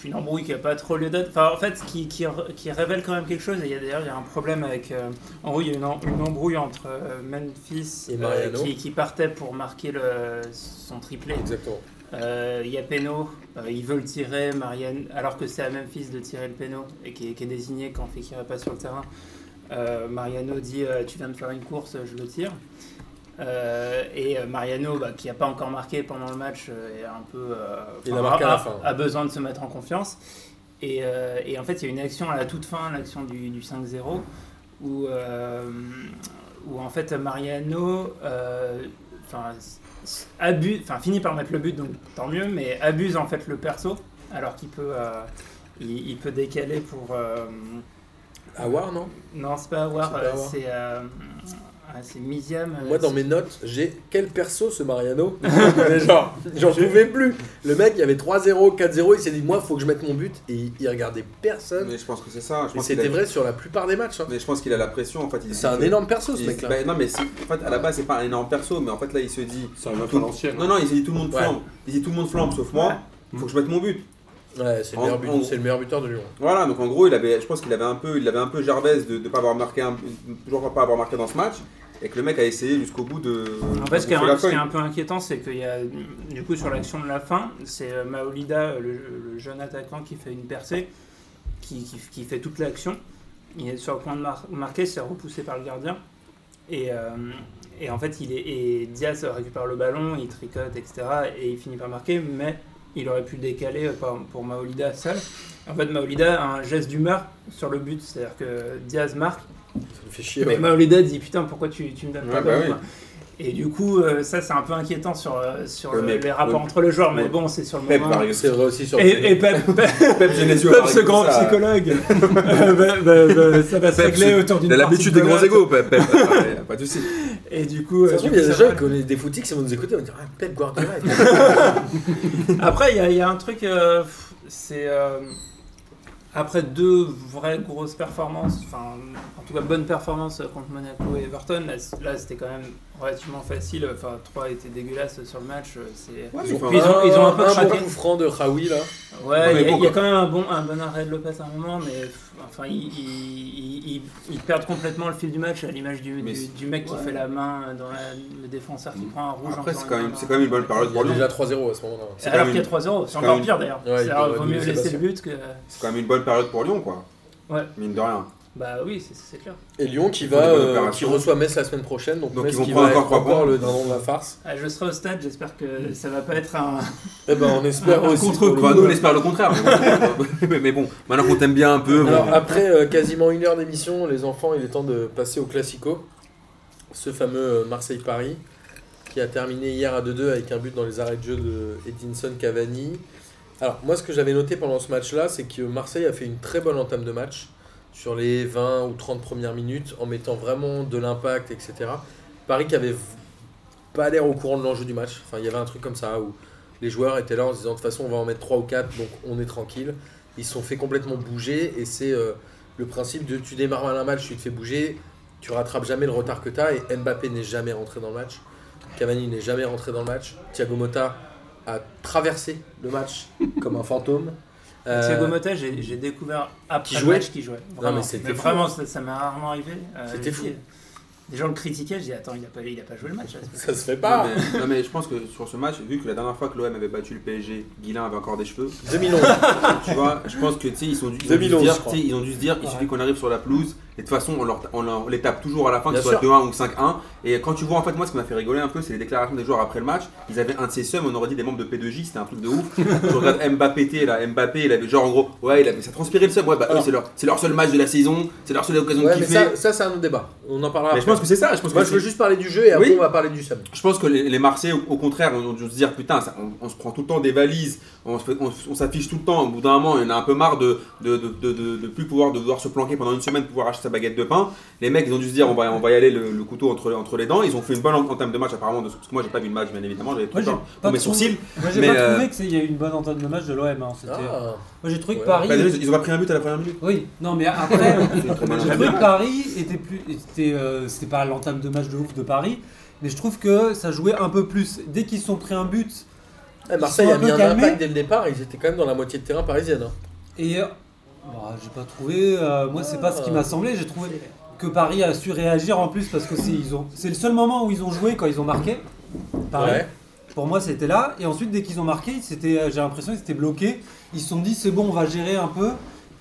D: une embrouille qui a pas trop lieu d'être. Enfin, en fait, qui, qui, qui révèle quand même quelque chose. Et il y a d'ailleurs il y a un problème avec. euh, en gros, il y a une, en- une embrouille entre euh, Memphis
A: Et Mariano.
D: qui, qui partait pour marquer le, son triplé.
A: Exactement.
D: Euh, Il y a Peno, euh, ils veulent tirer Marianne, alors que c'est à Memphis de tirer le Peno, et qui, est- qui est désigné quand Fekir n'est pas sur le terrain. Euh, Mariano dit euh, Tu viens de faire une course, je le tire. Euh, et euh, Mariano, bah, qui n'a pas encore marqué pendant le match, euh, est un peu. euh,
A: Il
D: enfin,
A: a marqué à la
D: a-
A: fin.
D: a besoin de se mettre en confiance. Et, euh, et en fait, il y a une action à la toute fin, l'action du, du 5-0, où, euh, où en fait Mariano euh, enfin, s- s- abuse- enfin, finit par mettre le but, donc tant mieux, mais abuse en fait le perso, alors qu'il peut, euh, il, il peut décaler pour. euh,
A: Awar, non
D: non, c'est pas Awar,
A: C'est pas
D: euh,
A: Awar.
D: c'est. euh, ah, c'est Miziam. euh,
A: Moi, dans mes notes, j'ai quel perso ce Mariano Mais Genre, j'en pouvais plus. Le mec, il y avait 3-0, 4-0, il s'est dit, moi, faut que je mette mon but. Et il, il regardait personne.
B: Mais je pense que c'est ça. Je
A: Et
B: pense qu'il
A: c'était
B: a-
A: vrai sur la plupart des matchs. hein.
B: Mais je pense qu'il a la pression en fait. il-
A: C'est un
B: il-
A: énorme perso, ce
B: il-
A: mec-là.
B: bah, non, mais c'est- en fait, à la base, c'est pas un énorme perso, mais en fait, là, il se dit.
C: C'est un meuf
B: tout-
C: à l'ancienne.
B: Non, non, il se dit tout le monde
A: Ouais.
B: flambe. Il se dit tout le monde flambe sauf moi, faut que je mette mon but.
A: Ouais, c'est le,
B: En-
A: meilleur but-
B: en-
A: c'est le meilleur buteur de Lyon.
B: Voilà, donc en gros, il avait, je pense qu'il avait un peu, il avait un peu Gervais de ne pas avoir marqué, un, toujours pas avoir marqué dans ce match, et que le mec a essayé jusqu'au bout de.
D: En
B: de
D: fait, ce qui est,
B: bouffer la
D: ce qui est
B: feuille.
D: un peu inquiétant, c'est qu'il y a, du coup, sur l'action de la fin, c'est euh, Maolida, euh, le, le jeune attaquant, qui fait une percée, qui, qui- qui fait toute l'action. Il est sur le point de mar- marquer, c'est repoussé par le gardien. Et, euh, et en fait, il est, et Diaz récupère le ballon, il tricote, etc. Et il finit par marquer, mais il aurait pu décaler euh, par- pour Maolida seul. En fait, Maolida a un geste d'humeur sur le but, c'est-à-dire que Diaz marque.
A: Ça me fait chier.
D: Mais
A: ouais.
D: Maolida dit putain pourquoi tu, tu me donnes
B: Ouais,
D: pas
B: bah
D: d'or,
B: oui.
D: quoi. Et du coup euh, ça c'est un peu inquiétant sur, euh, sur
B: Ouais,
D: le-
B: mais-
D: les rapports
B: ouais.
D: entre les joueurs mais
B: Ouais.
D: bon c'est sur le
B: Pep
D: moment.
B: Barrios.
A: C'est vrai aussi sur
D: Et, et Pep, Pep,
B: Pep Genesio
D: Pep,
B: a
D: ce
B: réglé
D: grand
B: ça.
D: psychologue Euh, bah, bah, bah, ça va se
B: Pep,
D: régler
B: ce-
D: autour d'une
B: Il a l'habitude
D: partie
B: des
D: de
B: grands
D: Golat.
B: égaux, Pep. Pep. Ouais, Pas de soucis.
D: Et du coup,
A: Ça
D: euh,
A: se
D: du
A: trouve, il y a
D: coup,
A: des
D: ça
A: gens
D: va.
A: qui connaissent des footix, ils vont nous écouter, ils vont dire Ah, Pep Guardiola.
D: Après, il y, a- il y a un truc, euh, pff, c'est euh, après deux vraies grosses performances, enfin en tout cas bonnes performances euh, contre Monaco et Everton, là, c- là, c'était quand même relativement facile, enfin 3 étaient dégueulasses sur le match, euh, c'est...
B: Ouais,
A: Ils
B: mais
A: ont,
B: enfin,
D: ils ont- ils ont un peu
A: un bon
D: craqué.
A: coup franc de Raoui, là.
D: Ouais,
B: Ouais,
D: il y, a-
B: mais bon,
D: il y a
B: quoi.
D: quand même un bon, un bon arrêt de Lopez à un moment, mais pff, enfin, ils, ils- ils- ils- ils perdent complètement le fil du match à l'image du,
B: Mais
D: du,
B: c'est-
D: du mec qui
B: ouais. Mmh.
D: fait la main dans la- le défenseur qui prend un rouge. en
B: Après, c'est
D: faisant
B: quand
D: une
B: même,
D: main.
B: c'est quand même une bonne période
A: Il y a
B: pour Lyon.
A: déjà 3-0 à ce moment-là.
B: C'est quand
D: Alors
B: même
D: qu'il y a
B: une-
D: 3-0, c'est
B: c'est
D: encore
B: quand
D: pire d'ailleurs.
A: Ouais, il
D: C'est-à-dire,
A: peut-
D: vaut
A: il
D: mieux
A: peut
D: laisser
A: passer.
D: le but que.
B: C'est quand même une bonne période pour Lyon, quoi.
D: Ouais.
B: Mine de rien.
D: Bah oui, c'est- c'est clair.
A: Et Lyon qui
B: Ils
A: va,
B: font des bonnes
A: euh, qui
B: opérations.
A: reçoit Metz la semaine prochaine, donc,
B: Donc
A: Metz
B: ils vont
A: qui
B: prendre
A: va
B: encore
A: être
B: trois
A: encore
B: points.
A: le dindon de la farce.
D: Ah, je serai au stade, j'espère que ça va pas être un.
A: Eh ben, on espère
D: Un
A: aussi.
D: contre-
A: pour le
B: Enfin,
A: coup,
B: nous, on
A: euh,
B: espère le contraire. mais bon. Mais bon, maintenant qu'on t'aime bien un peu.
A: Alors
B: bon.
A: après euh, quasiment une heure d'émission, les enfants, il est temps de passer au Classico, ce fameux euh, Marseille-Paris, qui a terminé hier à 2-2 avec un but dans les arrêts de jeu de Edinson Cavani. Alors moi, ce que j'avais noté pendant ce match-là, c'est que Marseille a fait une très bonne entame de match sur les 20 ou 30 premières minutes, en mettant vraiment de l'impact, etc. Paris qui avait v- pas l'air au courant de l'enjeu du match. Enfin, il y avait un truc comme ça où les joueurs étaient là en se disant de toute façon on va en mettre 3 ou 4, donc on est tranquille. Ils se sont fait complètement bouger et c'est euh, le principe de tu démarres mal un match, tu te fais bouger, tu rattrapes jamais le retard que tu as et Mbappé n'est jamais rentré dans le match. Cavani n'est jamais rentré dans le match. Thiago Motta a traversé le match comme un fantôme. Euh,
D: Thiago Motta, j'ai j'ai découvert après
A: qui
D: le
A: jouait
D: match qu'il jouait. Vraiment,
A: mais c'était fou.
D: vraiment ça ça m'est rarement arrivé. Euh,
A: C'était
D: je
A: fou.
D: dis, Des gens le critiquaient, je dis attends, il a pas, il a pas joué le match. là, c'est pas
A: ça se fait
B: Non
A: pas.
B: mais, non, mais je pense que sur ce match, vu que la dernière fois que l'OM avait battu le PSG, Guilain avait encore des cheveux,
A: 2011.
B: tu vois, je pense que tu sais, ils, ont dû- ils ont dû se
A: 2011, je
B: dire,
A: crois.
B: tu sais, ils ont dû se dire, il suffit qu'on arrive sur la pelouse, et de toute façon, on, leur- on leur- on les tape toujours à la fin, que
A: Bien
B: ce soit
A: sûr.
B: 2-1 ou 5-1. Et quand tu vois, en fait, moi, ce qui m'a fait rigoler un peu, c'est les déclarations des joueurs après le match. Ils avaient un de ces sums, on aurait dit des membres de P2J, c'était un truc de ouf. je regarde Mbappé, T, là, Mbappé, il avait genre, en gros, ouais, il avait, ça transpirait le seum, ouais, bah, eux,
A: Alors.
B: c'est leur, c'est leur seul match de la saison, c'est leur seule occasion
A: Ouais,
B: de
A: mais
B: kiffer.
A: ça, ça, c'est un autre débat. On en parlera
B: Mais je
A: après.
B: pense que c'est ça, je pense
A: Moi,
B: que
A: je
B: c'est-
A: veux juste parler du jeu et après,
B: Oui.
A: on va parler du Sam.
B: Je pense que les, les Marseillais, au, au contraire, ont ont dû se dire putain, ça- on, on se prend tout le temps des valises, on, se fait- on s- on s'affiche tout le temps. Au bout d'un moment, il y en a un peu marre de de, de, de- de- de plus pouvoir de devoir se planquer pendant une semaine, pouvoir acheter sa baguette de pain. Les mecs, ils ont dû se dire on va, on va y aller le, le couteau entre, les- entre les dents. Ils ont fait une bonne en, en termes de match apparemment, de, parce que moi j'ai pas vu le match bien évidemment, j'avais tout
E: Moi,
B: le
E: j'ai
B: temps
E: pas
B: pour mes
E: trouvé-
B: sourcils.
E: Moi, j'ai
B: Mais,
E: pas trouvé
B: euh,
E: qu'il y a eu une bonne entente de match de l'OM. hein, c'était- Moi,
A: Ah.
E: j'ai trouvé que
A: Ouais.
E: Paris.
B: Bah, déjà, ils ont pas pris un but à la première minute.
E: Oui, non, mais après,
B: une très bonne
E: je trouve
B: entente.
E: que Paris était plus. C'était euh, c'était pas l'entame de match de ouf de Paris, mais je trouve que ça jouait un peu plus. Dès qu'ils se sont pris un but,
A: Eh, Marseille
E: Ils sont
A: a
E: un
A: mis
E: peu
A: un
E: calmés.
A: impact dès le départ, ils étaient quand même dans la moitié de terrain parisienne. hein.
E: et. euh, bah, j'ai pas trouvé. euh, moi, c'est pas ce qui m'a semblé. J'ai trouvé que Paris a su réagir en plus parce que c'est ils ont- c'est le seul moment où ils ont joué quand ils ont marqué. Paris.
A: Ouais.
E: Pour moi, c'était là. Et ensuite, dès qu'ils ont marqué, c'était, euh, j'ai l'impression qu'ils étaient bloqués. Ils se sont dit, c'est bon, on va gérer un peu.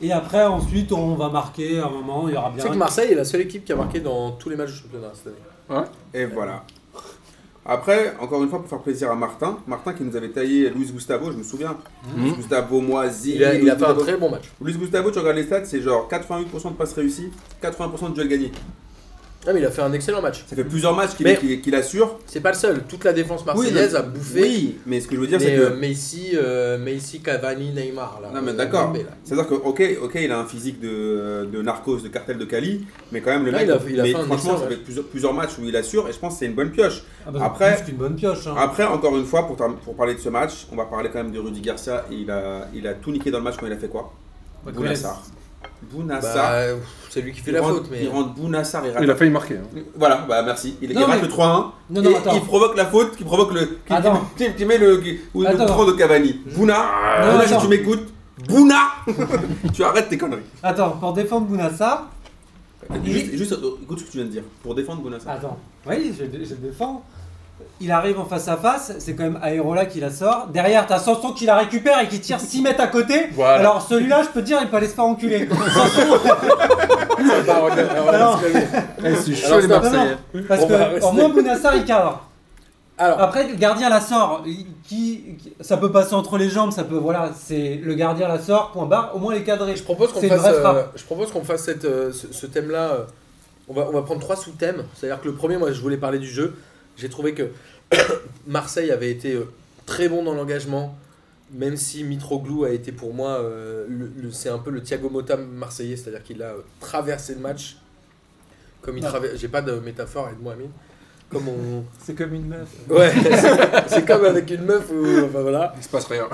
E: Et après, ensuite, on va marquer un moment, il y aura
A: Tu
E: bien.
A: sais que Marseille est la seule équipe qui a marqué dans tous les matchs du championnat cette année.
B: Et voilà. Après, encore une fois, pour faire plaisir à Martin, Martin qui nous avait taillé Luis Gustavo, je me souviens. Luis Gustavo, Moisy.
A: Mmh. Il a, il
B: Luis
A: a fait un
B: Gustavo-
A: très bon match.
B: Luis Gustavo, tu regardes les stats, c'est genre 88% de passes réussies, 80% de duels gagnés.
A: Ah, mais il a fait un excellent match.
B: Ça fait plusieurs matchs qu'il
A: Mais-
B: qu'il- qu'il assure.
A: C'est pas le seul. Toute la défense marseillaise
B: non.
A: a bouffé.
B: mais ce que je veux dire, c'est
A: mais,
B: que.
A: euh, Messi, euh, Messi, Cavani, Neymar. Là,
B: Non, mais
A: Euh,
B: d'accord.
A: Mbappé, là.
B: C'est-à-dire que, ok, ok, il a un physique de, de narcos, de cartel de Cali, mais quand même, le
A: Là,
B: mec,
A: Ah, il a- il a
B: mais
A: fait un
B: franchement,
A: excellent
B: ça fait
A: match.
B: plusieurs, plusieurs matchs où il assure, et je pense que c'est une bonne pioche.
E: Ah bah,
B: Après-
E: plus qu'une bonne pioche.
A: Ah.
E: hein.
B: Après, encore une fois, pour, term- pour parler de ce match, on va parler quand même de Rudy Garcia. Il a, il a tout niqué dans le match quand il a fait quoi
E: Ouais,
B: Bounassar. Bounassar.
A: Bah, euh, c'est lui qui fait
B: Ah, il
A: la
B: rentre,
A: faute. Mais...
B: Il rentre Bounassar, il rate.
C: Il a failli marquer. hein.
B: Voilà, bah merci. Il, il
E: Non,
B: rate
E: mais-
B: le 3-1.
E: Non, non,
B: et
E: attends.
B: il provoque la faute qui provoque le. qui,
E: Attends.
B: qui- qui- qui met le, qui- ou le
E: Attends.
B: trop de Cavani. Bouna,
E: Non,
B: Bouna, si
E: attends.
B: tu m'écoutes, Bouna Tu arrêtes tes conneries.
E: Attends, pour défendre Bounassar. Il-
B: Juste, juste, euh, écoute ce que tu viens de dire. Pour défendre Bouna, ça.
E: Attends, oui, je, je le défends. Il arrive en face à face, c'est quand même Aerola qui la sort. Derrière, t'as Sanson qui la récupère et qui tire 6 mètres à côté.
C: Voilà.
E: Alors celui-là, je peux te dire, il peut aller se faire enculer. Sanson,
A: Alors,
B: Ah,
E: Alors-
C: Eh, c'est chaud
A: Alors,
C: les
A: stop.
C: Marseillais.
E: parce
A: On va
E: que
A: rester.
E: au moins Bounassar il cadre.
A: Alors,
E: Après, le gardien la sort. Il- Qui, qui- ça peut passer entre les jambes, ça peut. Voilà, c'est le gardien la sort, point barre. Au moins elle est cadrée.
A: je propose qu'on
E: C'est une
A: fasse,
E: vraie
A: euh,
E: frappe.
A: je propose qu'on fasse cette, euh, ce, ce thème-là. euh, on, va, on va prendre trois sous-thèmes. C'est-à-dire que le premier, moi, je voulais parler du jeu. J'ai trouvé que Marseille avait été euh, très bon dans l'engagement, même si Mitroglou a été pour moi, euh, le- le- c'est un peu le Thiago Motta marseillais, c'est-à-dire qu'il a euh, traversé le match. Comme il
E: Ouais.
A: traverse. J'ai pas de métaphore, aide-moi, Amine. Comme on.
E: C'est comme une meuf.
A: Ouais, c'est- c'est comme avec une meuf ou. Enfin voilà.
C: Il se passe rien.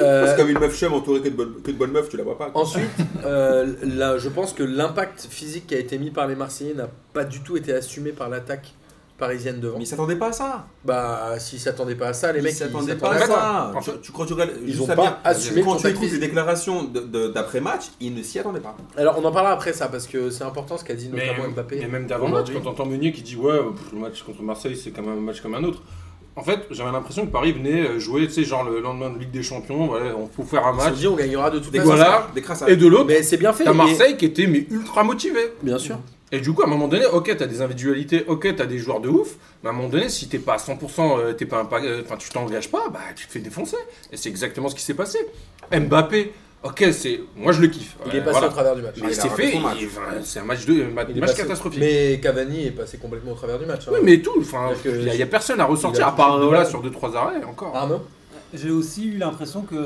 A: Euh,
B: Parce que Ah. comme une meuf chum entourée que de bonnes que de bonnes meufs, tu la vois pas. quoi.
A: Ensuite, euh, là, je pense que l'impact physique qui a été mis par les Marseillais n'a pas du tout été assumé par l'attaque parisienne devant.
B: Mais ils s'attendaient pas à ça.
A: Bah, s'ils s'attendaient pas à ça, les
B: Ils
A: mecs, ils
B: s'attendaient
A: s'attendaient
B: pas
A: pas.
B: à ça.
C: En
B: Tu,
C: fait,
B: tu- quand tu regardes,
A: Ils
B: juste
A: ont
B: à
A: pas
B: dire,
A: assumé le
B: quand tu
A: contact
B: écoutes les
A: physique.
B: déclarations de- de- d'après-match, ils ne s'y attendaient pas.
A: Alors, on en parlera après ça parce que c'est important ce qu'a dit
C: Mais,
A: notamment
C: mais
A: Mbappé.
C: même d'avant-match,
A: Aujourd'hui.
C: quand t'entends Meunier qui dit Ouais, euh, pff, le match contre Marseille, c'est quand même un match comme un autre. En fait, j'avais l'impression que Paris venait euh, jouer, tu sais, genre le lendemain de Ligue des Champions, voilà, on faut faire un
A: Ils se sont
C: match.
A: dit, on gagnera de toute
B: Des
A: façon.
C: voilà.
B: crassages, des crassages.
C: Et de l'autre,
A: Mais c'est bien fait.
C: t'as
A: et-
C: Marseille qui était mais ultra motivé.
A: Bien sûr.
C: Et du coup, à un moment donné, ok, t'as des individualités, ok, t'as des joueurs de ouf, mais à un moment donné, si t'es pas à 100%, euh, t'es pas un pa- euh, enfin, tu t'engages pas, bah, tu te fais défoncer. Et c'est exactement ce qui s'est passé. Mbappé, ok, c'est, moi je le kiffe.
A: Il
C: Euh,
A: est passé
C: voilà.
A: au travers du match.
C: Mais
B: Il
C: c'est
B: a
C: fait,
B: raté son match.
C: il- enfin, c'est un match de, un match
A: Il est passé-
C: catastrophique.
A: Mais Cavani est passé complètement au travers du match. hein.
C: Oui, mais tout, enfin,
A: Parce que-
C: il n'y a, personne à ressortir,
A: a
C: à part
A: toujours
C: Areola
A: des balles.
C: sur 2-3 arrêts encore.
A: Arnaud
E: J'ai aussi eu l'impression que,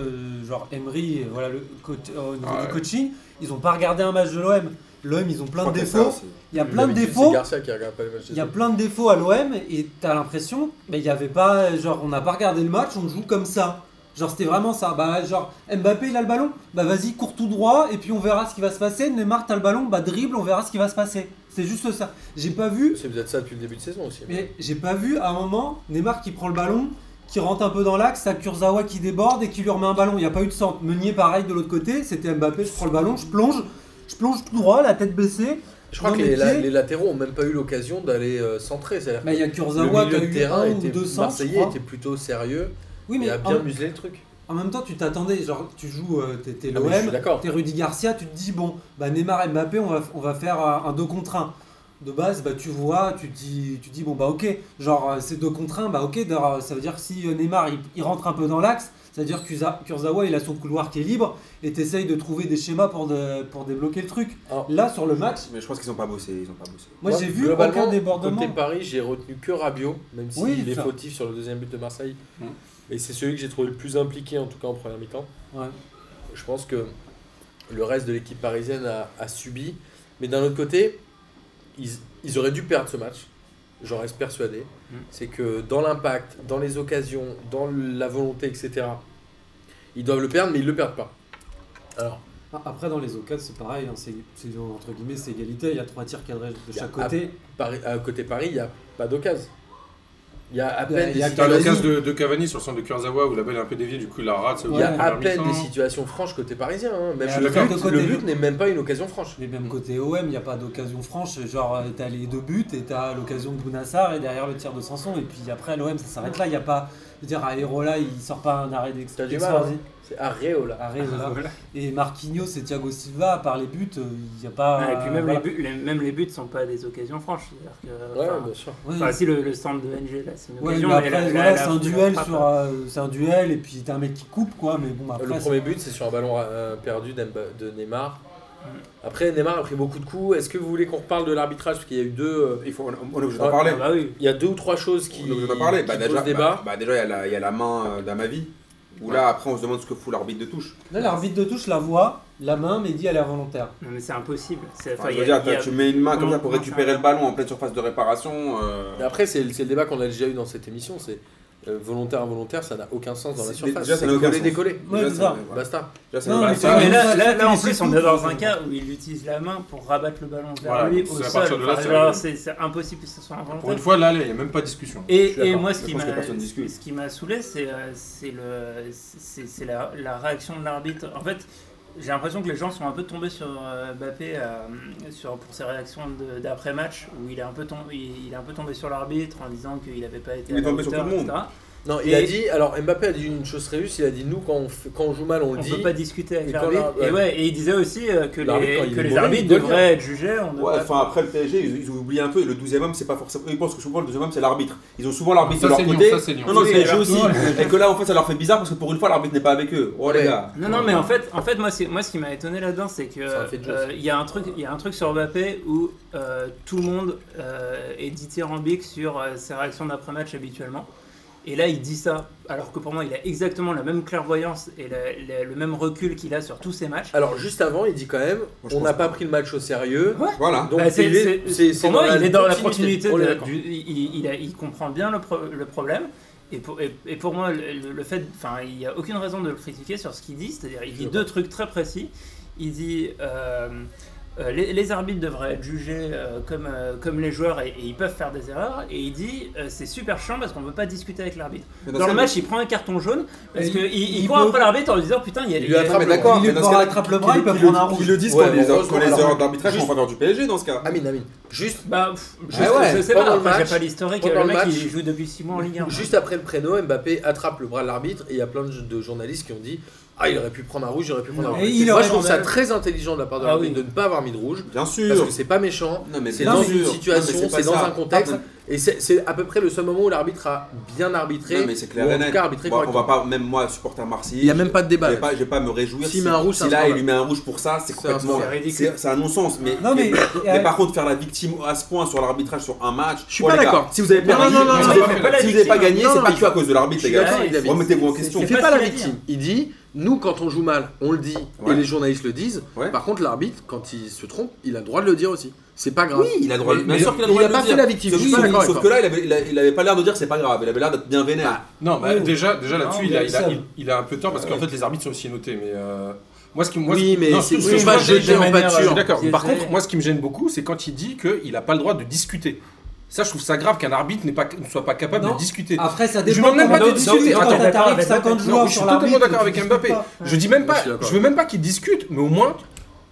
E: genre, Emery, voilà, le coach, euh, au niveau
C: Ah
E: du
C: ouais.
E: coaching, ils ont pas regardé un match de l'OM. L'OM, ils ont plein
B: Je
E: de
B: crois que c'est ça
E: défauts.
B: aussi.
E: Il y a plein de
A: D'habitude,
E: défauts.
A: C'est Garcia qui regarde pas les matchs.
E: Il y a plein de défauts à l'OM et t'as l'impression, mais il y avait pas, genre, on n'a pas regardé le match, on joue comme ça. Genre, c'était vraiment ça. Bah, genre, Mbappé, il a le ballon. Bah, vas-y, cours tout droit et puis on verra ce qui va se passer. Neymar, t'as le ballon. Bah, dribble, on verra ce qui va se passer. C'est juste ça. J'ai pas vu,
A: C'est peut-être ça depuis le début de saison aussi.
E: mais j'ai pas vu à un moment Neymar qui prend le ballon, qui rentre un peu dans l'axe, t'as Kurzawa qui déborde et qui lui remet un ballon. Il n'y a pas eu de centre. Meunier, pareil, de l'autre côté. C'était Mbappé, je prends le ballon, je plonge. Je plonge tout droit, la tête baissée.
A: Je crois
E: dans
A: que
E: mes
A: les, la-
E: pieds.
A: les latéraux ont même pas eu l'occasion d'aller euh, centrer. C'est-à-dire
E: Bah, il y a
A: que
E: Kurzawa
A: le
E: qui a
A: milieu de
E: eu
A: terrain
E: un ou
A: était,
E: deux centres. je
A: marseillais
E: crois.
A: était plutôt sérieux
E: Oui,
A: et
E: mais
A: a
E: en-
A: bien muselé le truc.
E: En même temps, tu t'attendais, genre, tu joues, euh, t'es t'es
A: Ah, mais je suis
E: l'OM,
A: d'accord.
E: t'es Rudy Garcia, tu te dis, bon, bah Neymar et Mbappé, on va, on va faire euh, un 2 contre 1. De base, bah tu vois, tu te dis, tu te dis bon, bah ok, genre, euh, c'est 2 contre 1, bah ok, d'ailleurs, euh, ça veut dire que si euh, Neymar il, il rentre un peu dans l'axe, c'est-à-dire que Kurza- Kurzawa il a son couloir qui est libre et t'essayes de trouver des schémas pour, de- pour débloquer le truc.
A: Alors,
E: Là, sur le match,
B: Mais je pense qu'ils ont pas bossé, ils ont pas bossé.
E: moi j'ai vu
A: globalement,
E: aucun débordement.
A: Côté Paris, j'ai retenu que Rabiot, même s'il
E: Oui,
A: est
E: ça.
A: fautif sur le deuxième but de Marseille.
C: Mm.
A: Et c'est celui que j'ai trouvé le plus impliqué, en tout cas en première mi-temps.
E: Ouais.
A: Je pense que le reste de l'équipe parisienne a, a subi. Mais d'un autre côté, ils, ils auraient dû perdre ce match. J'en reste persuadé.
C: Mm.
A: C'est que dans l'impact, dans les occasions, dans la volonté, etc., ils doivent le perdre, mais ils le perdent pas. Alors,
E: Ah, Après, dans les occasions, c'est pareil, hein, c'est c'est, entre guillemets, c'est égalité, il y a trois tirs cadrés de
A: Il y a
E: chaque côté.
A: Paris- à côté Paris, il n'y a pas d'occasion. Il y a à peine
E: Il y a
A: des
C: T'as
E: Cavani.
C: le
A: situations-
C: casse de, de Cavani sur le centre de Kurzawa où la balle est un peu déviée, du coup il la rate.
A: il y
E: Ouais,
A: a à
C: première
A: peine des
C: mi-temps.
A: situations franches côté parisien. hein. Même
E: Mais
A: le,
C: alors,
A: but,
E: côté-
A: le but n'est même pas une occasion franche.
E: Mais même côté OM, il n'y a pas d'occasion franche. Genre, euh, t'as les deux buts et t'as l'occasion de Bounassar et derrière le tir de Sanson. Et puis après, l'OM, ça s'arrête là. Il n'y a pas. Je veux dire, Areola, il sort pas un arrêt d'ex-
A: T'as du mal, hein.
E: extraordinaire.
A: C'est Areola.
D: Ah,
E: Areola. Et Marquinhos et Thiago Silva, à part les buts, euh, il n'y a pas.
D: Ah, et puis même,
E: voilà.
D: les buts, les- même les buts sont pas des occasions franches. C'est-à-dire que,
A: Ouais, bah.
D: enfin,
A: bien sûr.
E: Oui.
D: enfin, si le, le centre de NG, là, c'est une
E: Ouais,
D: occasion.
E: mais
D: mais
E: après,
D: la- la-
E: voilà,
D: la-
E: c'est
D: la
E: un duel
D: frappe,
E: sur, euh, c'est un duel et puis t'as un mec qui coupe quoi, mais bon après.
A: le
E: c'est-
A: premier but, c'est sur un ballon euh, perdu d'Emba- de Neymar. Après, Neymar a pris beaucoup de coups. Est-ce que vous voulez qu'on reparle de l'arbitrage Parce qu'il y a eu deux. euh,
B: Il faut, on, on est obligé
A: Ah,
B: d'en parler.
D: Ah bah oui.
A: il y a deux ou trois choses qui,
B: On est obligé d'en parler.
A: qui
B: Bah,
A: posent
B: déjà,
A: débat.
B: bah- bah, déjà, il y a la- il y, a la main euh, d'Amavi. Où là, après, on se demande ce que fout l'arbitre de touche.
E: Là, l'arbitre de touche la voit, la main, mais dit elle est volontaire.
D: Non, mais c'est impossible. C'est-
B: Enfin,
D: enfin,
B: je
D: il y
B: veux
D: a-
B: dire,
D: il y a-
B: tu mets une main comme
D: comment-
B: ça pour
D: comment
B: récupérer
D: ça-
B: le ballon en pleine surface de réparation. euh,
A: Et Après, c'est le, c'est le débat qu'on a déjà eu dans cette émission. C'est euh, volontaire, involontaire, ça n'a aucun sens dans la
B: C'est-
A: surface.
B: déjà, ça
A: C'est
B: n'a aucun
A: coller,
B: sens.
A: décoller.
E: Ouais,
B: déjà,
E: c'est
B: ça-
E: ça.
B: voilà.
A: Basta.
B: Déjà, ça
E: Non,
B: va-
E: mais
B: ça va-
D: mais
E: Mais
D: là,
E: ça,
D: là, là, en
E: c'est
D: plus, on
E: tout,
D: est dans
E: tout,
D: un
E: tout.
D: cas où il utilise la main pour rabattre le ballon vers
C: Voilà,
D: lui
C: donc
D: au
C: c'est à
D: sol.
C: partir de là,
D: Enfin,
C: c'est-
D: genre, c'est c'est impossible que ce soit
C: Pour
D: involontaire.
C: une fois, là, là, il n'y a même pas de discussion.
B: Je suis
D: Et, et
B: d'accord.
D: moi, ce
B: Je
D: qui
B: pense que
D: m'a
B: personne discute.
D: ce qui m'a saoulé, c'est euh, c'est le c'est c'est la, la réaction de l'arbitre. En fait, j'ai l'impression que les gens sont un peu tombés sur euh, Mbappé euh, sur pour ses réactions de- d'après match où il est un peu tombé il, il est un peu tombé sur l'arbitre en disant qu'il n'avait pas été
B: Il
D: à
B: est
D: la
B: tombé sur
D: hauteur,
B: tout le monde.
D: etc.
A: Non, il
D: Et-
A: a dit. Alors, Mbappé a dit une chose très juste. Il a dit nous, quand on, fait- quand on joue mal, on
D: On
A: le
D: ne
A: dit.
D: peut pas discuter avec
A: Et quand
D: l'arbitre.
A: les-
D: Et, ouais, et il disait aussi euh, que
A: L'arbitre, quand
D: les,
A: il
D: que
A: est
D: les
A: mauvais, il
D: arbitres
A: doit le
D: devraient être jugés. On
B: Ouais,
D: devrait
B: enfin après le PSG, ils, ils ont oublié un peu, et le 12 e homme, c'est pas forcément. Ils pensent que souvent le 12 e homme, c'est l'arbitre. Ils ont souvent l'arbitre Ah, de
C: Ça,
B: leur
C: c'est Lyon,
B: côté.
C: ça, c'est Lyon.
B: non, non,
A: Oui,
B: c'est le jeu
A: alors,
B: aussi. et que là, en fait, ça leur fait bizarre parce que pour une fois, l'arbitre n'est pas avec eux. Oh
A: Ouais.
B: les gars.
D: Non, non, mais en fait, en fait moi, c'est- moi, ce qui m'a étonné là-dedans, c'est que
A: C'est un fait de jeu,
D: euh,
A: ça.
D: il y a un truc, il y a un truc sur Mbappé où euh, tout le monde euh, est dithyrambique sur euh, ses réactions d'après-match habituellement. Et là, il dit ça, alors que pour moi, il a exactement la même clairvoyance et la- la- le même recul qu'il a sur tous ses matchs.
A: Alors, juste avant, il dit quand même
B: je
A: on
B: pense
A: n'a pas pris le match au sérieux.
B: Voilà.
A: Donc,
D: Bah, c'est-
A: il est,
D: c'est-
A: c'est- c'est
D: pour moi, il est dans la
A: continuité.
D: continuité.
A: On est
D: de-
A: d'accord.
D: du- il, il a- il comprend bien le, pro- le problème. Et pour, et, et pour moi, le, le fait, enfin, il n'y a aucune raison de le critiquer sur ce qu'il dit. C'est-à-dire, il
A: Je
D: dit deux trucs très précis. Il dit euh, euh, les, les arbitres devraient être jugés euh, comme, euh, comme les joueurs et, et ils peuvent faire des erreurs. Et il dit euh, c'est super chiant parce qu'on ne veut pas discuter avec l'arbitre.
B: Mais
D: Dans
B: ce
D: le
B: cas-
D: match, il prend un carton jaune parce
E: Et
D: qu'il
E: il-
D: il,
E: il
D: court
E: peut-
D: après l'arbitre en lui disant putain, il y a.
A: Il
D: il
A: lui
D: y a-
A: attrape
B: mais
A: le
B: d'accord,
E: Il
B: mais
E: lui
B: dans ce
E: prend-
B: cas-là,
E: attrape le
B: qu'ils-
E: bras, il peut
B: qu'ils
E: prendre
B: le-
E: un rouge.
B: Qu'ils le disent
A: Ouais,
B: quand
A: mais
B: les
A: heureusement,
B: quand les
A: alors,
B: erreurs d'arbitrage
A: juste-
B: sont en faveur du PSG dans ce cas.
A: Amine, Amine. Juste,
D: Bah, pff, je,
B: Ah ouais,
D: je sais
A: pendant
D: pas,
A: le
D: enfin,
A: match,
D: j'ai pas l'historique.
A: pendant
D: Le
A: le
D: mec,
A: match,
D: il joue depuis 6 mois en Ligue 1.
A: juste après le prénom, Mbappé attrape le bras de l'arbitre et il y a plein de, de journalistes qui ont dit Ah, il aurait pu prendre un rouge, il aurait pu prendre un
E: Et
A: rouge.
E: il
A: Moi,
E: aurait-
A: je trouve ça
E: on a-
A: très intelligent de la part de
D: Ah
A: l'arbitre
D: oui.
A: de ne pas avoir mis de rouge.
B: Bien
A: Parce
B: sûr.
A: que c'est pas méchant,
B: Non, mais
A: c'est
B: bien
A: dans
B: sûr.
A: une
B: Non, mais
A: situation,
B: pas
A: c'est dans
B: ça.
A: un contexte,
B: Non,
A: et c'est c'est à peu près le seul moment où l'arbitre a bien arbitré,
B: mais c'est clair
A: ou
B: et
A: en tout
B: net.
A: cas arbitré
B: Bon, on va
A: correctement.
B: pas, même moi, supporter Marseille.
A: Il n'y a même pas de
B: Je
A: débat.
B: vais pas, je vais pas me réjouir.
A: S'il
B: si-
A: met un rouge, c'est
B: si
A: un
B: là il
A: scandale.
B: lui met un rouge pour ça, c'est
A: C'est un
B: complètement.
A: scandale.
B: C'est c'est un non-sens. Mais,
E: Non, mais-
B: mais par contre, faire la victime à ce point sur l'arbitrage sur un match.
A: Je suis
B: oh,
A: pas
B: les gars,
A: d'accord.
B: Si vous avez
A: Non,
B: perdu,
A: non, non, non,
B: si vous
A: non,
B: avez-
A: non,
D: non,
B: si vous
D: non,
B: n'avez pas gagné,
A: non,
B: c'est pas
A: non,
B: que à cause de l'arbitre,
A: je
B: les
A: suis
B: gars.
A: d'accord avec David.
B: Remettez-vous en
D: C'est-
B: question.
A: Il
D: c'est
A: fait
D: pas
A: pas
D: ce
A: la
D: qu'il a dit,
A: victime.
D: hein.
A: Il dit nous quand on joue mal, on le dit
B: Ouais.
A: et les journalistes le disent.
B: Ouais.
A: Par contre l'arbitre quand il se trompe, il a le droit de le dire aussi. C'est pas grave.
B: Oui, il a le droit.
A: Mais-
B: Bien
A: mais
B: sûr qu'il a le
A: il
B: droit
A: a
B: de
A: pas
B: le
A: fait
B: dire.
A: la victime.
B: Sauf
A: Je suis pas
B: que-
A: d'accord avec
B: Sauf
A: toi.
B: que là, il avait, il a- il avait pas l'air de dire c'est pas grave. Il avait l'air d'être bien vénère.
C: Non, bah,
E: Ouais.
C: déjà, déjà là-dessus,
E: Non,
C: il, a,
E: mais
C: il, a,
E: ça-
C: il, il a un peu tort parce qu'en fait, les arbitres sont aussi notés. Mais euh, moi, ce qui moi,
A: Oui,
C: ce-
A: mais
C: non,
A: c'est-
C: ce-
A: c'est
C: ce-
A: pas
C: je suis
A: jeté en
C: d'accord, Je
A: pâture.
C: suis d'accord.
D: C'est-
C: Par
D: c'est-
C: contre, moi, ce qui me gêne beaucoup, c'est quand il dit qu'il n'a pas le droit de discuter. Ça, je trouve ça grave qu'un arbitre n'ait pas, ne soit pas capable
E: Non. Ah,
C: de discuter.
E: Après, ça
C: Je
E: dépend.
C: demande même
E: comment
C: pas de
E: tu
C: discuter.
E: discutes. Quand
C: Attends,
E: t'arrives
D: d'accord,
E: 50
D: d'accord.
E: joueurs
C: Non, je suis
E: sur
C: totalement
E: l'arbitre,
C: d'accord
E: tu
C: avec
E: discutes
C: Mbappé.
E: pas.
C: Je dis même
A: Je
C: pas,
A: suis d'accord.
C: je veux même pas qu'il discute, mais au moins,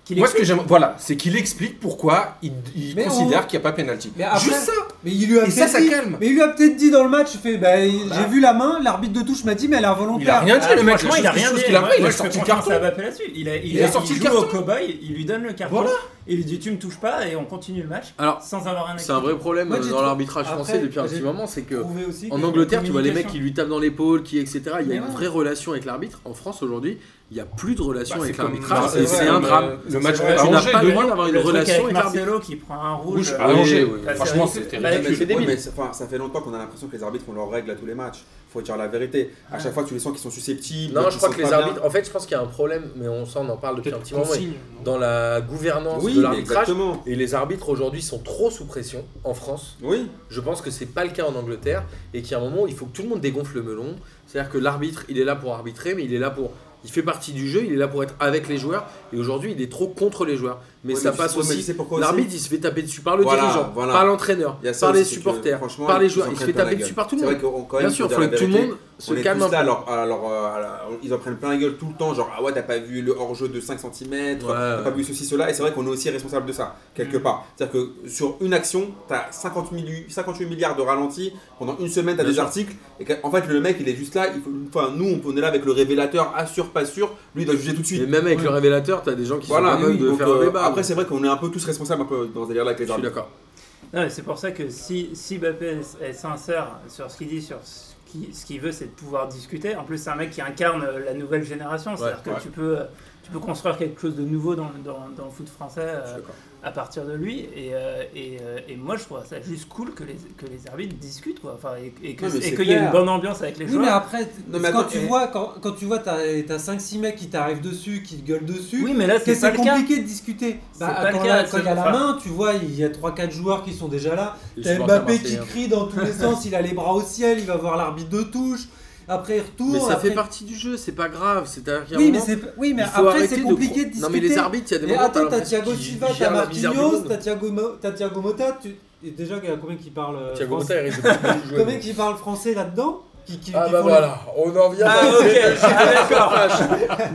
D: Qu'il
C: moi ce que j'aime, voilà, c'est qu'il explique pourquoi il, il
E: Mais
C: considère
E: on-
C: qu'il n'y a pas pénalty.
E: Mais après- Bah,
C: Juste ça.
E: Mais il lui a
C: Et ça,
E: peut-être
C: ça
E: dit-
C: calme.
E: Mais il lui a peut-être dit dans le match, il fait, bah, j'ai vu la main, l'arbitre de touche m'a dit, mais elle est involontaire.
C: Il a rien dit,
D: Ah,
C: le mec.
D: franchement,
C: La
D: il a
C: seule
D: rien
C: chose
D: dit.
C: qu'il a fait, il
D: Moi,
C: a
D: je
C: sorti
D: fais
C: le
D: confiance
C: carton.
D: à Mbappé là-dessus. Il a, il,
C: Il a sorti
D: il
C: le
D: joue au
C: carton.
D: cobaye, il lui donne le carton,
C: Voilà.
D: et il lui dit tu me touches pas et on continue le match
A: Alors
D: sans avoir un
A: c'est un vrai problème
E: Moi,
A: euh,
E: j'ai
A: dans
E: trouvé-
A: l'arbitrage
E: Après,
A: français depuis un
E: j'ai
A: petit moment, c'est que
E: Prouvé aussi que
A: En
E: la
A: Angleterre, tu vois les mecs
E: communication-
A: qui lui tapent dans l'épaule, qui etc. Il y a
E: Mais
A: une
E: ouais.
A: vraie relation avec l'arbitre. En France aujourd'hui, il n'y a plus de relation
C: Bah,
A: avec
C: comme-
A: l'arbitrage.
C: bah,
A: et
E: c'est
A: c'est
E: vrai,
A: un
C: comme,
A: drame.
C: euh, Le match
D: C'est vrai.
A: Tu n'as
C: arrangé
A: pas le
C: de
A: droit
C: Lyon.
A: d'avoir une
D: Le truc
A: relation
D: avec
A: avec l'arbitre.
D: Marcelo qui prend un rouge.
C: Rouge
D: euh,
C: à Angers,
A: oui,
C: ouais.
D: bah,
C: franchement,
D: c'est-
C: c'était
D: bah,
A: mais
C: ridicule.
A: c'est débile.
B: Ouais, mais c'est- enfin, ça fait longtemps qu'on a l'impression que les arbitres ont leurs règles à tous les matchs. Faut dire la vérité. À chaque fois, tu les sens qu'ils sont susceptibles.
A: Non,
B: qu'ils
A: je crois
B: sont
A: que les
B: pas bien.
A: arbitres. En fait, je pense qu'il y a un problème, mais on s'en en parle depuis un petit moment.
C: Consigne, non
A: Dans la gouvernance
B: Oui,
A: de
B: mais
A: l'arbitrage.
B: exactement.
A: Et les arbitres aujourd'hui sont trop sous pression en France.
B: Oui.
A: Je pense que c'est pas le cas en Angleterre et qu'il y a un moment où il faut que tout le monde dégonfle le melon. C'est-à-dire que l'arbitre, il est là pour arbitrer, mais il est là pour Il fait partie du jeu, il est là pour être avec les joueurs. Et aujourd'hui, il est trop contre les joueurs. Mais
B: Ouais,
A: ça
B: tu-
A: passe
B: ouais, mais tu
A: aussi.
B: sais pourquoi aussi
A: L'arbitre, il se fait taper dessus par le
B: Voilà,
A: dirigeant,
B: voilà.
A: par l'entraîneur,
B: Il y a ça
A: par
B: aussi,
A: les
B: c'est que,
A: supporters,
B: franchement,
A: par les
B: ils
A: joueurs.
B: en
A: Il se fait
B: prennent plein
A: taper
B: la
A: dessus hein.
B: gueule.
A: par tout le
B: C'est
A: monde.
B: vrai qu'on- quand même,
A: Bien sûr, il
B: dire
A: faut
B: la
A: que tout le
B: vérité.
A: monde se
B: On est
A: calme
B: tous
A: un peu.
B: là, alors, alors, euh, alors, ils en prennent plein la gueule tout le temps, genre ah ouais t'as pas vu le hors-jeu de 5 cm,
A: Ouais. Mm.
B: t'as pas vu ceci, cela, et c'est vrai qu'on est aussi responsable de ça, quelque part. C'est-à-dire que sur une action, t'as 50 milli- 58 milliards de ralentis, pendant une semaine t'as
A: Bien
B: des
A: sûr.
B: articles, et qu'en- en fait le mec il est juste là, il faut- enfin nous on est là avec le révélateur, assure, pas sûr, lui il doit juger tout
A: Et
B: de suite.
A: même avec
E: Oui.
A: le révélateur, t'as des gens qui
B: Voilà,
A: sont capables
B: oui,
A: de
B: donc,
A: faire
B: euh,
A: un débat.
B: après c'est vrai qu'on est un peu tous responsables un peu dans ce délire-là avec les
A: je suis
B: arbitres.
A: d'accord.
D: Non, mais c'est pour ça que si, si Mbappé est, est sincère sur ce qu'il dit, sur ce qu'il ce qu'il veut, c'est de pouvoir discuter. En plus, c'est un mec qui incarne euh, la nouvelle génération. C'est-à-dire que
B: ouais.
D: tu, peux, euh, tu peux construire quelque chose de nouveau dans, dans, dans le foot français euh,
B: Je suis d'accord.
D: à partir de lui. Et, euh, et, euh, et moi, je trouve ça juste cool que les, que les arbitres discutent. Quoi. Enfin, et et que-
B: Non, mais
D: et
B: c'est
D: qu'il y ait une
B: clair.
D: bonne ambiance avec les
E: Oui, mais
D: joueurs.
E: après,
B: Non, mais
E: quand,
B: attends,
E: tu
B: eh.
E: vois, quand, quand tu vois, t'as t'as 5-6 mecs qui t'arrivent dessus, qui te gueulent dessus.
D: oui, mais là,
E: que
D: c'est pas
E: c'est
D: le cas.
E: compliqué de discuter.
D: C'est
E: Bah,
D: pas le
E: quand
D: cas,
E: la- quand il y a
D: c'est-
E: la main, tu vois, il y a 3-4 joueurs qui sont déjà là.
A: Les
E: T'as
A: supporters
E: Mbappé qui
D: hein.
A: marseillais.
E: crie dans tous les sens, il a les bras au ciel, il va voir l'arbitre de touche. Après, il retourne.
A: Mais ça
E: après-
A: fait partie du jeu, c'est pas grave. C'est à dire
E: Oui, mais, c'est... Oui, mais après, c'est compliqué de... discuter.
A: Non, mais les arbitres, il y a des
E: Et
A: moments.
E: attends,
A: t'as
E: t'as Thiago
A: l'impression qu'ils
E: Silva, t'as
A: gèrent la misère du
E: Marquinhos,
A: monde.
E: t'as Thiago, Mo- t'as Thiago Motta. Tu... Et déjà, il y a combien qui parlent euh,
A: Thiago
E: français
A: Motta, il risque de pas beaucoup jouer.
E: Combien qui parlent français là-dedans qui, qui-
A: Ah
E: qui
A: bah
E: font les-
A: voilà, on en vient.
D: Ah, ok, je suis d'accord.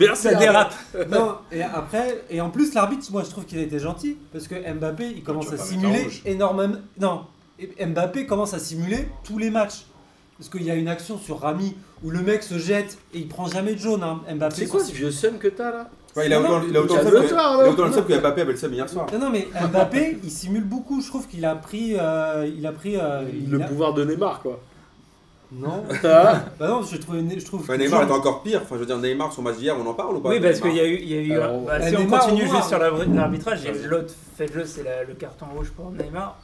A: Merci.
D: Ça dérape.
E: Non, et après, et en plus, l'arbitre, moi je trouve qu'il a été gentil parce que Mbappé il commence
C: tu vas
E: à
C: pas
E: simuler
C: mettre un rouge.
E: énormément. Non, et Mbappé commence à simuler tous les matchs. Parce qu'il y a une action sur Rami où le mec se jette et il prend jamais de jaune. hein. Mbappé.
A: C'est quoi
E: sur-
A: ce vieux seum que t'as là
B: Ouais, il a autant il a autant
A: Il a
B: le
A: le
B: seum que- il
A: tort,
B: a
A: non
B: autant le seum que Mbappé avait le seum hier soir.
E: Non, non, mais Mbappé il simule beaucoup. Je trouve qu'il a pris. euh, il a pris. euh, il
A: Le
E: a-
A: pouvoir de Neymar quoi.
E: Non,
A: Ah,
E: bah non, je trouve. Je trouve
B: Ouais, Neymar est encore pire. Enfin, je veux dire, Neymar, son match d'hier, on en parle ou pas
D: Oui, parce
B: Neymar
D: qu'il y a eu. il Y a eu
A: Alors,
D: un- bah,
E: on-
D: si on
E: Neymar,
D: continue
E: on
D: juste
E: voit.
D: sur l'arbri- l'arbitrage, et
B: Vas-y.
D: l'autre fait le c'est la- le carton rouge pour Neymar.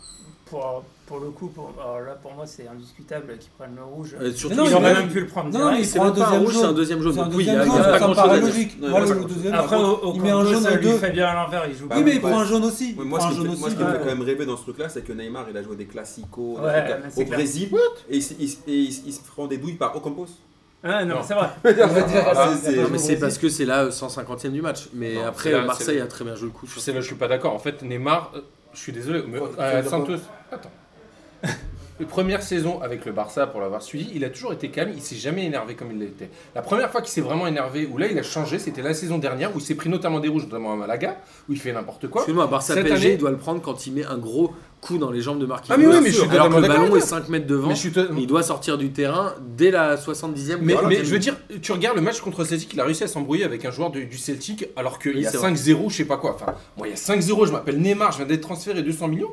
D: Pour, pour le coup, pour, alors là pour moi c'est indiscutable qu'ils prennent le rouge.
A: Euh, surtout,
E: Mais non,
A: il
D: Ils
E: il
A: en
E: a-
D: auraient
A: a
D: même pu le prendre.
E: Non,
D: direct.
E: mais il
A: C'est
E: prend un
A: même pas un
E: deuxième
A: rouge, c'est un
E: jaune.
A: deuxième jaune.
E: C'est un
A: Donc oui, il y a,
E: deuxième
A: il y a
E: jaune,
A: pas
E: ça me
A: grand chose à
E: paraît
A: dire.
E: logique.
B: Ouais,
E: Moi, le-
B: voilà.
E: le deuxième,
D: Après,
E: par
D: au,
E: contre,
D: au
E: il met un
D: Congo,
E: jaune
D: ça
E: à
D: lui
E: deux.
D: fait bien à l'envers. Il joue
B: Bah,
E: Oui,
D: beaucoup.
E: mais
B: ouais,
E: il prend un jaune aussi.
B: Ouais,
E: Il
B: moi,
E: prend
B: ce
E: un
B: qui me
E: jaune
B: fait- moi,
E: aussi. bah.
B: ce qui me fait
E: ouais.
B: quand même rêver dans ce truc-là, c'est que Neymar, il a joué des classicos des
D: Ouais,
B: trucs-
D: mais c'est
B: au
D: clair.
B: Brésil et il, s- il s- et il s- il se prend des douilles par Ocampos.
D: Ah, non,
C: Non.
D: mais c'est vrai.
B: Ah,
E: c'est-
A: Non, mais c'est parce que c'est la 150e du match. Mais
C: Non,
A: après,
C: c'est là,
A: Marseille
C: c'est-
A: a très bien joué le coup. je
C: Je
A: pense.
C: sais, là, je suis pas d'accord. En fait, Neymar, euh, je suis désolé, mais
B: Oh,
C: euh,
B: tu es
C: Santos, attends. La première saison avec le Barça, pour l'avoir suivi, il a toujours été calme, il s'est jamais énervé comme il l'était. La première fois qu'il s'est vraiment énervé, où là il a changé, c'était la saison dernière, où il s'est pris notamment des rouges, notamment à Malaga, où il fait n'importe quoi.
A: Excuse-moi, Barça
C: Cette
A: PSG,
C: année-
A: il doit le prendre quand il met un gros coup dans les jambes de Marquinhos.
C: Ah, mais oui,
A: Bien
C: mais je
A: sûr.
C: suis
A: Alors que le
C: totalement
A: ballon
C: d'accord
A: est
C: avec toi.
A: 5 mètres devant.
C: Mais je suis to-
A: Il doit sortir du terrain dès la 70e.
C: Mais,
B: Voilà,
C: mais
B: c'est-
C: je veux dire, tu regardes le match contre Celtic, il a réussi à s'embrouiller avec un joueur du, du Celtic alors qu'il
A: Oui,
C: y a
A: c'est vrai.
C: 5-0, je sais pas quoi. Enfin, moi, il y a 5-0, je m'appelle Neymar, je viens d'être transféré 200 millions.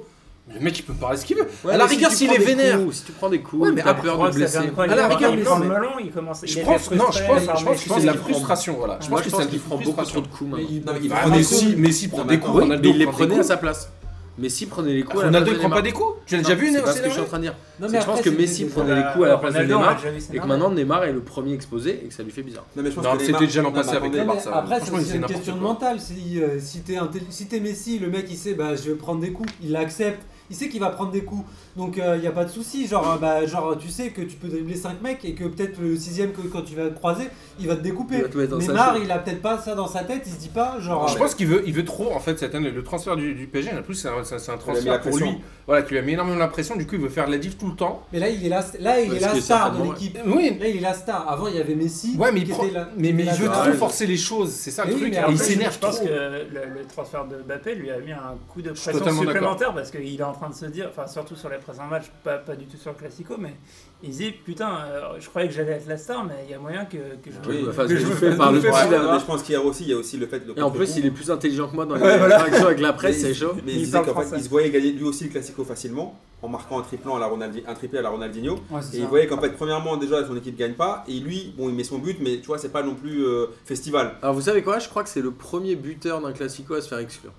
C: Mais le mec, il peut me parler ce qu'il veut.
A: Ouais,
C: à la
A: mais si
C: rigueur,
A: tu
C: s'il
A: prends
C: est
A: des
C: vénère.
A: coups, si tu prends des coups,
C: Ouais, mais
A: mais t'as
C: après,
A: peur de
D: Croix, Ah, ça vient
A: blesser. Ah,
D: de quoi, il
C: À la
D: est
C: rigueur,
D: revenu
C: il
D: sur
C: pense-
D: le melon, il commence.
C: Je
D: il était
C: pense, non, je
D: frustré,
C: pense,
D: enfin,
C: je pense que c'est de la frustration, voilà. Je
A: Moi,
C: pense que c'est
A: qu'il prend
C: une
A: beaucoup trop
C: frustration.
A: de coups. maintenant.
B: Non, mais
C: Il
B: il
C: va
B: prend des
C: Messi,
B: coups.
C: Messi prend
B: Non, mais
C: des
B: attends,
C: coups,
A: Oui, mais
C: Ronaldo
A: il les
C: prend des
A: prenait à
C: coups.
A: sa place. Messi prenait les coups à la
C: hein. Ronaldo,
A: place
C: il
A: de
C: prend pas
A: Neymar.
C: des coups Tu l'as
A: Non,
C: déjà vu,
A: C'est
C: Neymar
A: pas ce que je suis en train de dire.
E: Non,
A: C'est que je pense
E: après,
A: que
E: c'est-
A: Messi
E: c'est-
A: prenait les coups à la place de
D: Ronaldo, on
A: Neymar.
D: l'a déjà vu, c'est
A: Et que
D: normal.
A: maintenant, Neymar est le premier exposé et que ça lui fait bizarre.
B: Non, mais je pense
C: Non,
B: que
C: c'était
B: Neymar-
C: déjà l'an
B: Non, mais
C: passé avec
B: attendez,
C: le
E: Non, mais
C: Barça,
E: après, c'est
C: franchement,
E: aussi
C: c'est
E: une
C: n'importe
E: question de
C: quoi.
E: mental. Si, euh, si t'es intelli- si t'es Messi, le mec il sait, bah, je vais prendre des coups, il l'accepte, il sait qu'il va prendre des coups, donc il n'y a pas de souci. Genre, euh, bah, genre, tu sais que tu peux dribbler 5 mecs et que peut-être le 6 que quand tu vas te croiser, il va te
A: Il
E: découper.
A: va te mettre dans sa
E: Neymar,
A: chaise.
E: il a peut-être pas ça dans sa tête, il se dit pas, genre.
C: Je pense qu'il veut, il veut trop en fait cette année. Le transfert du, du PSG, en plus c'est un, c'est un- c'est un
B: mis la
C: transfert pour
B: pression.
C: lui. Voilà, qui lui a mis énormément la pression. Du coup, il veut faire de la diff tout le temps.
E: Mais là, il est la, là, il
A: Ouais,
E: est
A: ce
E: la
A: qui est
E: star de
A: certainement-
E: l'équipe.
C: Oui,
E: Là, il est la star. Avant, il y avait Messi.
C: ouais, mais il,
E: qui
C: prend-
E: était là-
C: mais, mais
E: qui
C: il
E: était
C: veut
E: là-
A: star.
C: trop forcer les choses. C'est ça le
E: Mais oui,
C: truc.
E: mais
C: Et
E: après,
C: il
D: je-
C: s'énerve
D: Je pense
C: trop.
D: que le, le transfert de Mbappé lui a mis un coup de pression
C: totalement
D: supplémentaire parce qu'il est en train de se dire, enfin surtout sur les présents matchs, pas, pas du tout sur le Classico, mais il se dit putain, euh, je croyais que j'allais être la star, mais il y a moyen que, que je.
A: Oui,
B: Oui,
A: enfin,
D: mais
A: c'est
D: je me
A: fait
D: fais
A: par le
D: tout faire.
A: petit
B: Ouais, mais
A: d'avoir.
B: je pense qu'il y a aussi, il y a aussi le fait de.
A: Et en plus, il est plus intelligent que moi dans les
B: voilà.
A: interactions avec la presse,
B: Mais-
A: c'est chaud.
B: Mais il
D: Il
B: disait
D: parle
B: qu'en fait,
D: français.
B: il se voyait gagner lui aussi le classico facilement en marquant un triplant à la Ronaldi- un triplé à la Ronaldinho.
E: Ouais, c'est
B: Et il
E: ça.
B: voyait qu'en fait, premièrement, déjà, son équipe gagne pas. Et lui, bon, il met son but, mais tu vois, c'est pas non plus euh, festival.
A: Alors vous savez quoi Je crois que c'est le premier buteur d'un classico à se faire exclure.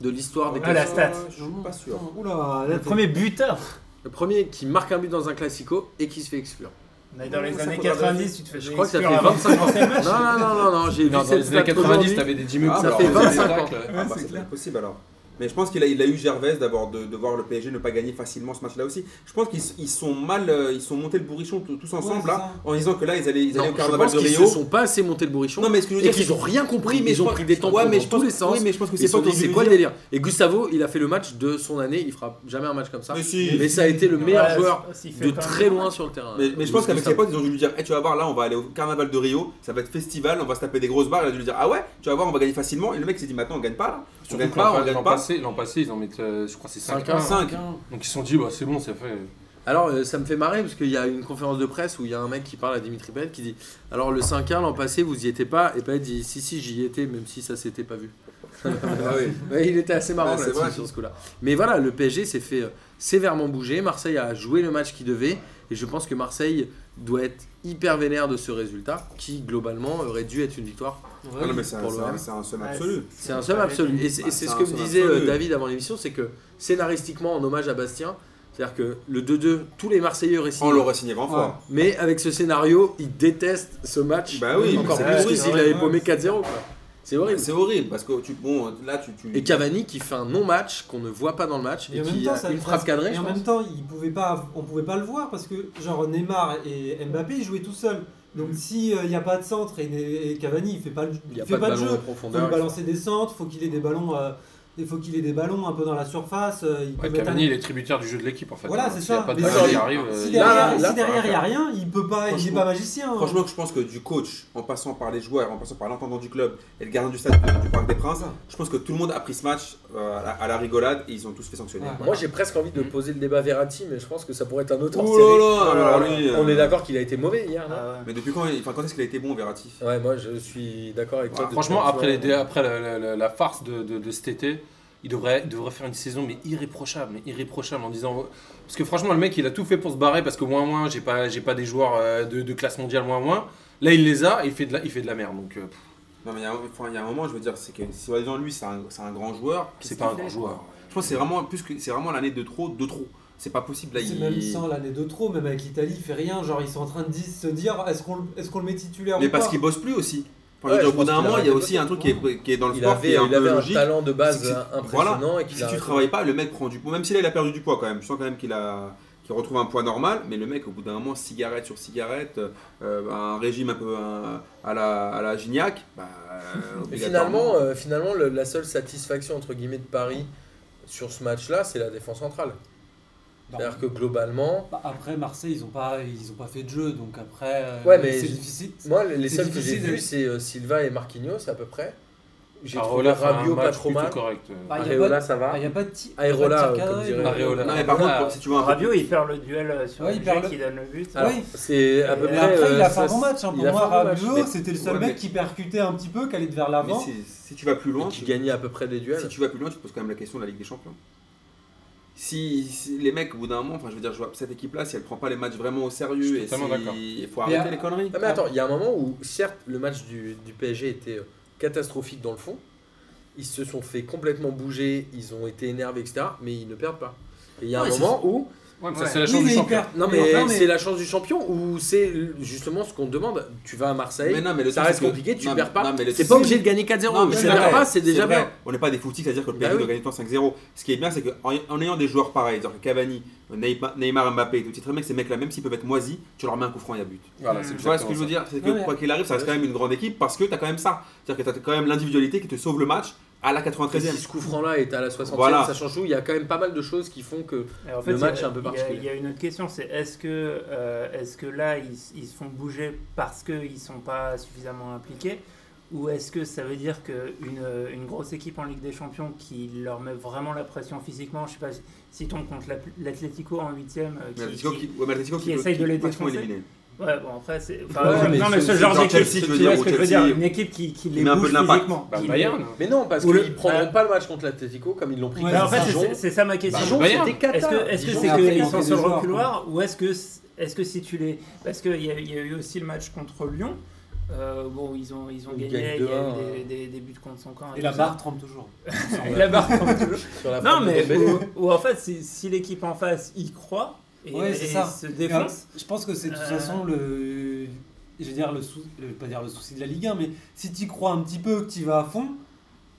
A: De l'histoire des
D: Ah, la
A: classiques.
D: stat.
B: Je suis pas sûr.
E: Oula,
B: Ah
E: là,
D: Le premier buteur.
A: Le premier qui marque un but dans un classico et qui se fait exclure.
D: Mais dans les
B: Ça
D: années
B: faudra
D: 90, tu te fais
A: Je crois que ça
D: exclure
A: fait
D: avant
A: 25
D: de commencer le match.
A: Non, non, non, non, non j'ai vu
C: Non, dans
A: cette
C: les années
A: stat
C: 90,
A: aujourd'hui.
C: t'avais des 10 minutes.
B: Ah,
A: Ça
B: bah,
A: fait
B: alors,
A: 25 ans.
B: Ah, bah, c'est possible alors. Mais je pense qu'il a, il a eu Gervais d'avoir de, de voir le PSG ne pas gagner facilement ce match-là aussi. Je pense qu'ils s- ils sont mal, euh, ils sont montés le bourrichon tout- tous ensemble
E: c'est
B: là, en disant que là ils allaient, ils allaient
A: Non,
B: au
A: je
B: carnaval
A: pense
B: de
A: qu'ils
B: Rio.
A: se sont pas assez montés le bourrichon.
B: Non mais ce que je veux
A: et
B: dire,
A: qu'ils
B: c'est-
A: ont rien compris,
B: Oui,
A: mais
B: mais
A: ils
B: je
A: ont
B: pense-
A: pris des temps
B: Ouais, mais
A: dans
B: je pense-
A: tous les sens.
B: Oui, mais je pense que
A: Ils
B: c'est
A: se sont
B: pas
A: dit,
B: dans
A: c'est
B: une
A: quoi le
B: vision-
A: délire Et Gustavo, il a fait le match de son année, il fera jamais un match comme ça.
B: Mais si.
A: Mais ça a été le meilleur
D: Ouais,
A: joueur
D: s'il fait
A: de
D: pas-
A: très loin sur le terrain.
B: Mais, mais je pense qu'avec ses
A: Gustavo.
B: potes, ils ont dû lui dire Eh, Tu vas voir, là, on va aller au carnaval de Rio, ça va être festival, on va se taper des grosses barres. Il a dû lui dire Ah ouais, tu vas voir, on va gagner facilement. Et le mec s'est dit Maintenant, on gagne pas. là. On gagne
C: Surtout que
B: pas,
C: l'an
B: on gagne
C: l'an
B: pas.
C: passé, l'an passé, ils en mettent, euh, je crois, c'est 5
A: Cinq un.
B: 5.
C: Donc ils se sont dit, bah, c'est bon, ça fait.
A: Alors, euh, ça me fait marrer parce qu'il y a une conférence de presse où il y a un mec qui parle à Dimitri Payet qui dit Alors, le 5-1 l'an passé, vous y étiez pas Et Payet dit Si, si, j'y étais, même si ça s'était pas vu. ah, bah Ouais, il était assez marrant
B: Ouais, Bah, c'est
A: là-dessus,
B: vrai.
A: sur ce coup-là. Mais voilà, le PSG s'est fait euh, sévèrement bouger. Marseille a joué le match qu'il devait. Et je pense que Marseille doit être hyper vénère de ce résultat qui, globalement, aurait dû être une victoire.
B: Ah Non, non, mais c'est un-
A: Pour
B: c'est
A: l'OM.
B: un- c'est un somme
D: Ouais,
B: absolu.
A: C'est un
E: Bah,
A: somme absolu. Et c'est et c'est ce que me disait euh, David avant l'émission c'est que scénaristiquement, en hommage à Bastien, c'est-à-dire que le 2-2, tous les Marseillais auraient signé.
B: On l'aurait signé grand
E: Ouais.
B: fort.
A: Mais avec ce scénario, il déteste ce match
B: Bah oui,
A: encore
B: mais
A: plus
B: c'est
A: que
B: vrai,
A: s'il
E: ouais,
A: avait
E: ouais.
A: paumé 4-0. quoi. C'est horrible.
B: C'est horrible parce que tu, bon, là, tu. tu-
A: Et Cavani qui fait un non-match qu'on ne voit pas dans le match et,
E: Et en même
A: qui
E: temps,
A: a
E: ça-
A: une frappe cadrée,
E: et
A: je
E: en
A: pense.
E: même temps, ils pouvaient pas, on pouvait pas le voir parce que genre Neymar et Mbappé ils jouaient tout seuls.
B: Mm.
E: Donc si il n'y a pas de centre et, et Cavani il fait pas, le-
A: Il
E: il
A: n'y a
E: fait
A: pas de
E: pas de
A: ballon en
E: jeu. Faut lui
A: profondeur.
E: balancer des centres, faut qu'il ait des ballons, euh, il faut qu'il ait des ballons un peu dans la surface. euh, il peut
C: Ouais,
E: mettre
C: Cavani,
E: un-
C: il est tributaire du jeu de l'équipe en fait.
E: Voilà,
C: Hein,
E: c'est
C: s'il y a
E: ça.
C: pas de
B: Mais
C: balle qui
B: alors,
C: arrive. euh,
E: Si
C: il y a-
E: derrière,
B: là,
E: si
B: là,
E: derrière, il n'y a rien, il peut pas, il n'est
B: Franchement-
E: pas magicien. hein.
B: Ah. Franchement, je pense que du coach, en passant par les joueurs, en passant par l'intendant du club et le gardien du stade du- du Parc des Princes, je pense que tout le monde a pris ce match euh, à la- à la rigolade et ils ont tous fait sanctionner.
E: Ouais.
A: Moi j'ai presque envie de poser le débat Verratti, mais je pense que ça pourrait être un autre
B: Ouh
A: hors-série.
B: là là, alors lui,
A: On
B: euh,
A: est d'accord qu'il a été mauvais hier. non
E: Euh,
D: Ah ouais.
B: Mais depuis quand, il- enfin, quand est-ce qu'il a été bon, Verratti
A: Ouais, moi je suis d'accord avec toi.
B: Ah. Ouais,
A: depuis
C: Franchement,
A: un petit
C: après, les
A: moment.
C: dé- après la, la- la- la farce de, de- de cet été, il devrait, il devrait faire une saison mais irréprochable, mais irréprochable en disant parce que franchement le mec il a tout fait pour se barrer parce que moins moins j'ai pas j'ai pas des joueurs euh, de, de classe mondiale moins moins. Là il les a et il fait de la, il fait de la merde donc euh, pff,
B: Non, mais il y, a un- enfin, il y a un moment, je veux dire, c'est que si disant lui, c'est un, c'est un grand joueur.
C: c'est pas un grand joueur.
B: Je pense que c'est vraiment, plus que- c'est vraiment l'année de trop, de trop. C'est pas possible. Là,
E: C'est
B: il...
E: même sans l'année de trop, même avec l'Italie, il fait rien. Genre, ils sont en train de dis- se dire est-ce qu'on le- est-ce qu'on le met titulaire
B: Mais
E: ou
B: parce
E: pas
B: qu'il bosse plus aussi. Enfin, je
A: Ouais,
B: veux dire,
A: je
B: au bout
A: pense
B: d'un
A: qu'il
B: moment,
A: a
B: il y a
A: arrêté
B: aussi un truc qui est, qui est dans le
A: il
B: sport qui
A: avait,
B: est un
A: il avait
B: peu
A: un
B: logique.
A: talent de base
B: C'est que si-
A: euh,
B: voilà.
A: impressionnant et qu'il
B: Si
A: a
B: tu
A: arrêté.
B: travailles pas, le mec prend du poids. Même si là, il a perdu du poids quand même. Je sens quand même qu'il a qu'il retrouve un poids normal, mais le mec, au bout d'un moment, cigarette sur cigarette, euh, un régime un peu un- à, la, à la Gignac, bah, euh,
A: Et
B: obligatoirement.
A: finalement, euh, finalement le- la seule satisfaction entre guillemets de Paris sur ce match-là, c'est la défense centrale.
E: Non.
A: C'est-à-dire que globalement,
E: Bah, Après Marseille, ils ont pas, ils ont pas fait de jeu, donc après, euh,
A: Ouais, mais
E: c'est
A: je-
E: difficile.
A: Moi, les
E: C'est
A: seuls que j'ai
E: difficile de-
A: vus, c'est euh, Silva et Marquinhos à peu près. J'ai trouvé
C: Ah, Areola fait un
A: Rabiot pas
C: match
A: trop
C: plutôt
A: mal.
C: correct. euh.
E: Bah, y a
A: Areola,
E: pas-
A: ça
E: Ah,
A: va.
E: il y a pas de ti-
A: Areola,
E: pas de tir
A: euh,
E: cadré,
A: comme dirait-
E: mais-
C: Areola.
B: Non, mais par contre,
E: Ah.
B: pour- si tu veux un peu
D: Rabiot, il perd le duel euh, sur
E: Ouais,
D: le
E: il perd
D: jeu
E: le-
D: qui donne le but.
A: Alors,
E: Oui.
A: c'est à peu
E: Mais
A: près.
E: après, il
A: euh,
E: a fait
A: ça,
E: un bon match. hein.
A: il
E: Pour
A: a
E: moi,
A: fait un bon match.
E: Rabiot,
B: Mais-
E: c'était le seul
B: ouais,
E: mec
B: mais-
E: qui percutait un petit peu, qui allait vers
B: Mais
E: l'avant.
B: si, si tu vas plus loin,
A: Et
B: tu
A: qui gagnait à peu près les duels.
B: Si tu vas plus loin, tu te poses quand même la question de la Ligue des Champions. Si, si les mecs, au bout d'un moment, enfin, je veux dire, je vois cette équipe-là, si elle prend pas les matchs vraiment au sérieux,
C: Je suis
B: et
C: totalement
B: si-
C: d'accord.
B: il faut
E: Mais
B: arrêter
E: à-
B: les conneries.
A: Ah, mais attends, il y a un moment où, certes, le match du, du PSG était euh, catastrophique dans le fond. Ils se sont fait complètement bouger, ils ont été énervés, etc. Mais ils ne perdent pas. Et il y a un
B: Ouais,
A: moment où.
C: Ouais, mais ça
E: Ouais.
C: c'est la
E: Oui,
C: chance
E: mais
C: du
E: il
C: champion.
E: perd.
A: Non, mais,
E: enfin,
A: c'est la chance du champion ou c'est l- justement ce qu'on te demande. Tu vas à Marseille,
B: Mais non, mais le
A: ça
B: truc,
A: reste
B: c'est que-
A: compliqué, tu
B: non,
A: perds pas.
B: non, mais le
A: T'es
B: truc,
A: pas
B: c'est-
A: obligé de gagner 4-0.
B: mais
A: mais tu
B: c'est
A: perds
B: vrai,
A: pas, c'est déjà
B: vrai.
A: bien.
B: On n'est pas des foutiques, c'est-à-dire que le
A: Bah
B: PSG
A: oui.
B: doit gagner tout le temps 5-0. Ce qui est bien, c'est qu'en en ayant des joueurs pareils, genre Cavani, Neymar, Neymar, Mbappé, tout titre, mec, ces mecs-là, même s'ils peuvent être moisis, tu leur mets un coup franc et à but.
C: Voilà, c'est
B: Tu vois ce que je veux
C: exactement
B: dire C'est que
E: Ouais, ouais.
B: quoi qu'il arrive, ça reste quand même une grande équipe parce que t'as quand même ça. C'est-à-dire que t'as quand même l'individualité qui te sauve le match à la
A: Après, si
B: 93e.
A: ce coup franc là est à la 60e,
B: Voilà.
A: ça change tout. Il y a quand même pas mal de choses qui font que.
D: Et en fait,
A: Le
D: il y a-
A: match est un peu
D: il y a-
A: particulier.
D: Il y a une autre question, c'est est-ce que, euh, est-ce que là, ils, s- ils se font bouger parce qu'ils ne sont pas suffisamment impliqués Ou est-ce que ça veut dire qu'une une grosse équipe en Ligue des Champions qui leur met vraiment la pression physiquement, je sais pas, si on compte l'At- l'Atlético en 8ème,
B: Mais Atletico qui- ouais, mais Atletico
D: qui
B: qui
D: essaye de les
B: pratiquement
D: défoncer.
B: éliminé.
D: Ouais, bon, après, c'est. enfin,
A: Ouais,
D: je-
A: mais
D: non, mais ce
B: c'est
D: genre
B: genre
D: d'équipe,
B: Chelsea, tu
D: tu
B: veux
D: vois
B: dire,
D: ce
B: ou
D: que je veux
B: Chelsea,
D: dire Une équipe qui, qui les
B: met un peu
D: bouge
B: de l'impact.
D: physiquement.
C: Bah,
D: qui
C: Bayern.
A: Mais non, parce
D: Ou le-
A: qu'ils prendront
D: Bah.
A: pas le match contre l'Atlético comme ils l'ont pris
E: Ouais,
D: les-
E: mais
A: contre
D: Alors, en fait,
A: Dijon.
D: c'est- c'est ça ma question.
A: Dijon,
C: Bah, Bayern.
A: c'était cata.
D: Est-ce que est-ce que
A: Dijon,
D: c'est
E: a
D: que
E: fait
D: qu'ils sont
E: des
D: sur le
E: joueurs,
D: reculoir ou est-ce que est-ce que si tu les parce qu'il y, a- il y a eu aussi le match contre Lyon euh, bon ils ont ils ont
A: Ils gagnent
D: gagné il y
A: 2-1,
D: a eu des,
A: euh.
D: des- des buts contre son camp
E: Et la
D: tout
E: barre trempe toujours.
D: ça. Et la barre comme toujours.
A: sur la
D: non
A: frappe de
D: mais
A: Dembélé.
D: ou, ou en fait si, si l'équipe en face y croit et,
E: Ouais, c'est
D: et
E: ça.
D: se défonce
E: Je pense que c'est de toute
D: Euh.
E: façon le. Je veux dire, le sou... le- pas dire le souci de la Ligue 1, mais si tu crois un petit peu que tu vas à fond,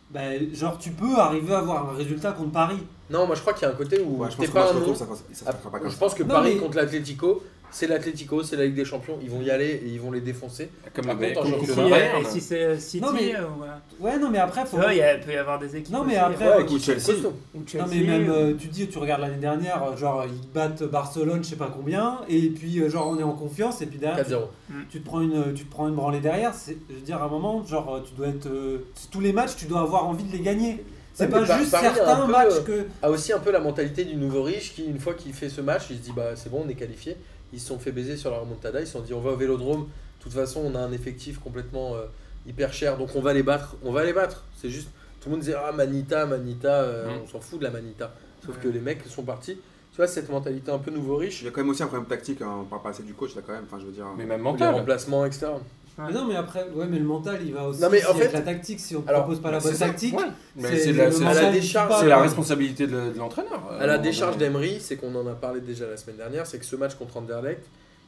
E: ben, genre, tu peux arriver à avoir un résultat contre Paris.
A: Non, moi je crois qu'il y a un côté où
B: Ouais, je
A: t'es
B: pense que
A: pas
B: match
A: un nom.
B: retour, ça ne fera pas comme
A: Je
B: ça.
A: pense que
E: Non,
A: Paris
E: mais-
A: contre l'Atlético, c'est l'Atlético, c'est la Ligue des Champions, ils vont y aller et ils vont les défoncer.
C: hein. Comme
A: Par
C: avec-
A: contre, en
C: contre
D: Si, euh,
A: championnat,
C: le
A: ouais,
C: Bayern. hein.
D: et si c'est City,
E: Non, mais-
D: euh, voilà.
E: Ouais, non, mais après, faut.
D: Tu vois, il y a- peut y avoir des équipes.
E: Non, mais
D: aussi,
E: après,
D: euh,
E: Ouais,
A: Ouais, qui
B: Chelsea.
A: sont costauds.
D: ou Chelsea,
E: Non mais même
D: ou-
E: euh, tu dis tu regardes l'année dernière euh, genre ils battent Barcelone je sais pas combien et puis euh, genre on est en confiance et puis derrière tu,
A: 4-0.
E: tu te prends une euh, tu te prends une branlée derrière c'est je veux dire à un moment genre euh, tu dois être euh, tous les matchs tu dois avoir envie de les gagner c'est
A: Ouais,
E: pas
A: mais Par-
E: juste
A: Paris a
E: certains
A: un peu,
E: matchs
A: euh,
E: que
A: a aussi un peu la mentalité du nouveau riche qui, une fois qu'il fait ce match, il se dit bah c'est bon, on est qualifié. Ils se sont fait baiser sur la remontada, ils se sont dit on va au vélodrome. De toute façon, on a un effectif complètement euh, hyper cher, donc on va les battre. On va les battre. C'est juste, tout le monde disait ah Manita, Manita, euh,
C: Mm.
A: on s'en fout de la Manita. Sauf
D: Ouais.
A: que les mecs sont partis. Tu vois, cette mentalité un peu nouveau riche,
B: Il y a quand même aussi un problème tactique, hein, on parle pas assez du coach là quand même, enfin je veux dire.
C: Mais même
A: les
C: mental.
A: remplacements, etc.
E: Mais non mais après ouais mais le mental il va aussi
A: Non, mais en
E: avec
A: fait-
E: la tactique si on te
A: Alors,
E: propose pas la
C: C'est
E: bonne
C: ça,
E: tactique
C: ouais. Mais
E: c'est-
C: c'est
E: le
C: la- c'est
E: mental
A: la
E: il
A: décharge, hein.
E: joue pas,
C: C'est la
E: quoi.
C: responsabilité de, de l'entraîneur. euh,
A: À la décharge
C: des
A: d'Emery, c'est qu'on en a parlé déjà la semaine dernière, c'est que ce match contre Anderlecht,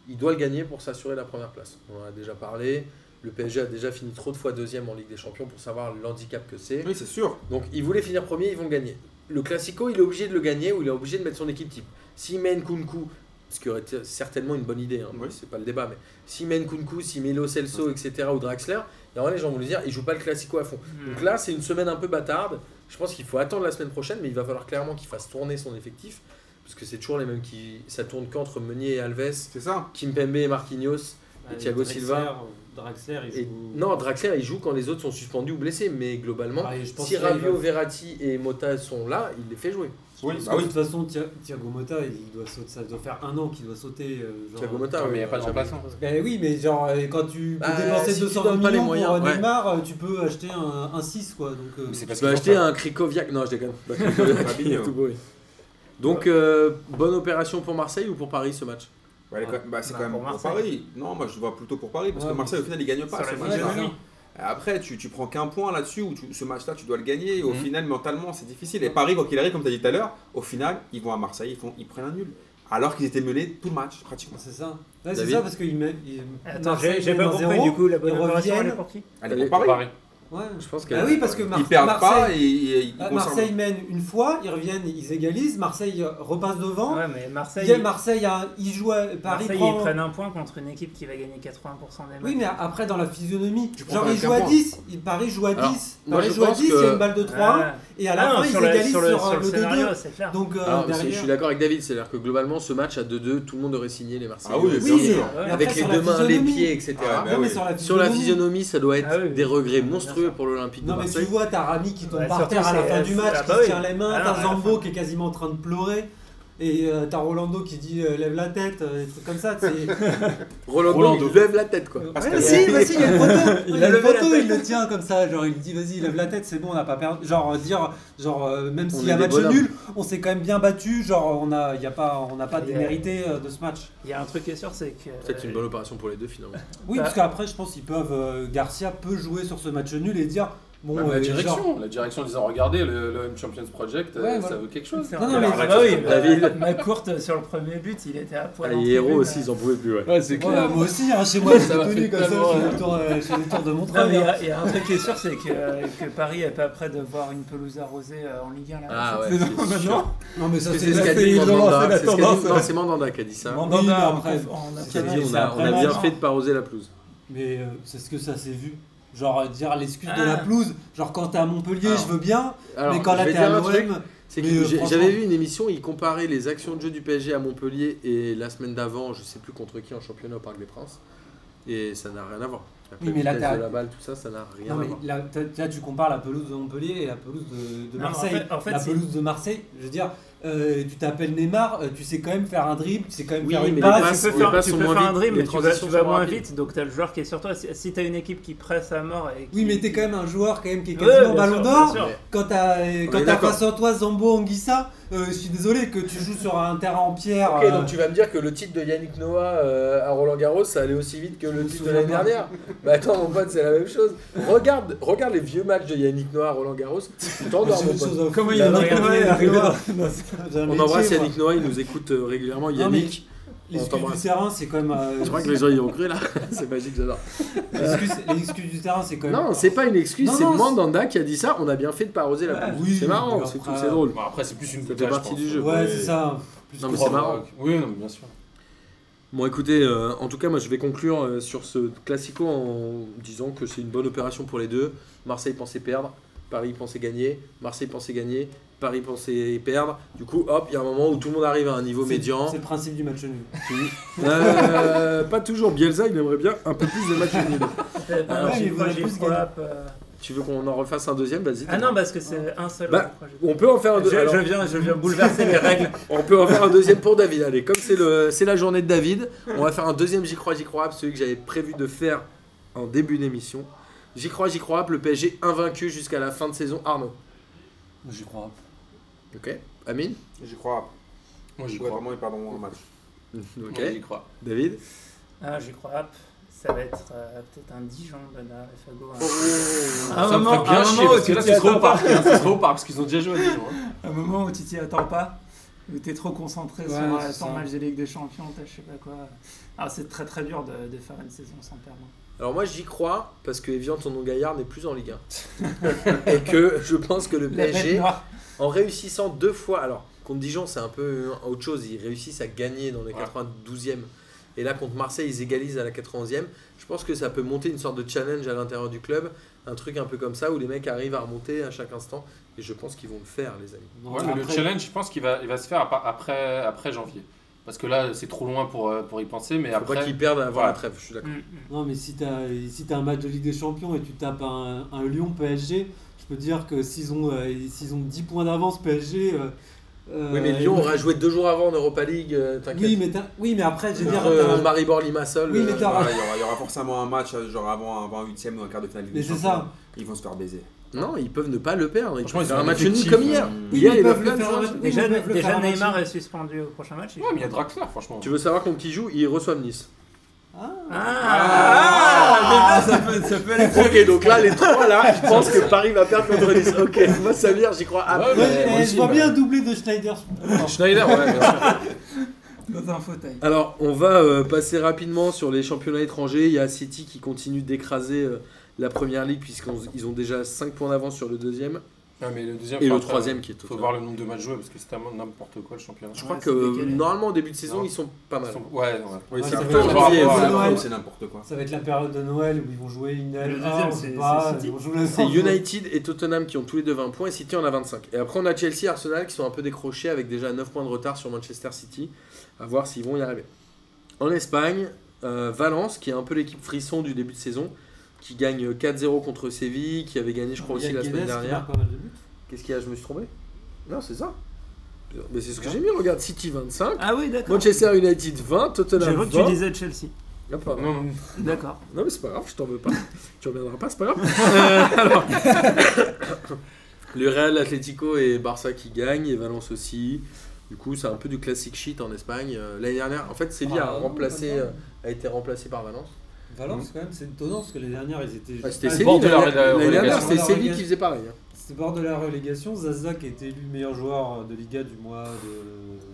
A: il doit le gagner pour s'assurer la première place. On en a déjà parlé. Le PSG a déjà fini trop de fois deuxième en Ligue des Champions pour savoir l'handicap que c'est.
B: Oui, c'est sûr.
A: Donc ils voulaient finir premier, ils vont le gagner. Le Classico, il est obligé de le gagner ou il est obligé de mettre son équipe type. S'il met Nkunku, ce qui aurait été certainement une bonne idée, hein,
B: Oui.
A: c'est pas le débat, mais s'il met Nkunku, s'il met Lo Celso, etc. ou Draxler, et en vrai, les gens vont lui dire, il joue pas le Classico à fond.
D: Hmm.
A: Donc là, c'est une semaine un peu bâtarde. Je pense qu'il faut attendre la semaine prochaine, mais il va falloir clairement qu'il fasse tourner son effectif. Parce que c'est toujours les mêmes qui. Ça tourne qu'entre Meunier et Alves,
B: C'est ça.
A: Kimpembe et Marquinhos. Et Thiago
E: Draxler,
A: Silva.
E: Draxler il
A: Et...
E: joue-
A: Non, Draxler, il joue quand les autres sont suspendus ou blessés, mais globalement,
E: Ah, et je pense
A: si
E: que là, il
A: Rabiot,
E: va-
A: Verratti et Mota sont là, il les fait jouer.
B: Oui,
E: Parce
B: bah
E: que
B: oui.
E: de toute façon Thia- Thiago Motta il doit sauter ça doit faire un an qu'il doit sauter euh, genre-
A: Thiago Motta,
C: mais il
A: oui,
C: n'y a pas de
A: euh,
C: remplaçant.
E: Ben oui, mais genre, euh, quand tu peux
A: Bah,
E: dépenser
A: si tu
E: 220
A: donnes pas les
E: millions
A: moyens,
E: pour euh,
A: ouais.
E: Neymar, euh, tu peux acheter un, un 6, quoi. Donc, euh,
C: Mais c'est
A: Tu
C: parce
A: peux
C: qu'ils ont
A: acheter
C: pas-
A: un Krikoviak. Non, je déconne. Pas Krikoviak,
E: hein.
B: Rabiot.
A: il est tout beau, oui. Donc, euh, bonne opération pour Marseille ou pour Paris ce match
B: Bah, elle est quand même- bah, c'est
D: Bah,
B: quand même
D: pour
B: pour
D: Marseille.
B: Paris. Non, moi je vois plutôt pour Paris parce
E: Ouais,
B: que Marseille au final il gagne pas
D: Ça
B: ce
D: aurait
E: ouais,
D: fait
B: match-là.
E: c'est ça.
B: Après, tu, tu prends qu'un point là-dessus, ou tu- ce match-là, tu dois le gagner. Et au
C: Mhm.
B: final, mentalement, c'est difficile. Et Paris, quoi qu'il arrive, comme tu as dit tout à l'heure, au final, ils vont à Marseille, ils, font, ils prennent un nul. Alors qu'ils étaient menés tout le match, pratiquement.
E: c'est ça. Ouais, c'est
A: David
E: ça, parce qu'il met. il-
D: Attends,
E: Marseille
D: j'ai j'ai
E: mène
D: pas
E: un
D: compris
E: zéro.
D: du coup la bonne
E: ils
D: opération, elle est
E: reviennent.
D: pour qui
B: Allez,
A: Allez,
B: pour Paris.
C: Paris.
E: Ouais.
A: Je pense que.
E: Bah oui, parce que Mar-
B: Ils perdent pas
E: Marseille,
B: et ils, ils
E: ah,
B: conservent.
E: Marseille mène une fois, ils reviennent, ils égalisent, Marseille euh, repasse devant.
D: Ouais, mais Marseille.
E: Il y a Marseille, a- il joue à Paris.
D: Marseille,
E: prend-
D: ils prennent un point contre une équipe qui va gagner 80% des matchs.
E: Oui, mais après, dans la physionomie,
B: Tu prends
E: genre,
B: pas
E: ils
B: qu'un
E: jouent à
B: point.
E: 10, il- Paris joue à
A: Alors,
E: 10,
A: moi,
E: Paris
A: je
E: joue à
A: pense
E: 10, il y a
A: que-
E: une balle de 3,
D: Ah,
E: et à
D: ah
E: la
D: non,
E: fin, ils
D: sur le-
E: égalisent
D: sur le-
E: sur
D: sur
E: euh,
D: le
E: le 2-2.
D: scénario, c'est clair.
E: Donc, euh,
A: Ah, mais c'est-
E: derrière-
A: je suis d'accord avec David, c'est-à-dire que globalement, ce match à 2-2, tout le monde aurait signé les Marseillais.
B: Ah oui,
E: Oui,
B: bien
E: mais-
B: sûr.
E: mais après,
A: Avec les
E: sur
A: deux
E: la
A: mains, les
E: physionomie-
A: pieds, etc.
B: Ah, bah
E: Non, mais
B: oui.
E: sur la
A: Sur la
E: physionomie-
A: physionomie, ça doit être
D: Ah oui, oui.
A: des regrets
D: Bien
A: monstrueux
D: sûr.
A: pour l'Olympique de
E: Non mais tu
A: Marseille.
E: vois, t'as Rami qui tombe
D: Ouais,
E: par
D: surtout,
E: terre à la
D: c'est-
E: fin du
D: c'est-
E: match,
D: ah
E: qui
D: bah
E: se
D: oui.
E: tient les mains,
D: Ah non,
E: t'as
D: mais à la
E: Zambo
D: fin.
E: qui est quasiment en train de pleurer, et euh, t'as Rolando qui dit euh, lève la tête, euh, des trucs comme ça. c'est-
A: Rolando,
C: Rolando.
A: il lève la tête quoi.
E: Ouais,
B: Parce
E: vas-y,
B: que-
E: vas-y, il y a une photo, il, y a une
A: levé la
E: photo,
A: tête.
E: il le tient comme ça, genre il dit vas-y lève la tête, c'est bon, on n'a pas perdu, genre euh, dire, genre euh, même
A: On
E: s'il y a
A: est des
E: match
A: bonhommes.
E: nul, on s'est quand même bien battu, genre on a, y a pas, on n'a pas
D: Et, euh,
E: démérité euh, de ce match.
D: Il y a un truc qui est sûr, c'est que.
A: Peut-être une bonne opération pour les deux finalement.
E: Oui,
D: Bah-
E: parce qu'après je pense qu'ils peuvent, euh, Garcia peut jouer sur ce match nul et dire bon,
C: Même
E: euh,
C: Bah, la direction,
E: genre,
C: la direction en disant regardez le, le M Champions Project, euh,
E: Ouais,
C: ça
E: voilà.
C: veut quelque chose.
D: C'est un-
E: Non, non, mais- euh,
D: bah oui, bah,
A: David.
D: ma courte sur le premier but, il était à poil.
A: Allez,
D: en
A: les héros
D: tribune,
A: aussi,
D: là.
A: ils en pouvaient plus. Ouais.
C: Ouais, c'est
E: Ouais,
C: clair.
E: moi aussi, hein, chez moi, je
C: Ça m'a
E: suis tenu
C: fait
E: comme ça,
C: tellement,
E: je fais
C: euh,
E: des tours, euh, je fais des tours de hein. mon
D: Non,
E: travail.
D: mais il y a- il y, a un truc qui est sûr, c'est que, que Paris est pas prêt de voir une pelouse arrosée euh, en Ligue 1. Là,
A: Ah ouais,
E: Mais non,
A: c'est
E: mais
A: sûr.
E: non. Non, mais ça,
A: C'est
E: c'est
A: ce qu'a
E: la-
A: dit
E: ils ont lancé
A: Mandanda.
E: la
A: C'est ce qu'a dit-
E: tendance.
A: non, c'est Mandanda qui a dit ça.
E: Mandanda.
D: Non,
E: Oui,
D: non,
E: mais
D: on-
E: après-
D: on a
A: C'est ce qu'a
D: pas
A: dit,
D: mal,
A: on
D: c'est
A: a, on
D: après
A: a bien
D: match.
A: fait de pas arroser la pelouse.
E: Mais euh, c'est ce que ça s'est vu. Genre, euh, dire l'excuse de
D: Ah.
E: la pelouse. Genre, quand t'es à Montpellier,
A: Alors.
E: je veux bien.
A: Alors,
E: mais quand
A: je
E: là,
A: vais
E: t'es à
A: dire un truc,
E: l'OM.
A: c'est
E: mais,
A: que
E: euh,
A: j'ai-
E: franchement-
A: j'avais vu une émission, ils comparaient les actions de jeu du PSG à Montpellier et la semaine d'avant, je sais plus contre qui en championnat au Parc des Princes. Et ça n'a rien à voir. La
E: Oui, mais là,
A: vitesse
E: t'as-
A: de la balle, tout ça, ça n'a rien
E: Non,
A: à voir.
E: mais là, t'as- là, tu compares la pelouse de Montpellier et la pelouse de, de
D: Non, mais en
E: Marseille.
D: fait- en fait,
E: la
D: c'est-
E: pelouse de Marseille, je veux dire, euh, tu t'appelles Neymar, euh, tu sais quand même faire un dribble, tu sais quand même
A: Oui,
E: faire une
A: mais
E: passe.
A: les
D: tu
A: passes-
D: peux
A: les
D: faire,
A: passes
D: tu
A: sont
D: peux
A: moins
D: faire un
A: vite,
D: dribble,
A: les
D: mais tu vas,
A: transitions
D: tu vas
A: sont
D: moins
A: rapides.
D: vite, donc t'as le joueur qui est sur toi. Si, si t'as une équipe qui presse à mort et qui...
E: Oui, mais t'es quand même un joueur quand même qui est
D: Ouais, bien
E: quasiment ballon
D: sûr,
E: d'or.
D: bien sûr.
A: Mais-
E: Quand t'as euh,
A: On
E: quand
A: est
E: t'as
A: d'accord.
E: face à toi Zambo Anguissa, euh, je suis désolé que tu joues sur un terrain en pierre.
A: Ok,
E: euh,
A: donc tu vas me dire que le titre de Yannick Noah euh, à Roland Garros, ça allait aussi vite que
E: Je
A: le
E: me
A: titre de
E: souviens
A: l'année
E: pas.
A: dernière. Bah attends, mon pote, c'est la même chose. Regarde, regarde les vieux matchs de Yannick Noah à Roland Garros. Tu t'endors, mon pote.
E: Bah, Comment
A: il en est
E: arrivé
A: arrivé
E: là
A: On embrasse Yannick Noah, il nous écoute euh, régulièrement.
E: Non, mais
A: Yannick,
E: les
A: On
E: excuses du
A: t'embrasse.
E: terrain, c'est quand même. euh,
A: Je crois que les gens y ont cru là. c'est magique, j'adore.
E: les, excuses, les excuses du terrain, c'est quand même.
A: Non, c'est pas une excuse,
E: Non,
A: c'est
E: non,
A: Mandanda qui a dit ça. On a bien fait de parodier la
E: Ouais,
A: pub.
E: oui,
A: c'est marrant,
E: mais
A: c'est
E: après,
A: tout, c'est drôle.
C: Bon, après, c'est plus une
A: Ça fait
C: boutade, je
A: partie
C: pense.
A: du jeu.
E: Ouais, c'est ça. hein. Plus
A: Non,
E: que
A: mais
E: trois
A: c'est marrant.
C: Oui, non, mais bien sûr.
A: Bon, écoutez, euh, en tout cas, moi je vais conclure euh, sur ce classico en disant que c'est une bonne opération pour les deux. Marseille pensait perdre, Paris pensait gagner, Marseille pensait gagner, Paris pensait perdre. Du coup, hop, il y a un moment où tout le monde arrive à un niveau
E: C'est-
A: médian.
E: C'est le principe du match nul.
A: Euh, pas toujours. Bielsa, il aimerait bien un peu plus de matchs nuls.
E: Ah,
D: j'ai
E: il
D: froid,
E: voulait
D: j'ai
E: plus
D: froid,
E: gagner.
D: euh.
A: Tu veux qu'on en refasse un deuxième Vas-y.
D: Ah non, parce que c'est un seul.
A: Bah,
D: froid, j'ai froid.
A: On peut en faire un
D: Je,
A: deuxième.
D: je viens, je viens bouleverser les règles.
A: On peut en faire un deuxième pour David. Allez, comme c'est le c'est la journée de David, on va faire un deuxième J'y crois, J'y crois, celui que j'avais prévu de faire en début d'émission. J'y crois, J'y crois, le PSG invaincu jusqu'à la fin de saison. Arnaud.
E: J'y crois.
A: Ok. Amine.
B: J'y crois.
C: Moi,
B: J'y
C: j'y
B: crois
C: crois.
B: vraiment, ils perdent un match.
A: Ok.
C: Moi, j'y crois.
A: David.
D: Ah, j'y crois. hop. Ça va être euh, peut-être un Dijon, Bernard Fago. hein.
C: Ça
D: Un
C: me ferait
D: moment, un
C: bien chier
D: moment où
C: parce que
D: tu
C: là,
D: t'y
C: ce serait
D: attends
C: au
D: pas.
C: parc. hein, Ce serait au parc parce qu'ils ont déjà joué à Dijon. hein.
D: Un moment où tu t'y attends pas. Où t'es trop concentré sur
E: Ouais,
D: euh,
E: c'est
D: ton
E: ça.
D: match de Ligue des Champions, t'as je sais pas quoi. Ah, c'est très très dur de, de faire une saison sans perdre. hein.
A: Alors moi j'y crois parce que évidemment Tonon Gaillard n'est plus en Ligue 1 et que je pense que le
D: La bête
A: PSG
D: noire.
A: en réussissant deux fois, alors contre Dijon c'est un peu euh, autre chose, ils réussissent à gagner dans les
C: Ouais.
A: 92e. Et là contre Marseille ils égalisent à la 91e. Je pense que ça peut monter une sorte de challenge à l'intérieur du club, un truc un peu comme ça où les mecs arrivent à remonter à chaque instant. Et je pense qu'ils vont le faire les amis.
E: Non,
C: Ouais, mais le
E: après-
C: challenge, je pense qu'il va, il va se faire à par- après, après janvier. Parce que là, c'est trop loin pour, euh, pour y penser, mais
A: Faut pas
C: après.
A: qu'ils perdent avant
C: Ouais.
A: la trêve, je suis d'accord.
D: Mm, mm.
E: Non, mais si t'as si t'as un match de Ligue des Champions et tu tapes un, un Lyon PSG, je peux te dire que s'ils ont, euh, s'ils ont 10 points d'avance PSG. euh,
A: Oui mais
E: euh,
A: Lyon aura joué deux jours avant en Europa League, euh, t'inquiète.
E: Oui, mais, t'as- oui, mais après, je veux dire.
A: Contre, euh,
E: t'as-
A: Maribor Limassol.
E: Oui, mais
A: euh,
E: t'as-
B: Voilà, Il y, aura- il y aura forcément un match, euh, genre avant, avant un huitième ou un quart de finale. de Ligue
E: Mais
B: des
E: c'est
B: Champions.
A: euh,
E: ça.
B: Ils vont se faire baiser.
A: Non, ils peuvent ne pas le perdre. Ils
C: Franchement,
A: peuvent
C: ils
A: faire
C: ont
A: un
C: un
A: match nul
C: effectif,
A: comme
C: euh,
A: hier.
E: Oui,
A: Hier,
E: mais
A: ils
E: ils peuvent
A: doivent
E: le
A: le
E: faire
A: faire.
E: un match- oui,
D: Déjà,
E: ils peuvent le
D: déjà
E: faire un match
D: Neymar
E: nul.
D: est suspendu au prochain match.
C: Ouais, mais il y a Draxler, franchement.
A: Tu veux savoir contre qui joue Ils reçoivent Nice. Ah.
D: Ah,
B: ça peut, ça peut aller
A: Ok, donc là, les trois là, je pense que Paris va perdre contre Nice. Ok, moi Samir, j'y crois. à
C: Ouais,
E: Ouais,
A: plein.
C: mais
E: eh,
C: moi aussi,
E: je vois
C: bah.
E: bien un doublé de Schneider. Non.
A: Schneider, ouais, bien sûr.
D: Dans un fauteuil.
A: Alors, on va euh, passer rapidement sur les championnats étrangers. Il y a City qui continue d'écraser euh, la première ligue, puisqu'ils ont déjà 5 points d'avance sur le deuxième
C: Ah, mais le deuxième,
A: et
C: enfin,
A: le
C: après,
A: troisième qui est
C: Faut
A: total.
C: voir le nombre de matchs joués parce que c'est tellement n'importe quoi le championnat.
A: Je crois
D: Ouais,
A: que
D: c'est décalé.
A: normalement, au début de saison,
C: Non.
A: ils sont pas mal.
C: Ils sont- Ouais, ouais.
B: Oui,
E: Ouais,
B: c'est
E: ça
B: un
E: fait
B: peu-
E: un
B: c'est
A: peu
B: un peu-
E: Noël.
B: c'est n'importe quoi.
E: Ça va être la période de Noël où ils vont jouer une
D: Le
E: L1,
D: deuxième,
E: on sait
D: c'est-
E: pas,
D: c'est City.
E: ils vont jouer la
A: C'est
E: Samp.
A: United et Tottenham qui ont tous les deux 20 points et City en a 25. Et après on a Chelsea et Arsenal qui sont un peu décrochés avec déjà 9 points de retard sur Manchester City. À voir s'ils vont y arriver. En Espagne, euh, Valence qui est un peu l'équipe frisson du début de saison qui gagne 4-0 contre Séville, qui avait gagné je crois
E: Il y a
A: aussi la
E: Guedes
A: semaine
E: qui
A: dernière.
E: marque pas mal de buts.
A: Qu'est-ce qu'il y a Je me suis trompé Non, c'est ça. Mais c'est ce que j'ai mis, regarde, City 25,
D: Ah oui, d'accord.
A: Manchester United 20, Tottenham
D: J'avoue que
A: 20.
D: tu disais Chelsea.
A: Ah, pardon.
C: Non, non,
D: D'accord.
A: Non mais c'est pas grave, je t'en veux pas. tu reviendras pas, c'est pas grave. Euh, alors. Le Real, Atlético et Barça qui gagnent, et Valence aussi. Du coup, c'est un peu du classic shit en Espagne. Euh, L'année dernière, en fait, Séville a,
E: Ah,
A: remplacé,
E: non, pas
A: euh, a été remplacé par Valence.
C: Ah,
E: Valence, quand même, c'est étonnant parce que les dernières, ils étaient.
A: Ah, c'était
E: Ah,
A: Séville.
C: bord de la
A: L'année
C: relégation.
A: l'année dernière, c'était
E: La
A: Séville
E: relégation.
A: qui faisait pareil. hein.
E: C'était bord de la relégation. Zaza qui a été élu meilleur joueur de Liga du mois de.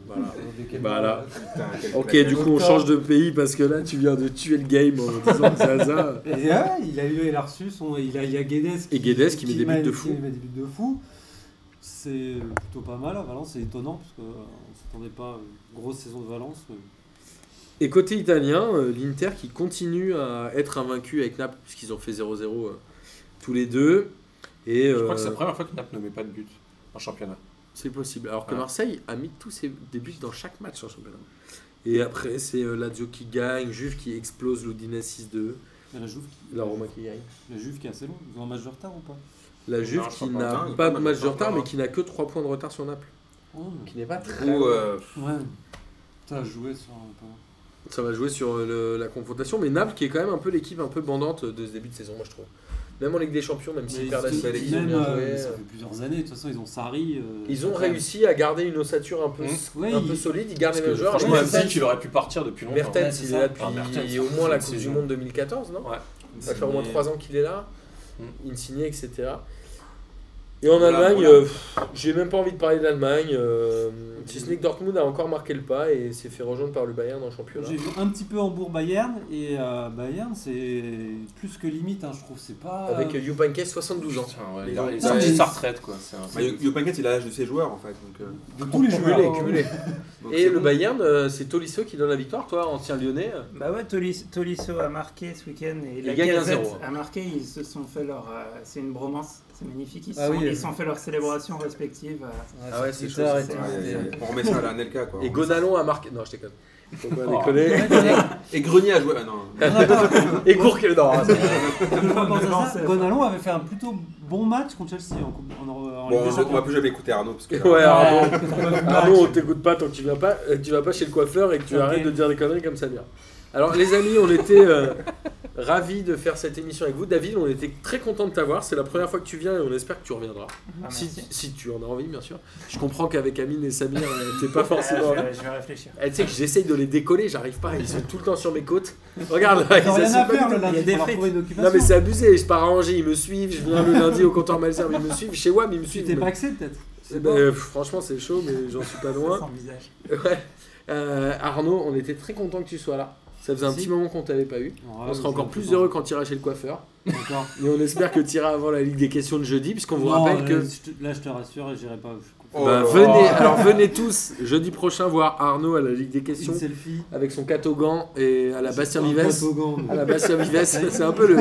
A: Voilà. Bah,
E: de quel
A: Voilà.
E: mois
B: Putain, quel
A: Ok,
B: claquage.
A: du coup, on
C: euh,
A: change de pays parce que là, tu viens de tuer le game en disant que Zaza.
E: Et ah, il a eu, il a reçu son. Il a, il y a Guedes
A: Et Guedes qui met des buts de fou.
E: qui met des buts de fou. C'est plutôt pas mal à Valence, c'est étonnant parce qu'on ne s'attendait pas à une grosse saison de Valence. mais-
A: Et côté italien, euh, l'Inter qui continue à être invaincu avec Naples, puisqu'ils ont fait 0-0 euh, tous les deux. Et,
C: je crois que c'est
A: euh,
C: la première fois que Naples ne met pas de but en championnat.
A: Ah, C'est possible. Alors que
C: Ouais.
A: Marseille a mis tous ses débuts dans chaque match en championnat. Et après, c'est euh, Lazio qui gagne, Juve qui explose l'Udinese 6-2,
E: Mais la Juve, qui-
A: la Roma qui gagne.
E: la Juve qui est assez longue. Ils ont un match de retard ou pas
A: La Juve
C: je
A: qui
C: crois pas.
A: n'a
B: Non, il y
A: pas
B: a pas
A: de
B: de
A: match de
B: retard,
A: retard, mais
B: hein.
A: qui n'a que 3 points de retard sur Naples.
E: Oh,
A: Qui n'est pas
B: Du
A: très.
B: coup, euh,
E: Ouais. Putain, jouer sur. un peu.
A: Ça va jouer sur euh, le- la confrontation, mais Naples qui est quand même un peu l'équipe un peu bandante de ce début de saison, moi je trouve. Même en Ligue des Champions, même
E: Mais
A: s'ils perdent la
E: ils-
A: City,
E: ils-
A: ils ont
E: même,
A: bien
E: euh,
A: joué.
E: Ça fait plusieurs années, de toute façon, ils ont Sarri. euh,
A: Ils ont
E: ouais.
A: réussi à garder une ossature un peu,
C: Mmh.
E: Ouais,
A: un peu
E: ils-
A: solide, ils gardent
C: Parce
A: les
C: que,
A: mêmes joueurs.
C: franchement,
A: Mertens,
C: Mertens, il aurait pu partir depuis longtemps.
A: Mertens,
E: Ouais, c'est
A: il
E: ça.
A: est là depuis
C: Ah, Mertens,
A: au moins la
C: c'est
A: Coupe
C: une
A: du
C: saison.
A: Monde 2014, non
C: Ouais.
E: Hmm.
A: Ça fait au moins 3 ans qu'il est là,
C: Mm.
A: Insigné, etc. Et en
B: Voilà,
A: Allemagne,
B: voilà.
A: euh, pff, j'ai même pas envie de parler d'Allemagne. euh, si ce n'est que Dortmund a encore marqué le pas et s'est fait rejoindre par le hein. Bayern en championnat.
E: J'ai vu un petit peu Hambourg-Bayern et euh, Bayern, c'est plus que limite, hein, je trouve. C'est pas. euh,
A: Avec Yupanke, 72 ans.
C: Putain, ouais,
B: Les
C: il
B: gars,
C: a- il
E: non,
C: a
E: mais-
C: sorti de sa retraite, quoi. C'est un-
B: Bah, Yo- Yopanket, il a l'âge de ses joueurs en fait. Donc, euh,
E: de tous les joueurs.
A: Cumulé,
E: hein.
A: cumulé.
B: donc
A: Et
B: c'est
A: le
B: bon.
A: Bayern, euh, c'est Tolisso qui donne la victoire, toi, ancien lyonnais.
D: Bah ouais, Tolis- Tolisso a marqué ce week-end et la
A: gagne
D: Gazette
A: 1-0.
D: a marqué. Ils se sont fait leur. euh, c'est une bromance, c'est magnifique. Ils se
E: Ah
D: sont,
E: oui,
D: ils
E: euh.
D: se sont fait leur célébration respective. euh.
A: Ah ouais, c'est
E: Twitter
A: chaud,
E: et
D: c'est-
E: tout,
B: Ouais,
E: c'était-
B: ouais, ouais. On remet ça à la Nelka quoi.
A: Et Gonalon a marqué. Non, je déconne. Faut pas
E: Oh.
A: déconner.
B: Et Grenier a joué. Ah, non.
E: Non, attends,
A: Et Gourcuff, non, hein, c'est-
E: je repense
D: Non,
E: à ça,
D: c'est-
E: Gonalon avait fait un plutôt bon match contre Chelsea en, coupe- en, en Ligue
B: Bon,
E: des
B: on, on
E: Champions.
B: va plus jamais écouter Arnaud parce que.
A: Ouais, Arnaud,
E: Ouais.
A: Arnaud, on t'écoute pas tant que tu vas pas, euh, tu vas pas chez le coiffeur et que tu
E: Ok.
A: arrêtes de dire des conneries comme ça vient. Alors les amis, on était euh, ravis de faire cette émission avec vous. David, on était très content de t'avoir. C'est la première fois que tu viens et on espère que tu reviendras.
D: Ah, merci.
A: Si, si tu en as envie, bien sûr. Je comprends qu'avec Amine et Samir, euh, t'es
D: Euh,
A: pas forcément...
D: je, je vais réfléchir.
A: Eh, tu sais que j'essaye de les décoller, j'arrive pas, ils sont tout le temps sur mes côtes. Regarde, là,
E: Ils ont
A: ils
E: rien
A: assument pas du tout.
E: à faire le
D: Il y a des
E: lundi pour leur
D: frites.
E: trouver une
A: Non mais
E: occupation.
A: c'est abusé, je pars à Angers, ils me suivent, je viens le lundi au comptoir Malzerbe, ils me suivent, chez WAM, ils me
E: Tu
A: suivent.
E: t'es baxé peut-être
A: Eh ben, euh, franchement c'est chaud, mais j'en suis pas
D: Ça,
A: loin.
D: sans visage.
A: Ouais. Euh, Arnaud, on était très content que tu sois là. Ça faisait un
E: Si. Ah,
A: petit moment qu'on t'avait pas eu. on sera encore plus heureux
E: heureux
A: quand tu iras chez le coiffeur.
E: Encore.
A: Et on espère que tu iras avant la Ligue des questions de jeudi, puisqu'on vous
E: Non,
A: rappelle
E: euh,
A: que.
E: je te- Là, je te rassure, j'irai pas. je coupe.
B: Oh
A: Bah,
B: là là.
A: venez, alors venez tous jeudi prochain voir Arnaud à la Ligue des
E: Une
A: questions
E: selfie.
A: avec son catogan et à la Bastien
E: Un
A: Vives.
E: toboggan.
A: À la Bastien Vives, c'est un peu le,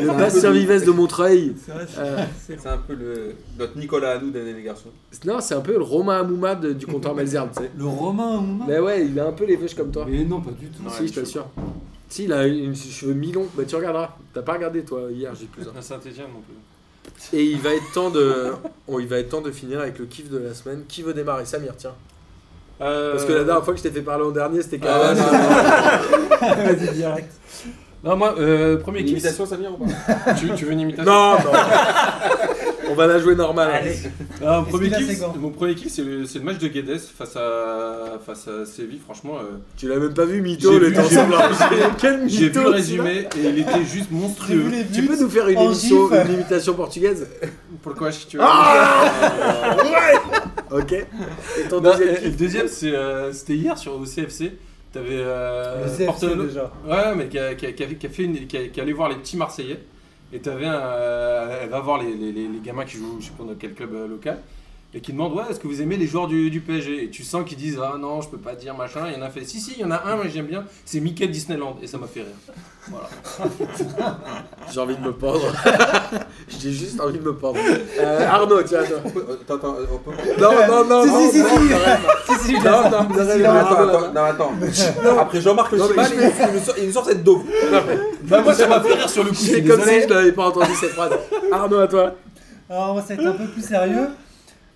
A: le Bastien Vives de Montreuil.
D: C'est vrai, c'est-
A: Euh,
D: c'est
B: C'est un peu le, notre Nicolas à nous d'année les garçons.
A: non, c'est un peu le Romain Amouma de- du comptoir Malzerbe, tu sais.
E: Le Romain Amouma
A: Mais ouais, il a un peu les feuches comme toi.
E: Mais non, pas du tout.
A: si, je t'assure. Si, il a une cheveux mi-long. Bah, tu regarderas. T'as pas regardé, toi, hier, j'ai plus.
C: À Saint-Etienne non plus.
A: Et il va être temps de, oh, il va être temps de finir avec le kiff de la semaine. Qui veut démarrer Samir, tiens. Parce
C: Euh,
A: que la dernière fois que je t'ai fait parler en dernier, c'était
B: Ah,
A: Carvajal.
B: non, non, non.
D: Vas-y, direct.
C: Non, moi, euh, premier kiff.
B: L'imitation, Samir ou pas
C: Tu, tu veux une imitation
A: non, non. On va la jouer normale.
D: Allez.
C: Ah, mon
D: Est-ce
C: premier
D: qu'il a
C: kiff,
D: ses gants
C: mon premier kiff, c'est le, c'est le match de Guedes face à, face à Séville. Franchement, euh,
A: Tu l'as même pas vu, Mito,
C: J'ai
A: le
C: vu,
A: temps
C: j'ai
A: ensemble. Quel mytho
C: j'ai vu le
A: celui-là.
C: résumé et il était juste
E: J'ai vu
C: monstrueux.
E: les
A: Tu
E: buts.
A: peux nous faire une,
E: en
A: émission,
E: gif.
A: une imitation portugaise
C: Pourquoi je tu
A: Ah
C: Euh,
A: Ok. Et ton
C: Non,
A: deuxième
C: et- et
A: kiff
C: le deuxième, c'est, euh, c'était hier sur au CFC. T'avais euh,
E: Le CFC,
C: Portolo-
E: déjà.
C: Ouais, mais qui a, qui a- qui a- qui a fait une- qui a- qui allait voir les petits Marseillais. Et t'avais un, euh, elle va voir les, les- les- les gamins qui jouent, je sais pas, dans quel club euh, local. Et qui demandent, ouais, est-ce que vous aimez les joueurs du, du PSG Et tu sens qu'ils disent, ah non, je peux pas dire machin. Il y en a fait, si, si, il y en a un, mais j'aime bien, c'est Mickey Disneyland. Et ça m'a fait rire.
A: J'ai envie de me pendre. J'ai juste envie de me pendre. Euh, Arnaud, tiens, toi.
B: Attends, attends, on peut.
A: Non, non, non,
E: Si,
A: non,
E: si, si,
A: non,
E: si.
A: arrête. Non, non, non,
B: Non,
A: non, non,
B: attends,
A: non.
B: attends, non, attends. Après Jean-Marc Le
A: Non, mais
B: Chimal,
A: je-
B: il, il nous sort, il nous sort cette daube.
C: Bah, moi, ça m'a fait rire sur le coup. je suis
A: C'est comme
C: désolé.
A: si je n'avais pas entendu cette phrase. Arnaud, à toi.
E: Alors, moi, ça va être un peu plus sérieux.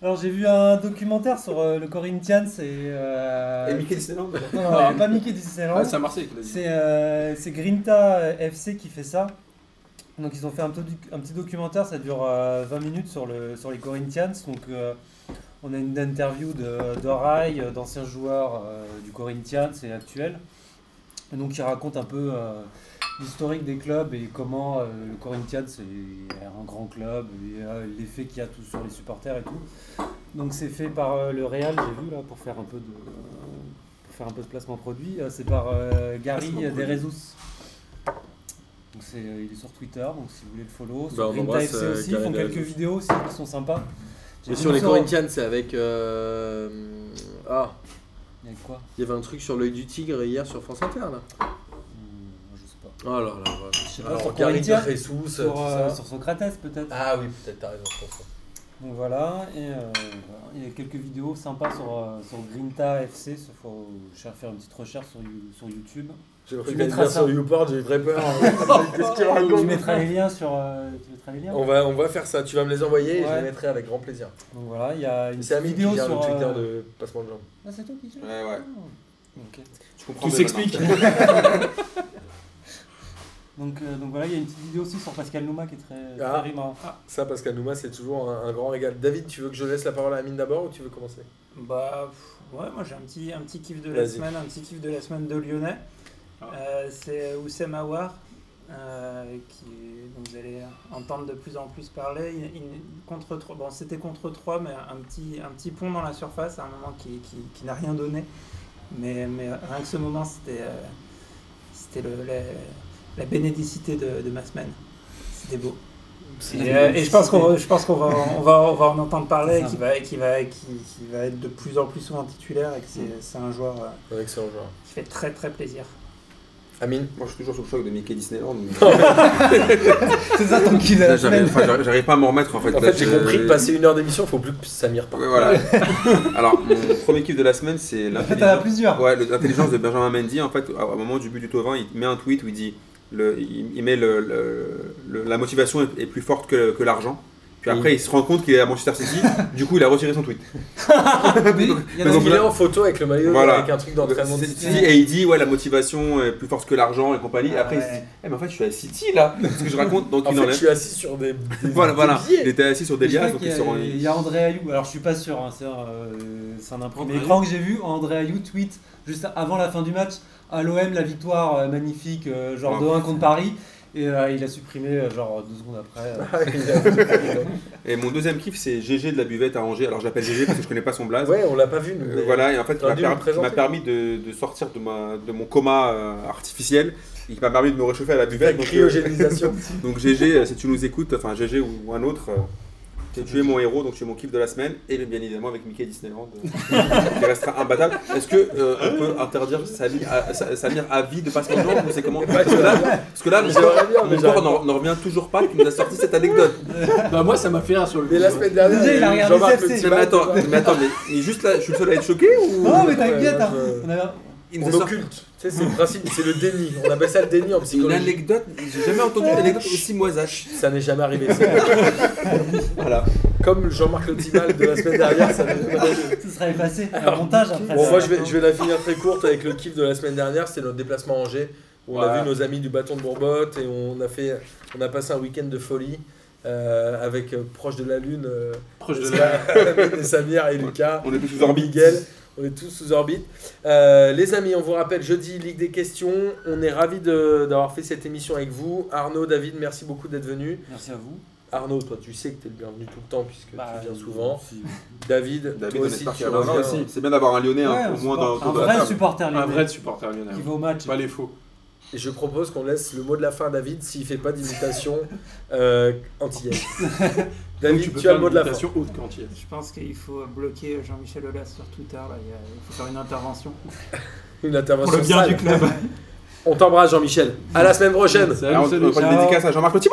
E: Alors, j'ai vu un documentaire sur euh, le Corinthians et. euh,
B: Et Mickey Disneyland.
E: Non, non, pas Mickey Disneyland.
C: Ah, c'est à Marseille qu'il a dit.
E: C'est euh, c'est Grinta FC qui fait ça. Donc ils ont fait un, petit doc- un petit documentaire, ça dure euh, 20 minutes sur, le, sur les Corinthians. Donc euh, on a une interview de, de Rai, euh, d'anciens joueurs euh, du Corinthians et actuels. Et donc ils racontent un peu euh, l'historique des clubs et comment euh, le Corinthians est un grand club et euh, l'effet qu'il y a tout sur les supporters et tout. Donc c'est fait par euh, le Real, j'ai vu là, pour faire un peu de, pour faire un peu de placement produit. euh, c'est par euh, Gary
B: Placement produit.
E: Derezus. Donc c'est, euh, il est sur Twitter, donc si vous voulez le follow.
A: Bah, on
E: Sur Green
A: embrasse,
E: FC
A: euh,
E: aussi, ils
A: Gary
E: font quelques
A: Derezus.
E: vidéos aussi qui sont sympas. J'ai
A: Et
E: vu
A: sur
E: une
A: les
E: sorte-
A: Corinthians, c'est avec. euh, Ah,
E: Il y a quoi
A: il y avait un truc sur l'œil du tigre hier sur France Inter, là.
E: Hum, Je sais pas.
A: Oh là là. voilà.
E: Je sais pas,
A: Alors,
E: Ah, sur
A: Gary
E: Corinthians,
A: Dessous, tout
E: Sur, euh,
A: ça.
E: sur Socrates peut-être.
A: Ah oui, peut-être, t'as raison, je pense.
E: Donc voilà, et euh, voilà. il y a quelques vidéos sympas sur, euh, sur Grinta FC, il faut cher- faire une petite recherche sur, You- sur YouTube.
A: J'ai
E: Tu
A: cru
E: mettras
A: dire
E: ça.
A: sur YouPorn, j'ai eu très peur. hein. Qu'est-ce qu'il raconte
E: Tu mettras les liens sur... euh, tu mettras les liens
A: on va, on va faire ça, tu vas me les envoyer et je les
E: Ouais.
A: mettrai avec grand plaisir.
E: Donc voilà, il y a une
A: C'est Amine qui
E: vidéo
A: gère le
E: sur...
A: Twitter
E: euh,
A: de Passement de Jambes.
E: Ah c'est toi qui gères
B: Ouais, ouais.
E: Ok.
B: Tu comprends
C: Tout
B: mieux
C: s'explique.
B: maintenant.
E: Donc, euh, donc voilà, il y a une petite vidéo aussi sur Pascal Nouma qui est très, très
A: Ah.
E: marrante.
A: Ça, Pascal Nouma, c'est toujours un, un grand régal. David, tu veux que je laisse la parole à Amine d'abord ou tu veux commencer
D: Bah pff, ouais, moi j'ai un petit, un petit kiff de la
A: Vas-y.
D: semaine, un petit kiff de la semaine de Lyonnais.
C: Ah.
D: Euh, c'est Oussem Aouar, euh, qui est- dont vous allez entendre de plus en plus parler. Il- il- contre trois- bon, c'était contre 3, mais un petit, un petit pont dans la surface à un moment qui, qui, qui n'a rien donné. Mais, mais rien que ce moment, c'était euh, c'était le- la, la bénédicité de, de ma semaine. C'était beau. Et, euh, et je pense qu'on je pense qu'on va, on va, on va en entendre parler,
E: C'est ça.
D: qui va, qui va, qui, qui va être de plus en plus souvent titulaire et que
A: Mm.
D: c'est c'est un joueur euh,
A: Ouais, excellent joueur.
D: qui fait très très plaisir.
A: Amine
B: Moi, je suis toujours sous le choc de Mickey Disneyland. mais-
E: C'est ça ton kill de
B: Là,
E: la
B: J'arrive
E: semaine.
B: enfin, j'arrive- j'arrive pas à m'en remettre en fait.
A: En
B: Là,
A: fait, j'ai
B: je-
A: compris que passer une heure d'émission, faut plus que Samir parle.
B: Ouais, voilà. Alors, mon premier kiff de la semaine, c'est
E: En fait, t'en as
B: l'intelligence.
E: plusieurs.
B: Ouais, le- l'intelligence de Benjamin Mendy, en fait, à- au moment du but du Tovin, il met un tweet où il dit le, il, il met le, le- le- la motivation est, est plus forte que, que l'argent. Puis
A: Oui.
B: après, il se rend compte qu'il est à Manchester City, du coup, il a retiré son tweet.
A: Il
B: Donc,
A: il est
B: là-
A: en photo avec le maillot,
B: Voilà.
A: avec un truc d'entraînement de
B: C'est- City, et il dit, ouais, la motivation est plus forte que l'argent et compagnie. Et
D: Ah
B: après, il se
D: ouais.
B: dit, eh, mais en fait, je suis à City là, ce que je raconte, donc
A: En
B: il
A: fait, je
B: enlève.
A: suis assis sur des. des-
B: Voilà,
A: des
B: voilà.
A: billets.
B: Il était assis sur des
E: Je crois
B: liasses, donc
E: qu'il
B: il
E: y a-
B: se rend.
E: Il y a André Ayou, alors je suis pas sûr, hein, c'est un, euh, c'est un imprimé
C: André
E: écran que j'ai vu. André Ayou tweet juste avant la fin du match à l'OM la victoire euh, magnifique, euh, genre
B: Ouais.
E: 2-1 contre Paris. Et euh, il a supprimé euh, genre deux secondes après. euh.
A: Ah,
B: Et mon deuxième kiff, c'est GG de la buvette à Angers. Alors, j'appelle GG parce que je connais pas son blaze.
A: ouais, on l'a pas vu, nous.
B: Euh,
A: mais-
B: voilà, et en fait, il
A: T'aurais
B: m'a
A: dû me
B: per-
A: le présenter.
B: m'a permis de, de sortir de, ma, de mon coma euh, artificiel. Il m'a permis de me réchauffer à la
A: La
B: buvette. Donc, euh,
A: cryogénisation.
B: donc GG, euh, si tu nous écoutes, enfin GG ou, ou un autre, euh, tu- tu es mon héros, donc tu es mon kiff de la semaine. Et bien évidemment avec Mickey Disneyland, euh, qui restera imbattable. Est-ce que euh, on peut interdire Samir à, Sa- Samir à vie de passer en jambe ou c'est comment
A: Ouais,
B: Parce
A: tu
B: que
A: vas
B: là,
A: bien.
B: parce que là mon
A: J'aimerais
B: corps-
A: bien, mais
B: mon corps
A: j'arrive
B: n'en n'en revient toujours pas qu'il nous a sorti cette anecdote.
C: Bah, moi, ça m'a fait rire sur le
A: Mais
C: coup. hein.
A: la semaine dernière,
E: Déjà, il a regardé
A: Jean-Marc Le
E: CFC.
A: Petit
B: Mais
A: Mal,
B: attends,
A: quoi.
B: mais, attends, mais- mais juste là, je suis le seul à être choqué ou
E: Non, mais t'inquiète,
A: Ouais,
E: hein.
A: je-
E: on a-
B: il nous
A: On
B: a sorti-
A: occulte. Tu sais, c'est le principe, c'est le déni. On appelle ça le déni en
B: Une
A: psychologie.
B: anecdote, j'ai jamais entendu une anecdote aussi moisache.
A: Ça n'est jamais arrivé. c'est-
B: Voilà.
A: Comme Jean-Marc Le Petit Mal de la semaine dernière, ça n'est jamais arrivé.
E: ce sera effacé, un montage hein. après.
A: Bon,
E: ça.
A: moi, je vais, je vais la finir très courte avec le kiff de la semaine dernière. C'était notre déplacement à Angers où on a
B: Ouais.
A: vu nos amis du bâton de Bourbotte et on a, fait, on a passé un week-end de folie euh, avec euh, Proche de la Lune, euh,
C: Proche de la.
A: Amine et Samir et Lucas.
B: On est tous
A: Sous orbite, Miguel. On est tous sous orbite. Euh, les amis, on vous rappelle jeudi Ligue des questions. On est ravis de- d'avoir fait cette émission avec vous. Arnaud, David, merci beaucoup d'être venus.
E: Merci à vous.
A: Arnaud, toi, tu sais que tu es le bienvenu tout le temps puisque
E: Bah,
A: tu viens souvent.
E: si-
A: David,
B: David,
A: toi
B: on
A: aussi,
B: espère
A: tu
B: qu'il y en aura
A: reviens.
B: aussi. C'est bien d'avoir un Lyonnais, hein, au
E: Ouais, un
B: moins
E: support-
B: dans autour
E: un
B: de la
E: vrai
B: table.
E: supporter
C: Un
E: lyonnais
C: vrai supporter lyonnais. hein.
E: qui va au match.
C: Pas les faux.
A: Et je propose qu'on laisse le mot de la fin à David s'il fait pas d'imitation euh, antillaise. David,
C: Donc, peux
A: tu, as
C: faire
A: le mot de la
C: une
A: fin.
C: imitation haute quantière.
D: Je pense qu'il faut bloquer Jean-Michel Aulas sur Twitter. là. Il y a- il faut faire une intervention.
A: Une intervention
D: Pour le bien
A: sale.
D: du club.
A: On t'embrasse,
C: Ah
A: Jean-Michel. À la semaine prochaine.
C: Salut,
B: Alors, on
C: salut.
B: peut une
E: Ciao.
B: dédicace à Jean-Marc Petit